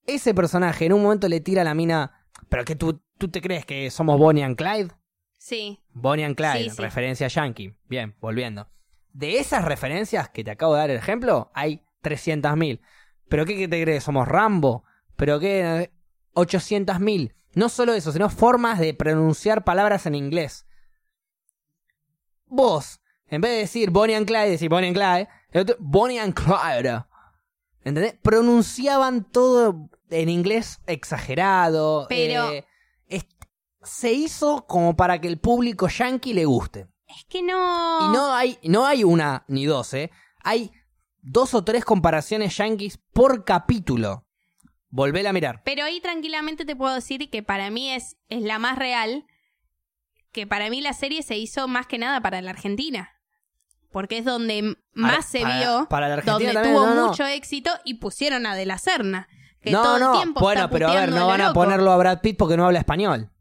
Ese personaje en un momento le tira a la mina, pero que tú, tú te crees que somos Bonnie and Clyde. Sí. Bonnie and Clyde, Sí, sí. referencia yankee. Bien, volviendo. De esas referencias que te acabo de dar el ejemplo, hay 300.000. ¿Pero qué, qué te crees? ¿Somos Rambo? ¿Pero qué? 800.000. No solo eso, sino formas de pronunciar palabras en inglés. Vos, en vez de decir Bonnie and Clyde, decís Bonnie and Clyde. el otro, Bonnie and Clyde. ¿Entendés? Pronunciaban todo en inglés exagerado. Pero- eh, es- se hizo como para que el público yankee le guste. Es que no. Y no hay, no hay una ni dos, ¿eh? Hay dos o tres comparaciones yankees por capítulo. Volvela a mirar. Pero ahí tranquilamente te puedo decir que para mí es, es la más real, que para mí la serie se hizo más que nada para la Argentina, porque es donde m- más Para- se para- vio, para la Argentina donde también, tuvo no, no. mucho éxito y pusieron a De la Serna, que no, todo no. el tiempo bueno, está pero a ver, puteando no lo van a loco. ponerlo a Brad Pitt porque no habla español.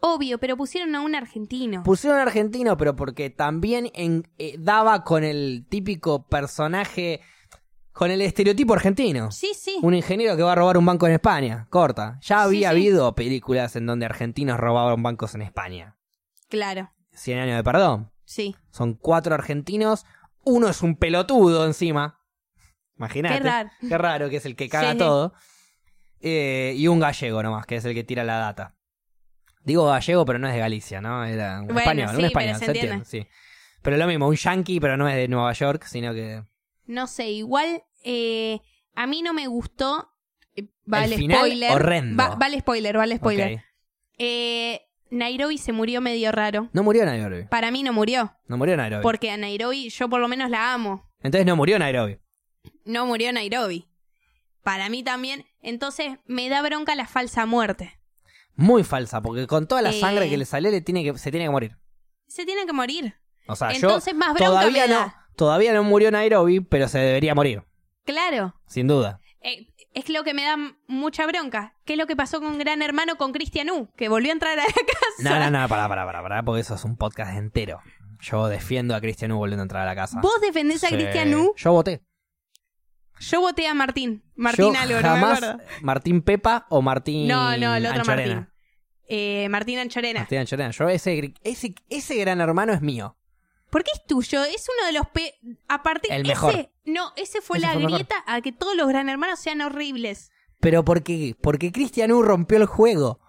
Obvio, pero pusieron a un argentino. Pusieron argentino, pero porque también en- eh, daba con el típico personaje, con el estereotipo argentino. sí, sí. Un ingeniero que va a robar un banco en España. Corta. Ya Sí, había sí. habido películas en donde argentinos robaban bancos en España. Claro. 100 años de perdón. Sí. Son cuatro argentinos. Uno es un pelotudo encima. Imagínate. Qué raro. Qué raro, que es el que caga Sí. todo. Eh, y un gallego nomás, que es el que tira la data. Digo gallego, pero no es de Galicia, ¿no? Era un Bueno, español, sí, un pero español, se se entiende. sí. Pero lo mismo, un yankee, pero no es de Nueva York, sino que. No sé, igual eh, a mí no me gustó. eh, Vale, final, spoiler. horrendo. Va- vale spoiler, vale spoiler. Ok. Eh, Nairobi se murió medio raro. No murió Nairobi. Para mí no murió, No murió Nairobi. porque a Nairobi yo por lo menos la amo. Entonces no murió Nairobi. No murió Nairobi. Para mí también. Entonces me da bronca la falsa muerte. Muy falsa, porque con toda la Eh. sangre que le salió le tiene que, se tiene que morir. Se tiene que morir. O sea, Ah, Entonces yo más bronca todavía me no, da. todavía no murió Nairobi, pero se debería morir, Claro. sin duda. Eh, es lo que me da m- mucha bronca. ¿Qué es lo que pasó con Gran Hermano con Cristian U? Que volvió a entrar a la casa. No, no, no, pará, pará, pará, pará, porque eso es un podcast entero. Yo defiendo a Cristian U volviendo a entrar a la casa. Vos defendés a Ah, Sí. Cristian U. Yo voté. Yo voté a Martín. Martín Yo algo, no me jamás, acuerdo. Martín Pepa o Martín No, no, el otro Anchorena. Martín. Eh, Martín Anchorena. Martín Anchorena. Yo ese, gr- ese, ese gran hermano es mío. ¿Por qué es tuyo? Es uno de los pe... aparte El mejor. ese, no, ese fue Ese la fue el mejor. grieta a que todos los gran hermanos sean horribles. Pero ¿por qué? Porque Cristian U rompió el juego.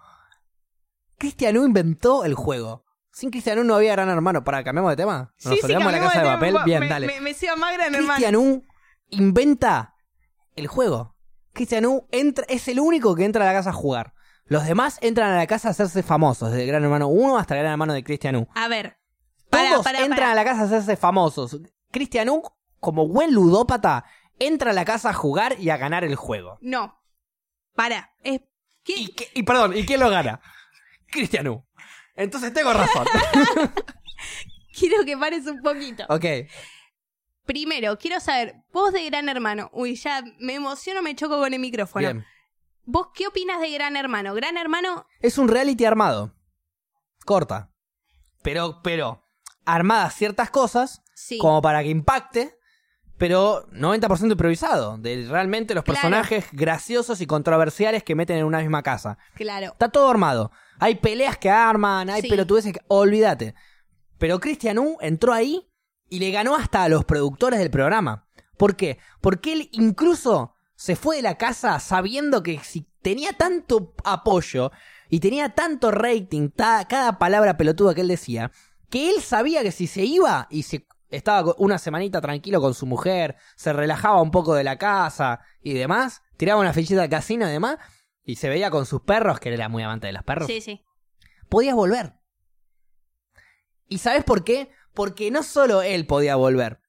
Cristian U inventó el juego. Sin Cristian U no había gran hermano. Para, cambiamos de tema. Nos olvidamos de la casa de papel. Bien, dale. Me, sido más gran hermano. Cristian U inventa el juego. Cristian U entra, es el único que entra a la casa a jugar. Los demás entran a la casa a hacerse famosos, desde Gran Hermano 1 hasta Gran Hermano de Cristian U. A ver, Pará, Todos pará, entran pará. a la casa a hacerse famosos. Cristian Unk, como buen ludópata, entra a la casa a jugar y a ganar el juego. No. Para. Es... ¿Qué? Y, que- y perdón, ¿y quién lo gana? Cristian Unk. Entonces tengo <laughs> razón. <laughs> Quiero que pares un poquito. ok. Primero, quiero saber, vos de Gran Hermano. Uy, ya me emociono, me choco con el micrófono. Bien. ¿Vos qué opinas de Gran Hermano? Gran Hermano, Es un reality armado. Corta. Pero, pero, armadas ciertas cosas sí. como para que impacte, pero 90% improvisado. De realmente los Claro. personajes graciosos y controversiales que meten en una misma casa. Claro. Está todo armado. Hay peleas que arman, hay Sí. pelotudeces que. Olvídate. Pero Christian U entró ahí y le ganó hasta a los productores del programa. ¿Por qué? Porque él incluso se fue de la casa sabiendo que si tenía tanto apoyo y tenía tanto rating, ta- cada palabra pelotuda que él decía, que él sabía que si se iba y se estaba co- una semanita tranquilo con su mujer, se relajaba un poco de la casa y demás, tiraba una fichita al casino y demás, y se veía con sus perros, que él era muy amante de los perros, Sí, sí. podías volver. ¿Y sabes por qué? Porque no solo él podía volver,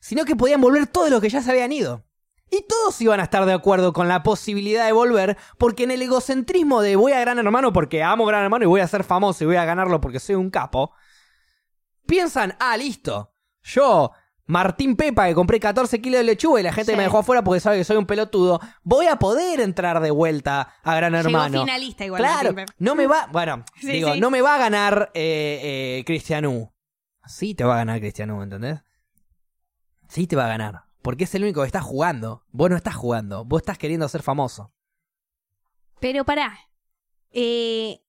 sino que podían volver todos los que ya se habían ido. Y todos iban a estar de acuerdo con la posibilidad de volver, porque en el egocentrismo de voy a Gran Hermano porque amo Gran Hermano y voy a ser famoso y voy a ganarlo porque soy un capo, piensan, ah, listo, yo, Martín Pepa, que compré 14 kilos de lechuga y la gente Sí. me dejó afuera porque sabe que soy un pelotudo, voy a poder entrar de vuelta a Gran Hermano. Llegó finalista igual. Claro, Martín Pep. no me va. Bueno, <laughs> Sí, digo, sí. no me va a ganar eh, eh, Cristian U. Sí te va a ganar Cristian U, ¿entendés? Sí te va a ganar. Porque es el único que está jugando. Vos no estás jugando. Vos estás queriendo ser famoso. Pero pará. Eh,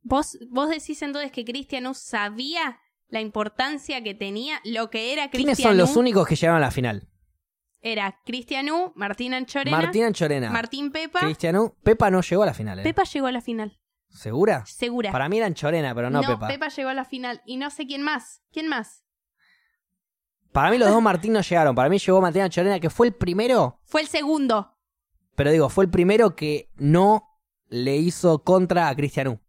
¿vos, vos decís entonces que Cristian U sabía la importancia que tenía, lo que era ¿Quiénes Cristian son los U? únicos que llegaron a la final? Era Cristian U, Martín Anchorena, Martín Anchorena. Martín Pepa. Cristian U. Pepa no llegó a la final, ¿eh? Pepa llegó a la final, ¿Segura? segura. Para mí era Anchorena, pero no, Pepa. llegó a la final. Y no sé quién más. ¿Quién más? Para mí los dos Martín no llegaron. Para mí llegó Martín Anchorena, que fue el primero Fue el segundo. Pero digo, fue el primero que no le hizo contra a Cristian U.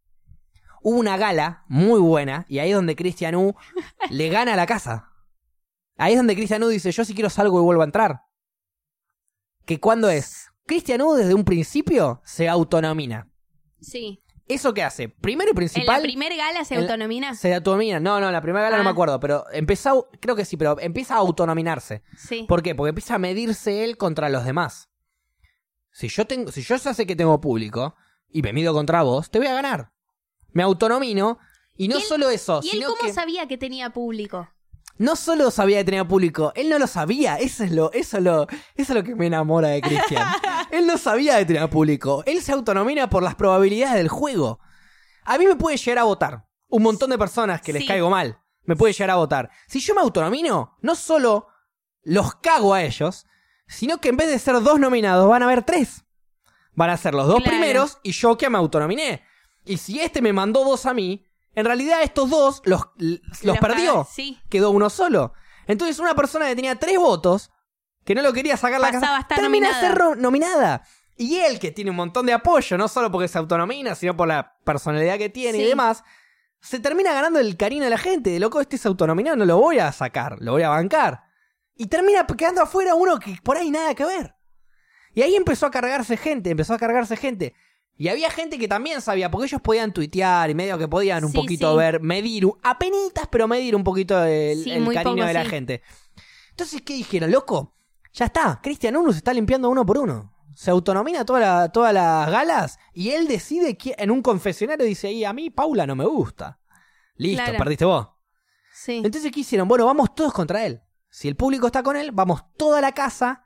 Hubo una gala muy buena y ahí es donde Cristian U le gana la casa. Ahí es donde Cristian U dice, yo si quiero salgo y vuelvo a entrar. Que cuando es, Cristian U desde un principio se autonomina. Sí. ¿Eso qué hace? Primero y en la principal, primer gala se en la- autonomina. se autonomina. No, no, en la primera gala no Ah. me acuerdo, pero empezó, creo que sí, pero empieza a autonominarse. Sí. ¿Por qué? Porque empieza a medirse él contra los demás. Si yo tengo, si yo ya sé que tengo público y me mido contra vos, te voy a ganar. Me autonomino y no ¿Y él- solo eso, ¿Y él sino cómo que sabía que tenía público? no solo sabía que tenía público, él no lo sabía. Eso es lo, eso es lo, eso es lo que me enamora de Cristian. <laughs> él no sabía que tenía público. Él se autonomina por las probabilidades del juego. A mí me puede llegar a votar un montón de personas que les Sí. caigo mal. Me puede llegar a votar. Si yo me autonomino, no solo los cago a ellos, sino que en vez de ser dos nominados, van a haber tres. Van a ser los dos Claro. primeros y yo que me autonominé. Y si este me mandó dos a mí, en realidad estos dos los, los, perdió. Sí. Quedó uno solo. Entonces una persona que tenía tres votos, que no lo quería sacar la Pasaba a casa, estar termina de nominada. ser ro- nominada. Y él, que tiene un montón de apoyo, no solo porque se autonomina, sino por la personalidad que tiene y Sí. demás, se termina ganando el cariño de la gente. De loco, este es autonominado, no lo voy a sacar, lo voy a bancar. Y termina quedando afuera uno que por ahí nada que ver. Y ahí empezó a cargarse gente, empezó a cargarse gente. Y había gente que también sabía, porque ellos podían tuitear y medio que podían un Sí, poquito sí. ver, medir, un- apenitas, pero medir un poquito el, Sí, el muy cariño poco, de la sí. gente. Entonces, ¿qué dijeron? Loco, ya está, Cristian Uno se está limpiando uno por uno. Se autonomina toda la- todas las galas y él decide, qui- en un confesionario dice, y a mí Paula no me gusta. Listo, Claro. perdiste vos. Sí. Entonces, ¿qué hicieron? Bueno, vamos todos contra él. Si el público está con él, vamos toda la casa,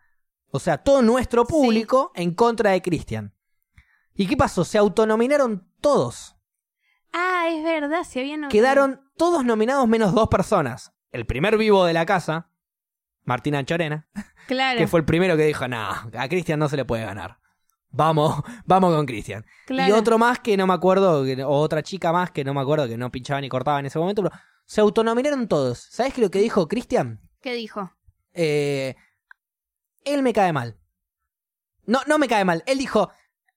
o sea, todo nuestro público, en contra de Cristian. ¿Y qué pasó? Se autonominaron todos. Ah, es verdad, se habían nominado. Quedaron todos nominados menos dos personas. El primer vivo de la casa, Martín Anchorena, Claro. que fue el primero que dijo, no, a Cristian no se le puede ganar. Vamos, <laughs> vamos con Cristian. claro. Y otro más que no me acuerdo, que- o otra chica más que no me acuerdo, que no pinchaba ni cortaba en ese momento, pero se autonominaron todos. ¿Sabes qué lo que dijo Cristian? ¿Qué dijo? eh, él me cae mal. No, no me cae mal. Él dijo,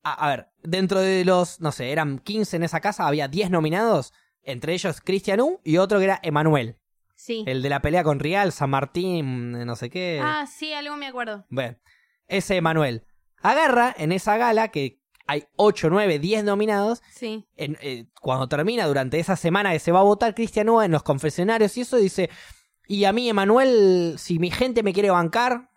a, a ver, dentro de los, no sé, eran 15 en esa casa, había 10 nominados. Entre ellos Cristian U y otro que era Emanuel. Sí. El de la pelea con Rial, San Martín, no sé qué. Ah, sí, algo me acuerdo. Bueno, ese Emanuel. Agarra en esa gala que hay 8, 9, 10 nominados. Sí. en- eh, cuando termina durante esa semana que se va a votar Cristian Uva en los confesionarios y eso dice, y a mí Emanuel, si mi gente me quiere bancar,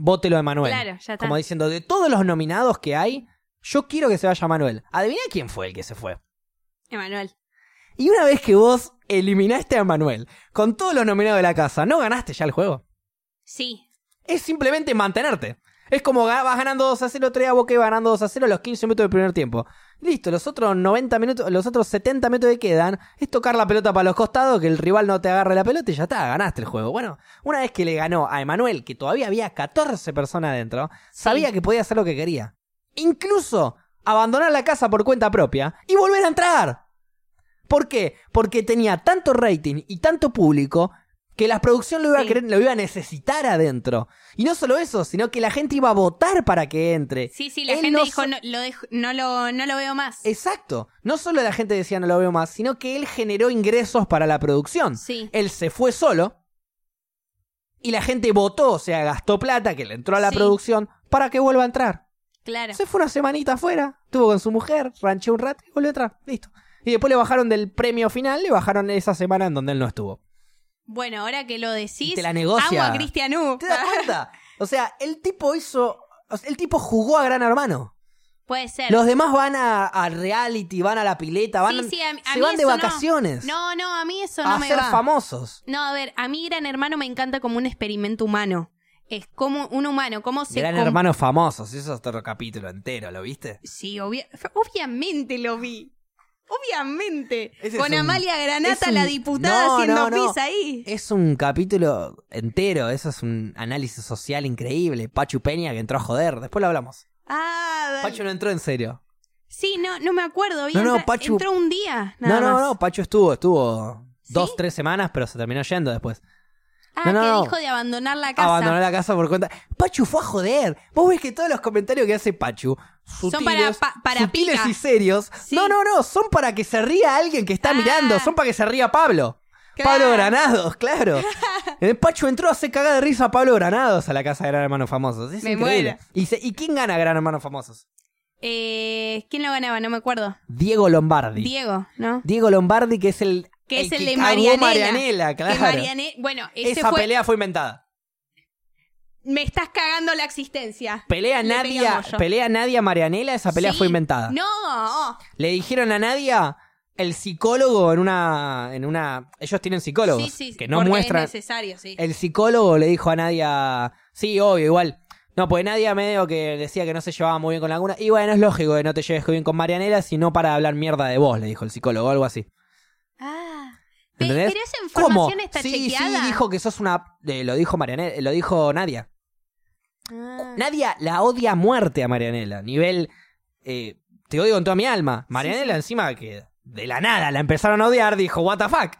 vótelo a Emanuel. Claro, ya está. Como diciendo, de todos los nominados que hay, yo quiero que se vaya Manuel. Adivina quién fue el que se fue. Emanuel. Y una vez que vos eliminaste a Manuel con todos los nominados de la casa, ¿no ganaste ya el juego? Sí. Es simplemente mantenerte. Es como ga- vas ganando 2 a 0, 3 a Boca iba ganando 2 a 0 los 15 minutos del primer tiempo. Listo, los otros 90 minutos, los otros 70 minutos que quedan es tocar la pelota para los costados, que el rival no te agarre la pelota y ya está, ganaste el juego. Bueno, una vez que le ganó a Emanuel, que todavía había 14 personas adentro, sabía que podía hacer lo que quería. Incluso abandonar la casa por cuenta propia y volver a entrar. ¿Por qué? Porque tenía tanto rating y tanto público que la producción lo iba, a Sí. querer- lo iba a necesitar adentro. Y no solo eso, sino que la gente iba a votar para que entre. Sí, sí, la Eh, Él gente no dijo, so- Eh, no, lo dejo- no, lo, no lo veo más. Exacto. No solo la gente decía no lo veo más, sino que él generó ingresos para la producción. Sí. Él se fue solo y la gente votó, o sea, gastó plata que le entró a la Sí. producción para que vuelva a entrar. Claro. Se fue una semanita afuera, estuvo con su mujer, ranché un rato y volvió a entrar. Listo. Y después le bajaron del premio final, le bajaron esa semana en donde él no estuvo. Bueno, ahora que lo Y decís, te la negocia. hago a Cristian <laughs> U. ¿Te das cuenta? O sea, el tipo hizo. o sea, el tipo jugó a Gran Hermano. Puede ser. Los demás van a, a reality, van a la pileta, van, Sí, sí, a- a se mí van de eso no. vacaciones No, no, a mí eso no a me ser va. famosos. No, a ver, a mí Gran Hermano me encanta como un experimento humano. Es como un humano, cómo se... Gran com- Hermano famosos, eso es otro capítulo entero, ¿lo viste? Sí, obvia- obviamente lo vi. Obviamente. Ese Con es un- Amalia Granata, es un- la diputada, No, haciendo no, no. pis ahí. Es un capítulo entero, eso es un análisis social increíble. Pachu Peña que entró a joder, después lo hablamos. Ah, dale. Pachu no entró en serio. Sí, no, no me acuerdo bien. No, no, entra- Pachu- Entró un día. No, nada no, más. no, Pachu estuvo, estuvo dos, ¿Sí? tres semanas, pero se terminó yendo después. Ah, No, no, que no. dijo de abandonar la casa. Abandonó la casa por cuenta. Pachu fue a joder. Vos ves que todos los comentarios que hace Pachu sutiles, para pa- para sutiles pica. y serios. Sí. No, no, no. Son para que se ría alguien que está Ah. mirando. Son para que se ría Pablo. Claro. Pablo Granados, <laughs> claro. Eh, Pachu entró a hacer cagar de risa a Pablo Granados a la casa de Gran Hermano Famosos. Es Me increíble. muero. Y, se- ¿Y quién gana Gran Hermano Famosos? Eh, ¿Quién lo ganaba? No me acuerdo. Diego Lombardi. Diego, ¿no? Diego Lombardi, que es el. Que es el de cagó Marianela. Que claro. Mariane- Bueno, ese Esa fue... pelea fue inventada. Me estás cagando la existencia. Pelea Le Nadia, pegamos yo. pelea Nadia Marianela, esa pelea Sí. fue inventada. No. Le dijeron a Nadia el psicólogo en una en una ellos tienen psicólogos Sí, sí, que no porque muestran. Eh, Es necesario, sí. El psicólogo le dijo a Nadia, sí, obvio, igual. No, pues Nadia medio que decía que no se llevaba muy bien con alguna. Y bueno, es lógico que no te lleves bien con Marianela, sino para hablar mierda de vos, le dijo el psicólogo, algo así. Ah. Pe- ¿Entendés? Pero esa información ¿Cómo? está sí, chequeada. sí, dijo que sos una. eh, lo dijo Marianela, eh, lo dijo Nadia. Ah. Nadia la odia a muerte a Marianela. Nivel. eh, te odio con toda mi alma. Marianela, encima que de la nada la empezaron a odiar, dijo, ¿What the fuck?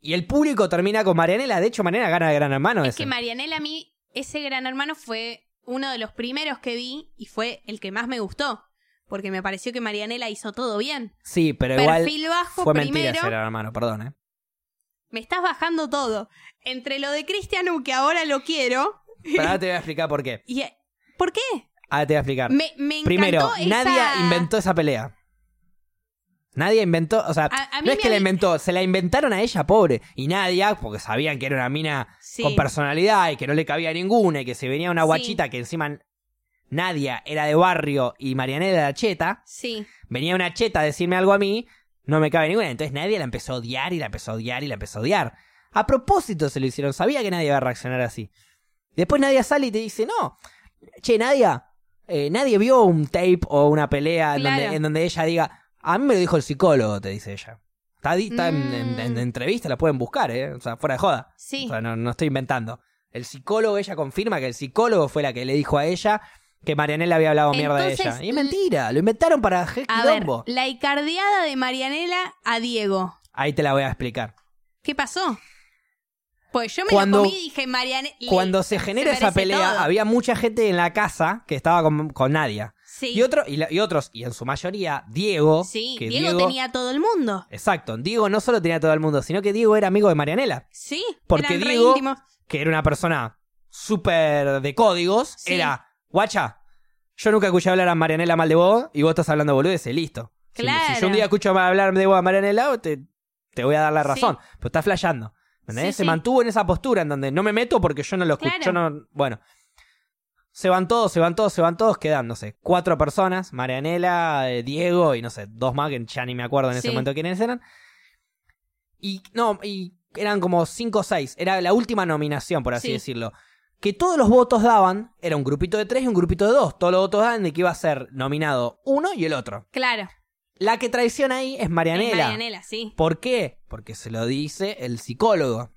Y el público termina con Marianela. De hecho, Marianela gana de gran hermano. Es ese. que Marianela a mí, ese gran hermano fue uno de los primeros que vi y fue el que más me gustó. Porque me pareció que Marianela hizo todo bien. sí, pero igual. Perfil bajo Fue mentira primero. ese gran hermano, perdón, ¿eh? Me estás bajando todo. Entre lo de Cristian U, que ahora lo quiero. Pero ahora te voy a explicar por qué. Y, eh, ¿Por qué? Ahora te voy a explicar. Me, me encantó Primero, esa- Nadia inventó esa pelea. Nadie inventó, o sea, A- a mí no es me que la hab- inventó, se la inventaron a ella, pobre. Y Nadia, porque sabían que era una mina Sí. con personalidad y que no le cabía ninguna y que se venía una Sí. guachita que encima Nadia era de barrio y Marianela era cheta, Sí. venía una cheta a decirme algo a mí, no me cabe ninguna. Entonces Nadia la empezó a odiar y la empezó a odiar y la empezó a odiar. A propósito se lo hicieron, sabía que nadie iba a reaccionar así. Después Nadia sale y te dice, no, che, Nadia, eh, nadie vio un tape o una pelea en, Claro. donde, en donde ella diga, a mí me lo dijo el psicólogo, te dice ella. Está, di- está en, en- Mm. en entrevista, la pueden buscar, ¿eh? O sea, fuera de joda. Sí. O sea, no, no estoy inventando. El psicólogo, ella confirma que el psicólogo fue la que le dijo a ella que Marianela había hablado mierda de Entonces, ella. Y es mentira, lo inventaron para hacer A ver, quilombo. la icardeada de Marianela a Diego. Ahí te la voy a explicar. ¿Qué pasó? Pues yo me Cuando- lo comí y dije, Marianela. Cuando se genera esa merece pelea, todo. había mucha gente en la casa que estaba con, con Nadia. Sí. Y, otro, y, la- y otros, y en su mayoría, Diego. Sí, que Diego, tenía a todo el mundo. Exacto, Diego no solo tenía a todo el mundo, sino que Diego era amigo de Marianela, Sí, Porque eran re Diego- íntimos. que era una persona súper de códigos. Sí. Era, guacha, yo nunca escuché hablar a Marianela mal de vos y vos estás hablando boludeces, listo. Si- Si, yo Claro. un día escucho ma- hablar de vos a Marianela, te, te voy a dar la Sí. razón. Pero estás flasheando. ¿entendés? Se Sí, sí. mantuvo en esa postura en donde no me meto porque yo no lo escucho. Claro. yo no- bueno. Se van todos, se van todos, se van todos, quedándose. Cuatro personas, Marianela, eh, Diego y no sé, dos más que ya ni me acuerdo en ese Sí. momento quiénes eran. Y no, y eran como cinco o seis. Era la última nominación, por así Sí. decirlo. Que todos los votos daban, era un grupito de tres y un grupito de dos. Todos los votos daban de que iba a ser nominado uno y el otro. Claro. La que traiciona ahí es Marianela. Es Marianela, sí. ¿Por qué? Porque se lo dice el psicólogo.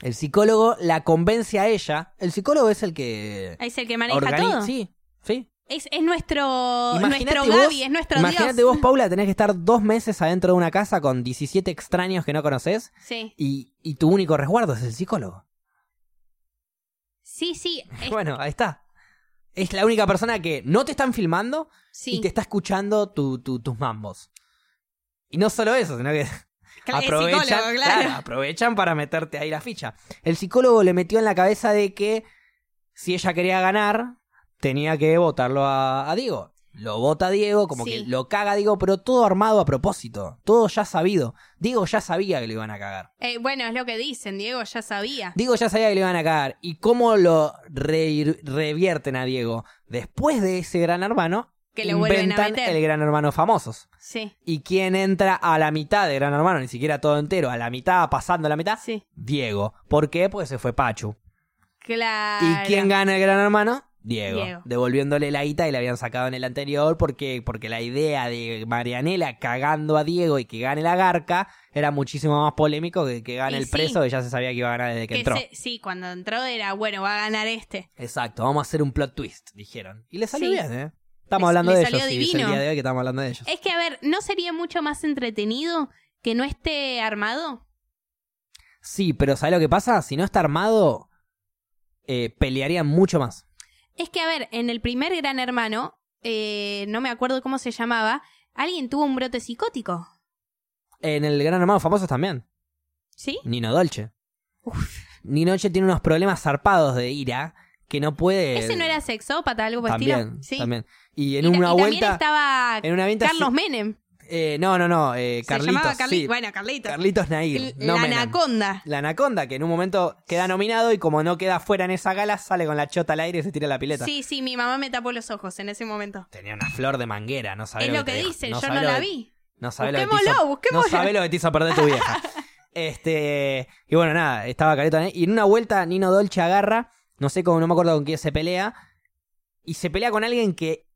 El psicólogo la convence a ella. El psicólogo es el que Ahí es el que maneja organi- todo. Sí, sí. Es, es nuestro, Imaginate nuestro vos- Gaby, es nuestro Imagínate Dios. vos, Paula, tenés que estar dos meses adentro de una casa con 17 extraños que no conoces <laughs> Sí, y, y tu único resguardo es el psicólogo. sí, sí. eh, es- Bueno, ahí está. Es la única persona que no te están filmando sí. y te está escuchando tu- tu- tus mambos. Y no solo eso, sino que Cla- es aprovechan, psicólogo, claro, aprovechan para meterte ahí la ficha. El psicólogo le metió en la cabeza de que si ella quería ganar, tenía que votarlo a, a Diego. Lo vota Diego, como Sí. que lo caga Diego, pero todo armado a propósito, todo ya sabido. Diego ya sabía que lo iban a cagar. Eh, bueno, es lo que dicen, Diego ya sabía. Diego ya sabía que le iban a cagar. ¿Y cómo lo re- revierten a Diego? Después de ese gran hermano, Que lo vuelven a inventan meter. el gran hermano famosos. Sí, ¿Y quién entra a la mitad de gran hermano? Ni siquiera todo entero, a la mitad, pasando la mitad. sí. Diego. ¿Por qué? Porque se fue Pachu. Claro. ¿Y quién gana el gran hermano? Diego, Ah, Diego. Devolviéndole la guita que le habían sacado en el anterior porque, porque la idea de Marianela cagando a Diego y que gane la garca era muchísimo más polémico que que gane Y el sí. preso que ya se sabía que iba a ganar desde que, Que entró. se- sí, cuando entró era, bueno, va a ganar este. Exacto, vamos a hacer un plot twist, dijeron. Y le salió Sí. bien, ¿eh? Estamos Les- hablando les de salió ellos, sí, es el divino. día de hoy que estamos hablando de ellos. Es que, a ver, ¿no sería mucho más entretenido que no esté armado? Sí, pero ¿sabes lo que pasa? Si no está armado, eh, pelearían mucho más. Es que, a ver, en el primer Gran Hermano, eh, no me acuerdo cómo se llamaba, alguien tuvo un brote psicótico, En el Gran Hermano Famosos también. ¿sí? Nino Dolce. Nino Dolce tiene unos problemas zarpados de ira que no puede. ¿Ese no era sexópata, algo por Eh, También, estilo? Sí. también. Y Y en ta- una y vuelta. También estaba En una vuelta. Carlos Menem. eh, no, no, no. eh, Carlitos. se llamaba Carlitos. sí. Bueno, Carlitos. Carlitos Nair. L- no la Menem. anaconda. La Anaconda, que en un momento queda nominado y como no queda fuera en esa gala, sale con la chota al aire y se tira a la pileta. Sí, sí, mi mamá me tapó los ojos en ese momento. Tenía una flor de manguera, no sabés es lo te que dijo. dicen, yo sabés no lo que- la vi. No sabés lo que te Busquémoslo, hizo- busquémoslo. No sabés lo que te hizo perder tu vieja. <laughs> este, y bueno, nada, estaba careta. ¿eh? Y en una vuelta Nino Dolce agarra, no sé cómo, no me acuerdo con quién se pelea, y se pelea con alguien que,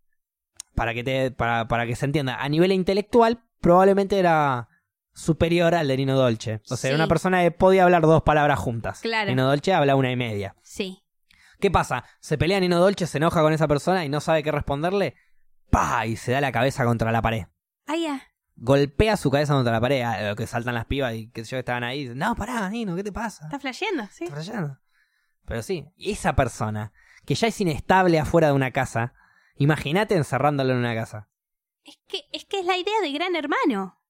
para que, te, para, para que se entienda, a nivel intelectual probablemente era superior al de Nino Dolce. O sea, era Sí. una persona que podía hablar dos palabras juntas. Claro. Nino Dolce habla una y media. Sí. ¿Qué pasa? Se pelea Nino Dolce, se enoja con esa persona y no sabe qué responderle. ¡Pah! Y se da la cabeza contra la pared. Ah, ya. Golpea su cabeza contra la pared, a lo que saltan las pibas y que yo estaban ahí. dicen, No, pará, Nino, ¿qué te pasa? Está flasheando, sí. Estás rayando". Pero sí, y esa persona, que ya es inestable afuera de una casa, imagínate encerrándola en una casa. Es que, es que es la idea de Gran Hermano.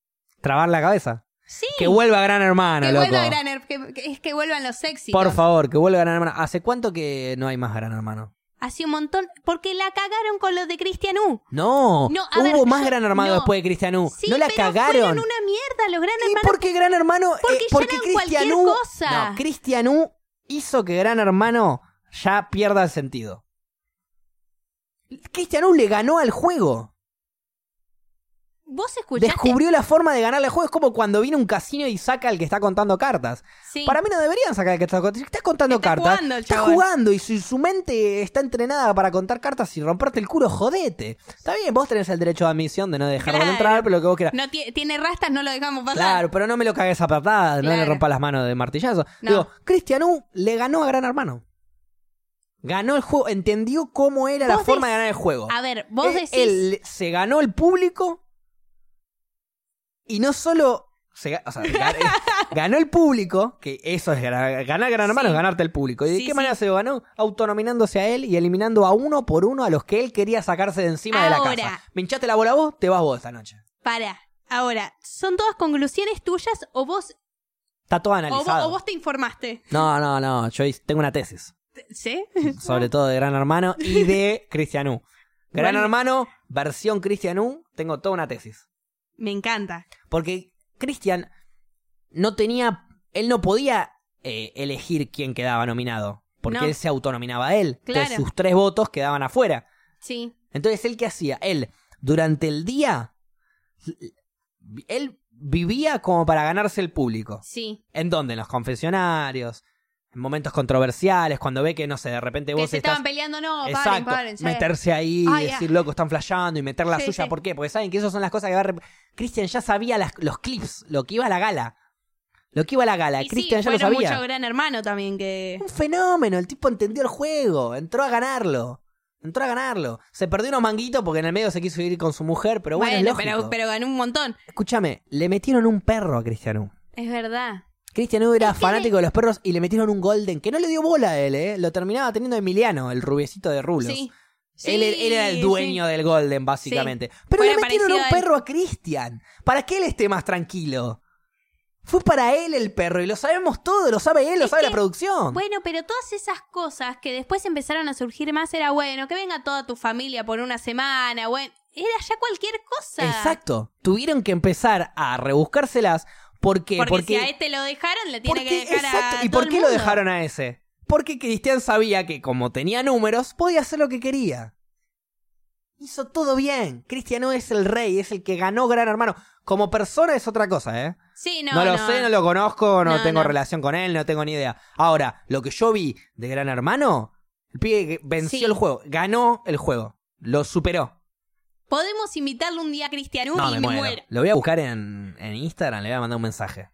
Trabar la cabeza. Sí. Que vuelva Gran Hermano, Que loco. vuelva Gran Her- que- que- es que vuelvan los éxitos. Por favor, que vuelva Gran Hermano. ¿Hace cuánto que no hay más Gran Hermano? Hace un montón. Porque la cagaron con lo de Cristian U. No, No, a hubo ver, más yo- Gran Hermano no. después de Cristian U. Sí, no la pero cagaron. fueron una mierda los Gran ¿Y Hermanos. por qué Gran Hermano? Porque eh, ya porque eran Cristian cualquier U- cosa. No, Cristian U hizo que Gran Hermano ya pierda el sentido. Cristian U le ganó al juego. Vos escuchaste. Descubrió la forma de ganarle al juego. Es como cuando viene un casino y saca al que está contando cartas. Sí. Para mí no deberían sacar al que está contando. Está contando Está cartas. jugando el está chabón. jugando y su, su mente está entrenada para contar cartas y romperte el culo, jodete. Está bien, vos tenés el derecho de admisión de no dejarlo Claro. entrar, pero lo que vos quieras. No tie- tiene rastas, no lo dejamos pasar. Claro, pero no me lo cagues a patadas, no le Claro. rompa las manos de martillazo. No. Digo, Cristian U le ganó a Gran Hermano. Ganó el juego, entendió cómo era la Vos forma de dec- ganar el juego. A ver, vos Él- decís. él se ganó el público y no solo se ga- o sea, ga- eh, <laughs> ganó el público, que eso es gra- ganar Gran Hermano, Sí. es ganarte el público. ¿Y de Sí, qué sí. manera se lo ganó? Autonominándose a él y eliminando a uno por uno a los que él quería sacarse de encima Ahora. de la casa. Me hinchaste la bola vos, te vas vos esta noche. Para. Ahora, ¿son todas conclusiones tuyas o vos, Está todo o, vos, analizado. o vos te informaste? No, no, no, yo hice- tengo una <laughs> tesis. ¿Sí? Sobre todo de Gran Hermano y <laughs> de Cristianú. Gran Bueno. Hermano, versión Cristianú, tengo toda una tesis. Me encanta. Porque Christian no tenía. Él no podía eh, elegir quién quedaba nominado. Porque No. él se autonominaba a él. Entonces Claro. sus tres votos quedaban afuera. Sí. Entonces, ¿él qué hacía? Él, durante el día. Él vivía como para ganarse el público. Sí. ¿En dónde? En los confesionarios. En momentos controversiales, cuando ve que, no sé, de repente Que vos se estás. estaban peleando, no, paren, Exacto. paren, sí. Meterse ahí, Ah, ya. decir, loco, están flasheando y meter la Sí, suya. sí. ¿Por qué? Porque saben que esas son las cosas que va a... rep- Christian ya sabía las- los clips, lo que iba a la gala. Lo que iba a la gala. Y Christian sí, ya lo fueron sabía. mucho gran hermano también que... Un fenómeno. El tipo entendió el juego. Entró a ganarlo. Entró a ganarlo. Se perdió unos manguitos porque en el medio se quiso ir con su mujer, pero bueno, es lógico. pero, pero ganó un montón. U. Escúchame, le metieron un perro a Cristian U. Es verdad. Cristian U era Es que fanático de los perros y le metieron un golden que no le dio bola a él, ¿eh? Lo terminaba teniendo Emiliano, el rubiecito de rulos. Sí. él, él era el dueño del Golden, básicamente. Pero Bueno, le metieron un parecido a él. perro a Christian. ¿Para que él esté más tranquilo? Fue para él el perro y lo sabemos todo, lo sabe él, lo Es sabe la que- producción. Bueno, pero todas esas cosas que después empezaron a surgir más era bueno, que venga toda tu familia por una semana, bueno, era ya cualquier cosa. Exacto. Tuvieron que empezar a rebuscárselas porque... Porque, si porque, a este lo dejaron, le tiene porque- que dejar exacto. a ¿Y todo por el qué lo mundo. dejaron a ese? Porque Cristian sabía que como tenía números, podía hacer lo que quería. Hizo todo bien. Cristian no es el rey, es el que ganó Gran Hermano. Como persona es otra cosa, ¿eh? Sí, no, No, lo sé, no lo conozco, no, No, tengo no. relación con él, no tengo ni idea. Ahora, lo que yo vi de Gran Hermano, el pibe que venció Sí. el juego, ganó el juego, lo superó. Podemos invitarle un día a Cristian Uy no, y me me muero. muero. Lo voy a buscar en, en Instagram, le voy a mandar un mensaje.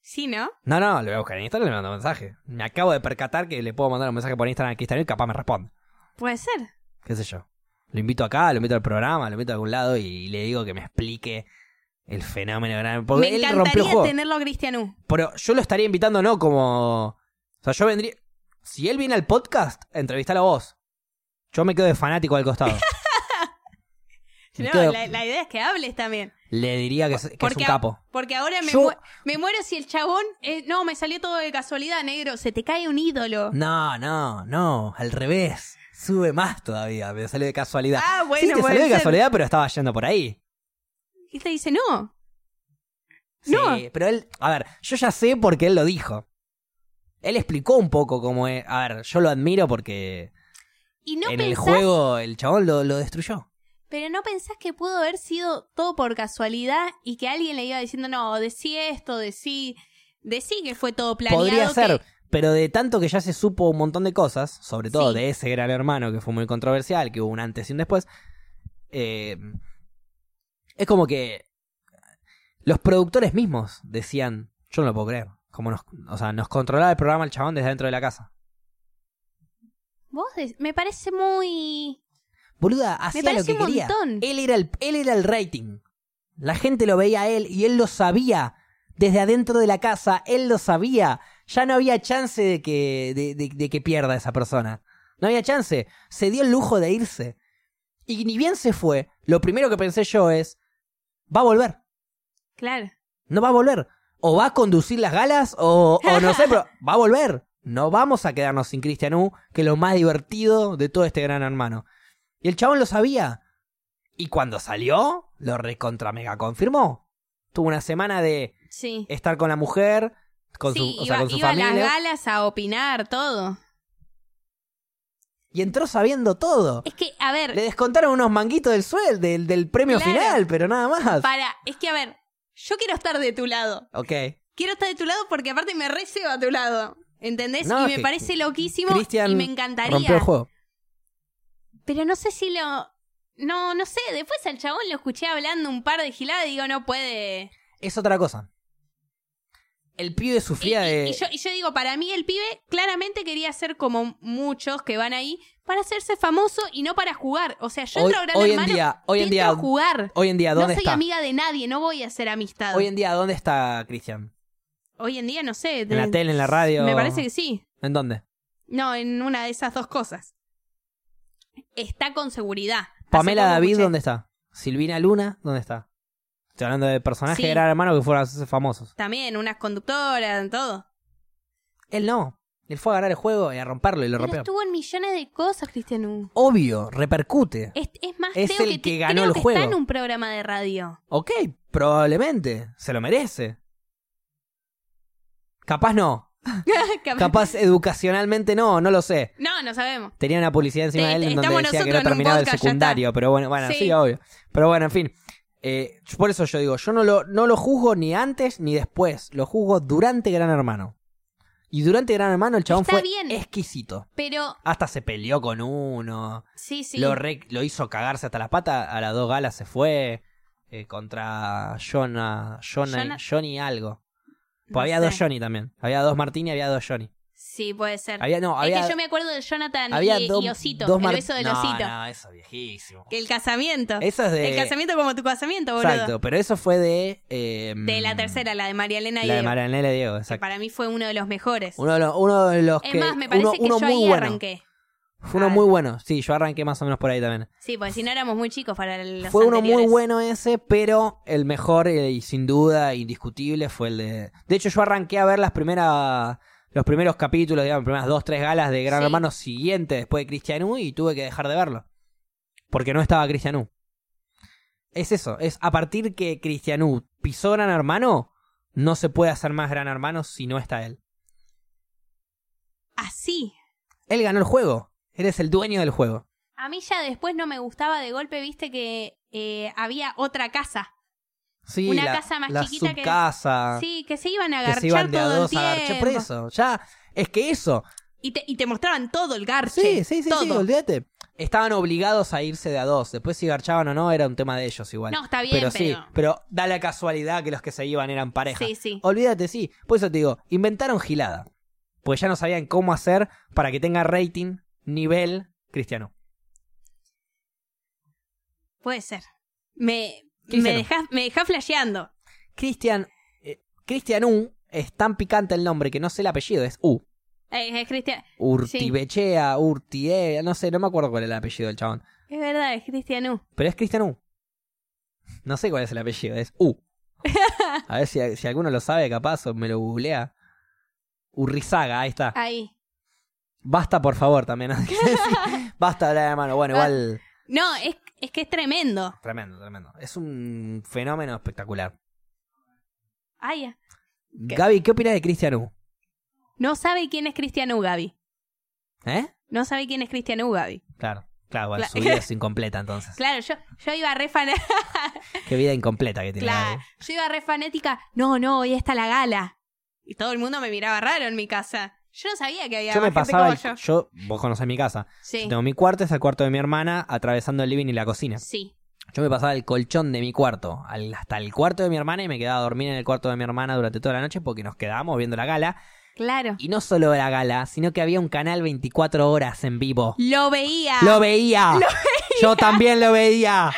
Sí, ¿no? No, no, lo voy a buscar en Instagram, le mando un mensaje. Me acabo de percatar que le puedo mandar un mensaje por Instagram a Cristian y capaz me responde. Puede ser. Qué sé yo. Lo invito acá, lo invito al programa, lo invito a algún lado y le digo que me explique el fenómeno de Gran Hermano. Porque me él rompió el encantaría juego. tenerlo a Cristian Uy. Pero yo lo estaría invitando, no como. O sea, yo vendría. Si él viene al podcast, entrevistalo vos. Yo me quedo de fanático al <laughs> costado. Me No, quedo- la, la idea es que hables también. Le diría que, es- que es un Porque- capo. Porque ahora me, Yo- mu- me muero si el chabón. eh, no, me salió todo de casualidad, negro. Se te cae un ídolo. No, no, no. Al revés. Sube más todavía. Me salió de casualidad. Ah, sí, bueno, te puede salió de ser. casualidad, pero estaba yendo por ahí. Y te dice, no. Sí, No. pero él. A ver, yo ya sé porque él lo dijo. Él explicó un poco cómo es. A ver, yo lo admiro porque Y no en el pensás, juego el chabón lo, lo destruyó. pero no pensás que pudo haber sido todo por casualidad y que alguien le iba diciendo, no, decí esto, decí, decí que fue todo planeado. Podría que- ser, pero de tanto que ya se supo un montón de cosas, sobre todo Sí. de ese gran hermano que fue muy controversial, que hubo un antes y un después, eh, es como que los productores mismos decían, yo no lo puedo creer, como nos, o sea, nos controlaba el programa el chabón desde dentro de la casa. Vos de- me parece muy... Boluda, hacía lo parece que un quería. montón. Él era, el, él era el rating. La gente lo veía a él y él lo sabía. Desde adentro de la casa, él lo sabía. Ya no había chance de que, de, de- de que pierda esa persona. No había chance. Se dio el lujo de irse. Y ni bien se fue, lo primero que pensé yo es, va a volver. Claro. No va a volver. O va a conducir las galas o, o no sé, pero <laughs> va a volver. No vamos a quedarnos sin Cristian U, que es lo más divertido de todo este gran hermano. Y el chabón lo sabía. Y cuando salió, lo recontra mega confirmó. Tuvo una semana de Sí. estar con la mujer, con sí, su, o iba, sea, con su iba a las familia. galas a opinar, todo. Y entró sabiendo todo. Es que, a ver, Le descontaron unos manguitos del sueldo, del, del premio Claro. final, pero nada más. para, es que, a ver, yo quiero estar de tu lado. Ok. Quiero estar de tu lado porque aparte me recebo a tu lado. ¿Entendés? No, y me que- parece loquísimo Cristian y me encantaría. Rompió el juego. Pero no sé si lo. No, no sé. Después al chabón lo escuché hablando un par de giladas y digo, no puede. es otra cosa. el pibe Y, sufría y- de. y yo, y yo digo, para mí el pibe claramente quería ser como muchos que van ahí para hacerse famoso y no para jugar. O sea, yo Hoy- entro a Gran hoy en Hermano, día- hoy en entro día- a jugar. Hoy en día, No ¿dónde soy está? amiga de nadie, no voy a hacer amistad. Hoy en día, ¿dónde está Cristian? Hoy en día, no sé. ¿En la tele, en la radio? Me parece que sí. ¿En dónde? No, en una de esas dos cosas. Está con seguridad. Hace Pamela poco David, escuché- ¿dónde está? Silvina Luna, ¿dónde está? Estoy hablando de personajes Sí. de Gran Hermano que fueron a hacerse famosos. También, unas conductoras, en todo. Él no. Él fue a ganar el juego y a romperlo y lo Pero rompió. estuvo en millones de cosas, Cristian Hugo. Obvio, repercute. Es, es más, Es creo el que, que te- ganó creo el que juego. está en un programa <laughs> de radio. <laughs> Ok, probablemente. Se lo merece. Capaz no. Capaz- Capaz educacionalmente no, no lo sé. No, no sabemos. Tenía una publicidad encima Te- de él en estamos donde decía nosotros que no en un terminaba el podcast, ya secundario, pero bueno, bueno, sí, Sí. obvio. Pero bueno, en fin. Eh, por eso yo digo, yo no lo, no lo juzgo ni antes ni después, lo juzgo durante Gran Hermano. Y durante Gran Hermano el chabón Está fue bien. exquisito. Pero, Hasta se peleó con uno, sí, sí. lo, re- lo hizo cagarse hasta la pata, a las dos galas se fue eh, contra Jonah, Jonah- Jonah- Johnny algo. Pues no había sé. dos Johnny también, había dos Martín y había dos Johnny. Sí, puede ser. Había, no, había, Es que yo me acuerdo de Jonathan había y, do- y Osito. dos el Mar- beso del no, Osito. No, eso es viejísimo. Que el casamiento. Eso es de. El casamiento como tu casamiento, boludo. Exacto, pero eso fue de. eh, De la tercera, la de María Elena y La de Diego, Marianela y Diego, que exacto. para mí fue uno de los mejores. Uno de los, uno de los es que. más, me parece uno, que uno yo muy ahí bueno. arranqué. Fue uno Ah. muy bueno. Sí, yo arranqué más o menos por ahí también. Sí, porque si no éramos muy chicos para los fue uno muy anteriores. bueno ese, pero el mejor eh, y sin duda indiscutible fue el de. De hecho, yo arranqué a ver las primeras. Los primeros capítulos, digamos, primeras dos, tres galas de Gran Sí. Hermano siguiente después de Christian U y tuve que dejar de verlo. Porque no estaba Christian U. Es eso, es a partir que Christian U pisó Gran Hermano, no se puede hacer más Gran Hermano si no está él. Así. Él ganó el juego. Eres el dueño del juego. A mí ya después no me gustaba de golpe, viste que eh, había otra casa. Sí, Una la, casa más la chiquita que- subcasa, Sí, que se iban a Ah. que agarchar se iban de a todo dos el a agarchar tiempo. preso. Ya, es que eso, Y te, y te mostraban todo el Sí, garche. sí, sí, sí, todo. olvídate. Estaban obligados a irse de a dos. Después si garchaban o no era un tema de ellos igual. No, está bien, pero, sí, pero- pero da la casualidad que los que se iban eran pareja. Oh. Sí, sí. Olvídate, sí. Por eso te digo, inventaron gilada. Pues ya no sabían cómo hacer para que tenga rating, nivel, cristiano. Puede ser. Me, ¿Qué me hicieron? dejás, me dejás flasheando. Cristian, eh, Cristian U es tan picante el nombre que no sé el apellido, es U. Eh, es Cristian. Urtibechea, Urtie, no sé, no me acuerdo cuál era el apellido del chabón. Es verdad, es Cristian U. Pero es Cristian U. No sé cuál es el apellido, es U. A ver si, si alguno lo sabe, capaz, o me lo googlea. Urrizaga, ahí está. Ahí. Basta, por favor, también. <laughs> Sí, Basta hablar de mano. Bueno, igual. No, es, es que es tremendo. Tremendo, tremendo. Es un fenómeno espectacular. Ay, ¿Qué? Gaby, ¿qué opinas de Cristian U? no sabe quién es Cristian U, Gaby. ¿Eh? No sabe quién es Cristian U, Gaby. Claro, claro, bueno, Cla- <laughs> su vida es incompleta entonces. Claro, yo, yo iba re fan- Qué vida incompleta que tiene claro, Gaby. yo iba re fanética. No, no, hoy está la gala. Y todo el mundo me miraba raro en mi casa. Yo no sabía que había Yo más me gente pasaba. como el- yo. yo, vos conocés mi casa. Sí, Yo tengo mi cuarto, es el cuarto de mi hermana, atravesando el living y la cocina. sí. Yo me pasaba el colchón de mi cuarto al- hasta el cuarto de mi hermana y me quedaba a dormir en el cuarto de mi hermana durante toda la noche porque nos quedábamos viendo la gala. Claro. Y no solo la gala, sino que había un canal 24 horas en vivo. Lo veía. ¡Lo <laughs> veía! Yo también lo veía.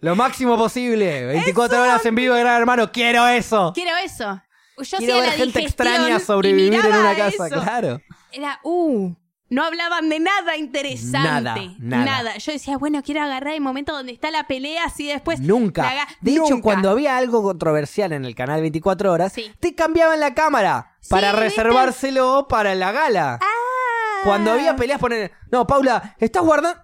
lo máximo posible. 24 horas en vivo, gran hermano. Quiero eso. Quiero eso. Yo Quiero hacía ver la gente digestión extraña y sobrevivir en miraba una casa. eso. Claro. Era, uh, no hablaban de nada interesante. Nada, nada. Yo decía, bueno, quiero agarrar el momento donde está la pelea, así después. la Nunca. haga- De hecho, Nunca. cuando había algo controversial en el canal 24 horas, Sí. te cambiaban la cámara para ¿viste? Ah. reservárselo para la gala. Cuando había peleas, poner. No, Paula, estás guardando.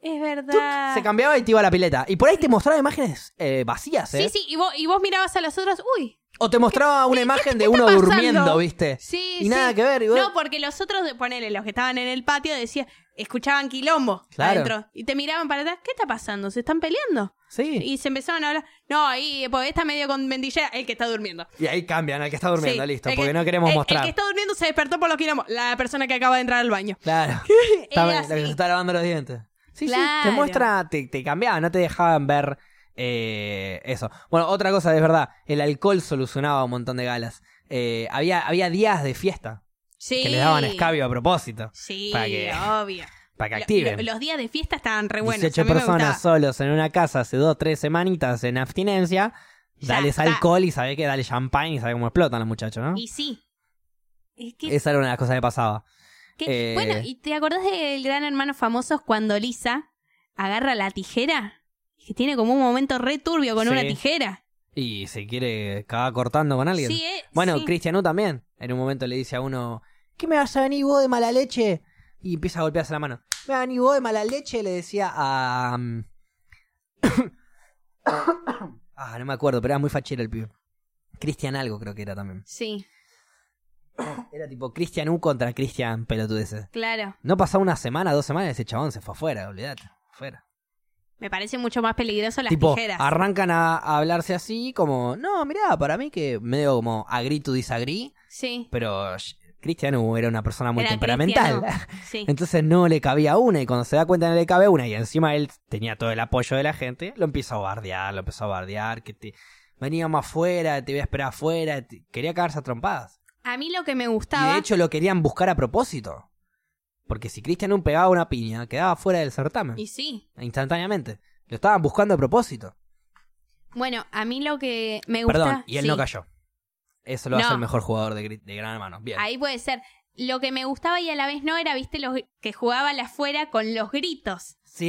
Es Tuc, verdad. Se cambiaba y te iba a la pileta. Y por ahí te mostraba imágenes eh, vacías, ¿eh? Sí, sí, y vos, y vos mirabas a los otros, uy. O te mostraba una imagen de uno pasando? durmiendo, ¿viste? Sí, <laughs> y nada sí. que ver. y vos- No, porque los otros, de- ponele, los que estaban en el patio, decían, escuchaban quilombo Claro. adentro. Y te miraban para atrás, ¿qué está pasando? ¿Se están peleando? sí. Y se empezaban a hablar, no, ahí, porque está medio con vendillera, el que está durmiendo. Y... ahí cambian al que está durmiendo, Sí, listo. el que- Porque no queremos el- mostrar. El que está durmiendo se despertó por los quilombos, la persona que acaba de entrar al baño. Claro. Era Estaba- la que se así. está lavando los dientes. Sí, sí. Te Claro. muestra, te, te cambiaba, no te dejaban ver Eh, eso. Bueno, otra cosa, es verdad, el alcohol solucionaba un montón de galas. Eh, había, había días de fiesta Sí. que les daban escabio a propósito, Sí, Para que- obvio. para que Lo- activen. lo- los días de fiesta estaban re buenos. 18 a mí me personas gustaba. solos en una casa hace dos, tres semanitas en abstinencia. Ya Dales está. alcohol y sabés que dale champagne y sabés cómo explotan los muchachos, ¿no? Y sí. Es que- Esa era una de las cosas que pasaba. que- eh, Bueno, ¿y te acordás del Gran Hermano Famosos cuando Lisa agarra la tijera? Que tiene como un momento re turbio con Sí. una tijera. Y se quiere acabar cortando con alguien. Sí, eh, bueno, sí. Cristian U también. En un momento le dice a uno, ¿qué me vas a venir vos de mala leche? Y empieza a golpearse la mano. ¿Me vas a venir vos de mala leche? Le decía a... mm, <coughs> ah, no me acuerdo, pero era muy fachero el pibe. Cristian algo creo que era también. Sí, Era tipo Cristian U contra Cristian pelotudeces. claro. No pasaba una semana, dos semanas, ese chabón se fue afuera, olvidate. Fuera. Me parece mucho más peligroso las tipo, tijeras. arrancan a, a hablarse así, como, no, mirá, para mí que medio como agree to disagree, Sí. pero sh- Cristian U era una persona muy Era temperamental. <laughs> cristiano. Sí. Entonces no le cabía una, y cuando se da cuenta no le cabe una, y encima él tenía todo el apoyo de la gente, lo empieza a bardear, lo empezó a bardear, que te veníamos afuera, te voy a esperar afuera, te- quería cagarse a trompadas. A mí lo que me Y gustaba. de hecho lo querían buscar a propósito. Porque si Cristian un pegaba una piña, quedaba fuera del certamen. Y sí. Instantáneamente. Lo estaban buscando a propósito. Bueno, a mí lo que me gusta. Perdón, y él sí. no cayó. Eso lo No. hace el mejor jugador de, Gri- de Gran Hermano. Bien. Ahí puede ser. Lo que me gustaba y a la vez no era, viste, los que jugaba la afuera con los gritos. Sí,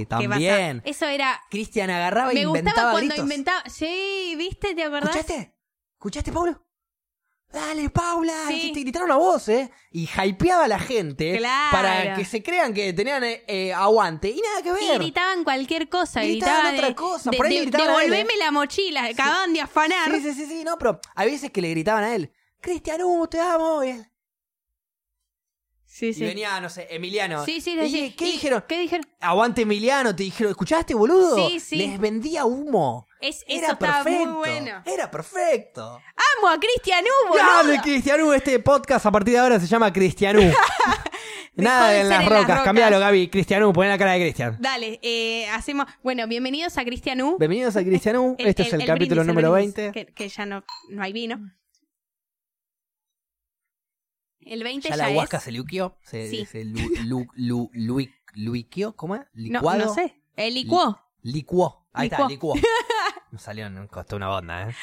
que también. basa- Eso era. Cristian agarraba e Me gustaba inventaba cuando gritos. inventaba. Sí, viste, ¿te acordás? ¿Escuchaste? ¿Escuchaste, Pablo? Dale, Paula. Sí. Y Te gritaron a vos, ¿eh? Y hypeaba a la gente Claro. para que se crean que tenían eh, eh, aguante. Y nada que Y ver. gritaban cualquier cosa. Gritaban Gritaban, otra de- cosa, de- por ahí de- le gritaban a él, devolveme la mochila. Acababan de afanar. Sí, sí, sí, sí, no, pero hay veces que le gritaban a él, Cristian, uh, te amo. Y, él- Sí, y venía, no sé, Emiliano. Sí, sí, ¿Y sí. qué ¿Y dijeron? ¿Qué dijeron? Aguante Emiliano, te dijeron, ¿escuchaste, boludo? Sí, sí. Les vendía humo. Es, eso Era estaba perfecto. muy bueno. Era perfecto. ¡Amo a Cristian Hugo! Dale, Cristianú, este podcast a partir de ahora se llama <laughs> Cristianú. Nada de de ser en las en las rocas, rocas. cambialo, Gaby. Cristianú, poné la cara de Cristian. Dale, eh, hacemos. Bueno, bienvenidos a Cristian U. Bienvenidos a Cristianú, El- este es el, capítulo brindis, número brindis, 20. Que, que ya no, no hay Mm. vino. El 20 Ya ya, la es- huasca se liquió, se, Sí. se lu, lu, lu- lui- luiquió, ¿cómo es? no, Licuado. no sé. El licuó. Licuó. Ahí está, licuó. Licuó. <laughs> Me salió, me costó una onda, ¿eh?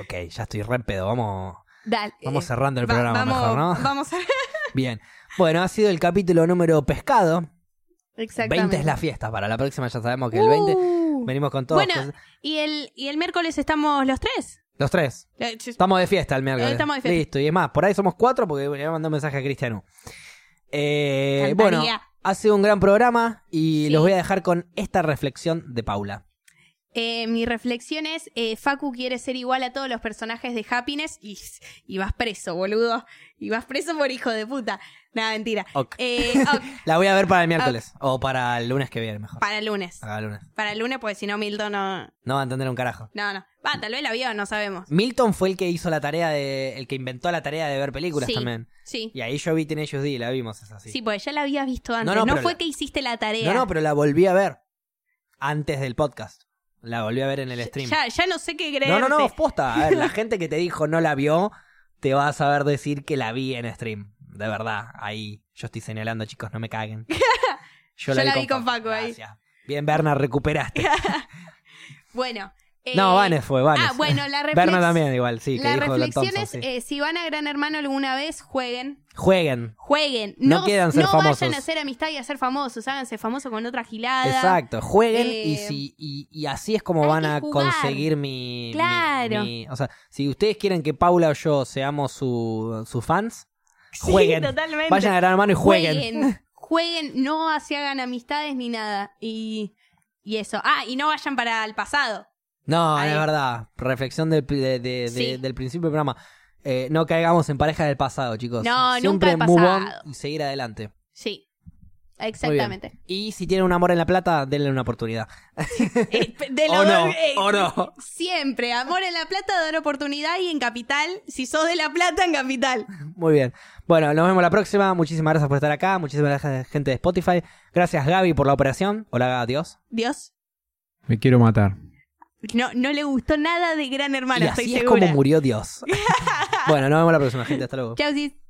Ok, ya estoy re en pedo. Vamos, Dale. vamos eh, cerrando el va- programa vamos, mejor, ¿no? Vamos a <laughs> Bien. Bueno, ha sido el capítulo número pescado. Exactamente. 20 es la fiesta. Para la próxima ya sabemos que el 20 Uh, venimos con todos. Bueno. cosas- y, el, y el miércoles estamos los tres. Los tres. Eh, ch- Estamos de fiesta el miércoles. Estamos de fiesta. Listo. Y es más, por ahí somos cuatro porque le mandó un mensaje a Cristiano. Eh, Cantaría. bueno, ha sido un gran programa y Sí. los voy a dejar con esta reflexión de Paula. Eh, mi reflexión es, eh, Facu quiere ser igual a todos los personajes de Happiness y, y vas preso, boludo. Y vas preso por hijo de puta. Nada, mentira. Ok. Eh, <laughs> ok, La voy a ver para el miércoles o para el lunes que viene mejor. para el lunes. Para el lunes. Para el lunes, porque si no, Milton no, No va a entender un carajo. No, no. Va, tal vez la vio, no sabemos. Milton fue el que hizo la tarea de. el que inventó la tarea de ver películas Sí. también. Sí. Y ahí yo vi Tenacious D y la vimos, es así. Sí, porque ya la habías visto antes. no, No, pero fue la- que hiciste la tarea. no, no, pero la volví a ver. Antes del podcast. La volví a ver en el stream. Ya, ya no sé qué creer. no, no, no, posta. A ver, <laughs> la gente que te dijo no la vio, te va a saber decir que la vi en stream. De verdad. Ahí. Yo estoy señalando, chicos, no me <laughs> caguen. Yo, Yo la vi con Facu ahí. Gracias. Bien, Berna, <laughs> recuperaste. Bueno. eh, No, Vanes fue, Vanes. Ah, bueno, <laughs> la reflexión. Berna también, igual, sí. Que la dijo Don reflexión Thompson, es, sí. eh, si van a Gran Hermano alguna vez, jueguen. Jueguen. Jueguen. No No, quieran ser no vayan famosos. a hacer amistad y a ser famosos. Háganse famosos con otra gilada. Exacto, jueguen y, Eh, si, y, y así es como hay van que a jugar. conseguir mi, mi- Claro. mi- O sea, si ustedes quieren que Paula o yo seamos su- sus fans, <laughs> Sí, jueguen. totalmente. Vayan a Gran Hermano y jueguen. Jueguen. Jueguen, no se hagan amistades ni nada. Y, y eso. Ah, y no vayan para el pasado. No, Ahí. es verdad. Reflexión del, de- de- de- Sí. del principio del programa. Eh, no caigamos en parejas del pasado, chicos. No, Siempre nunca el move pasado. on y seguir adelante. Sí. Muy bien. Exactamente. Y si tienen un amor en la plata, denle una oportunidad. Eh, <laughs> de O la- no, eh, o no. Siempre, amor en La Plata, dar oportunidad y en Capital, si sos de La Plata, en Capital. Muy bien. Bueno, nos vemos la próxima. Muchísimas gracias por estar acá. Muchísimas gracias, gente de Spotify. Gracias, Gaby, por la operación. Hola, adiós. Dios. Me quiero matar. No, no le gustó nada de Gran Hermano, y estoy así es segura. <laughs> como murió Dios. bueno, nos vemos la próxima, gente. Hasta luego. Chau, sis.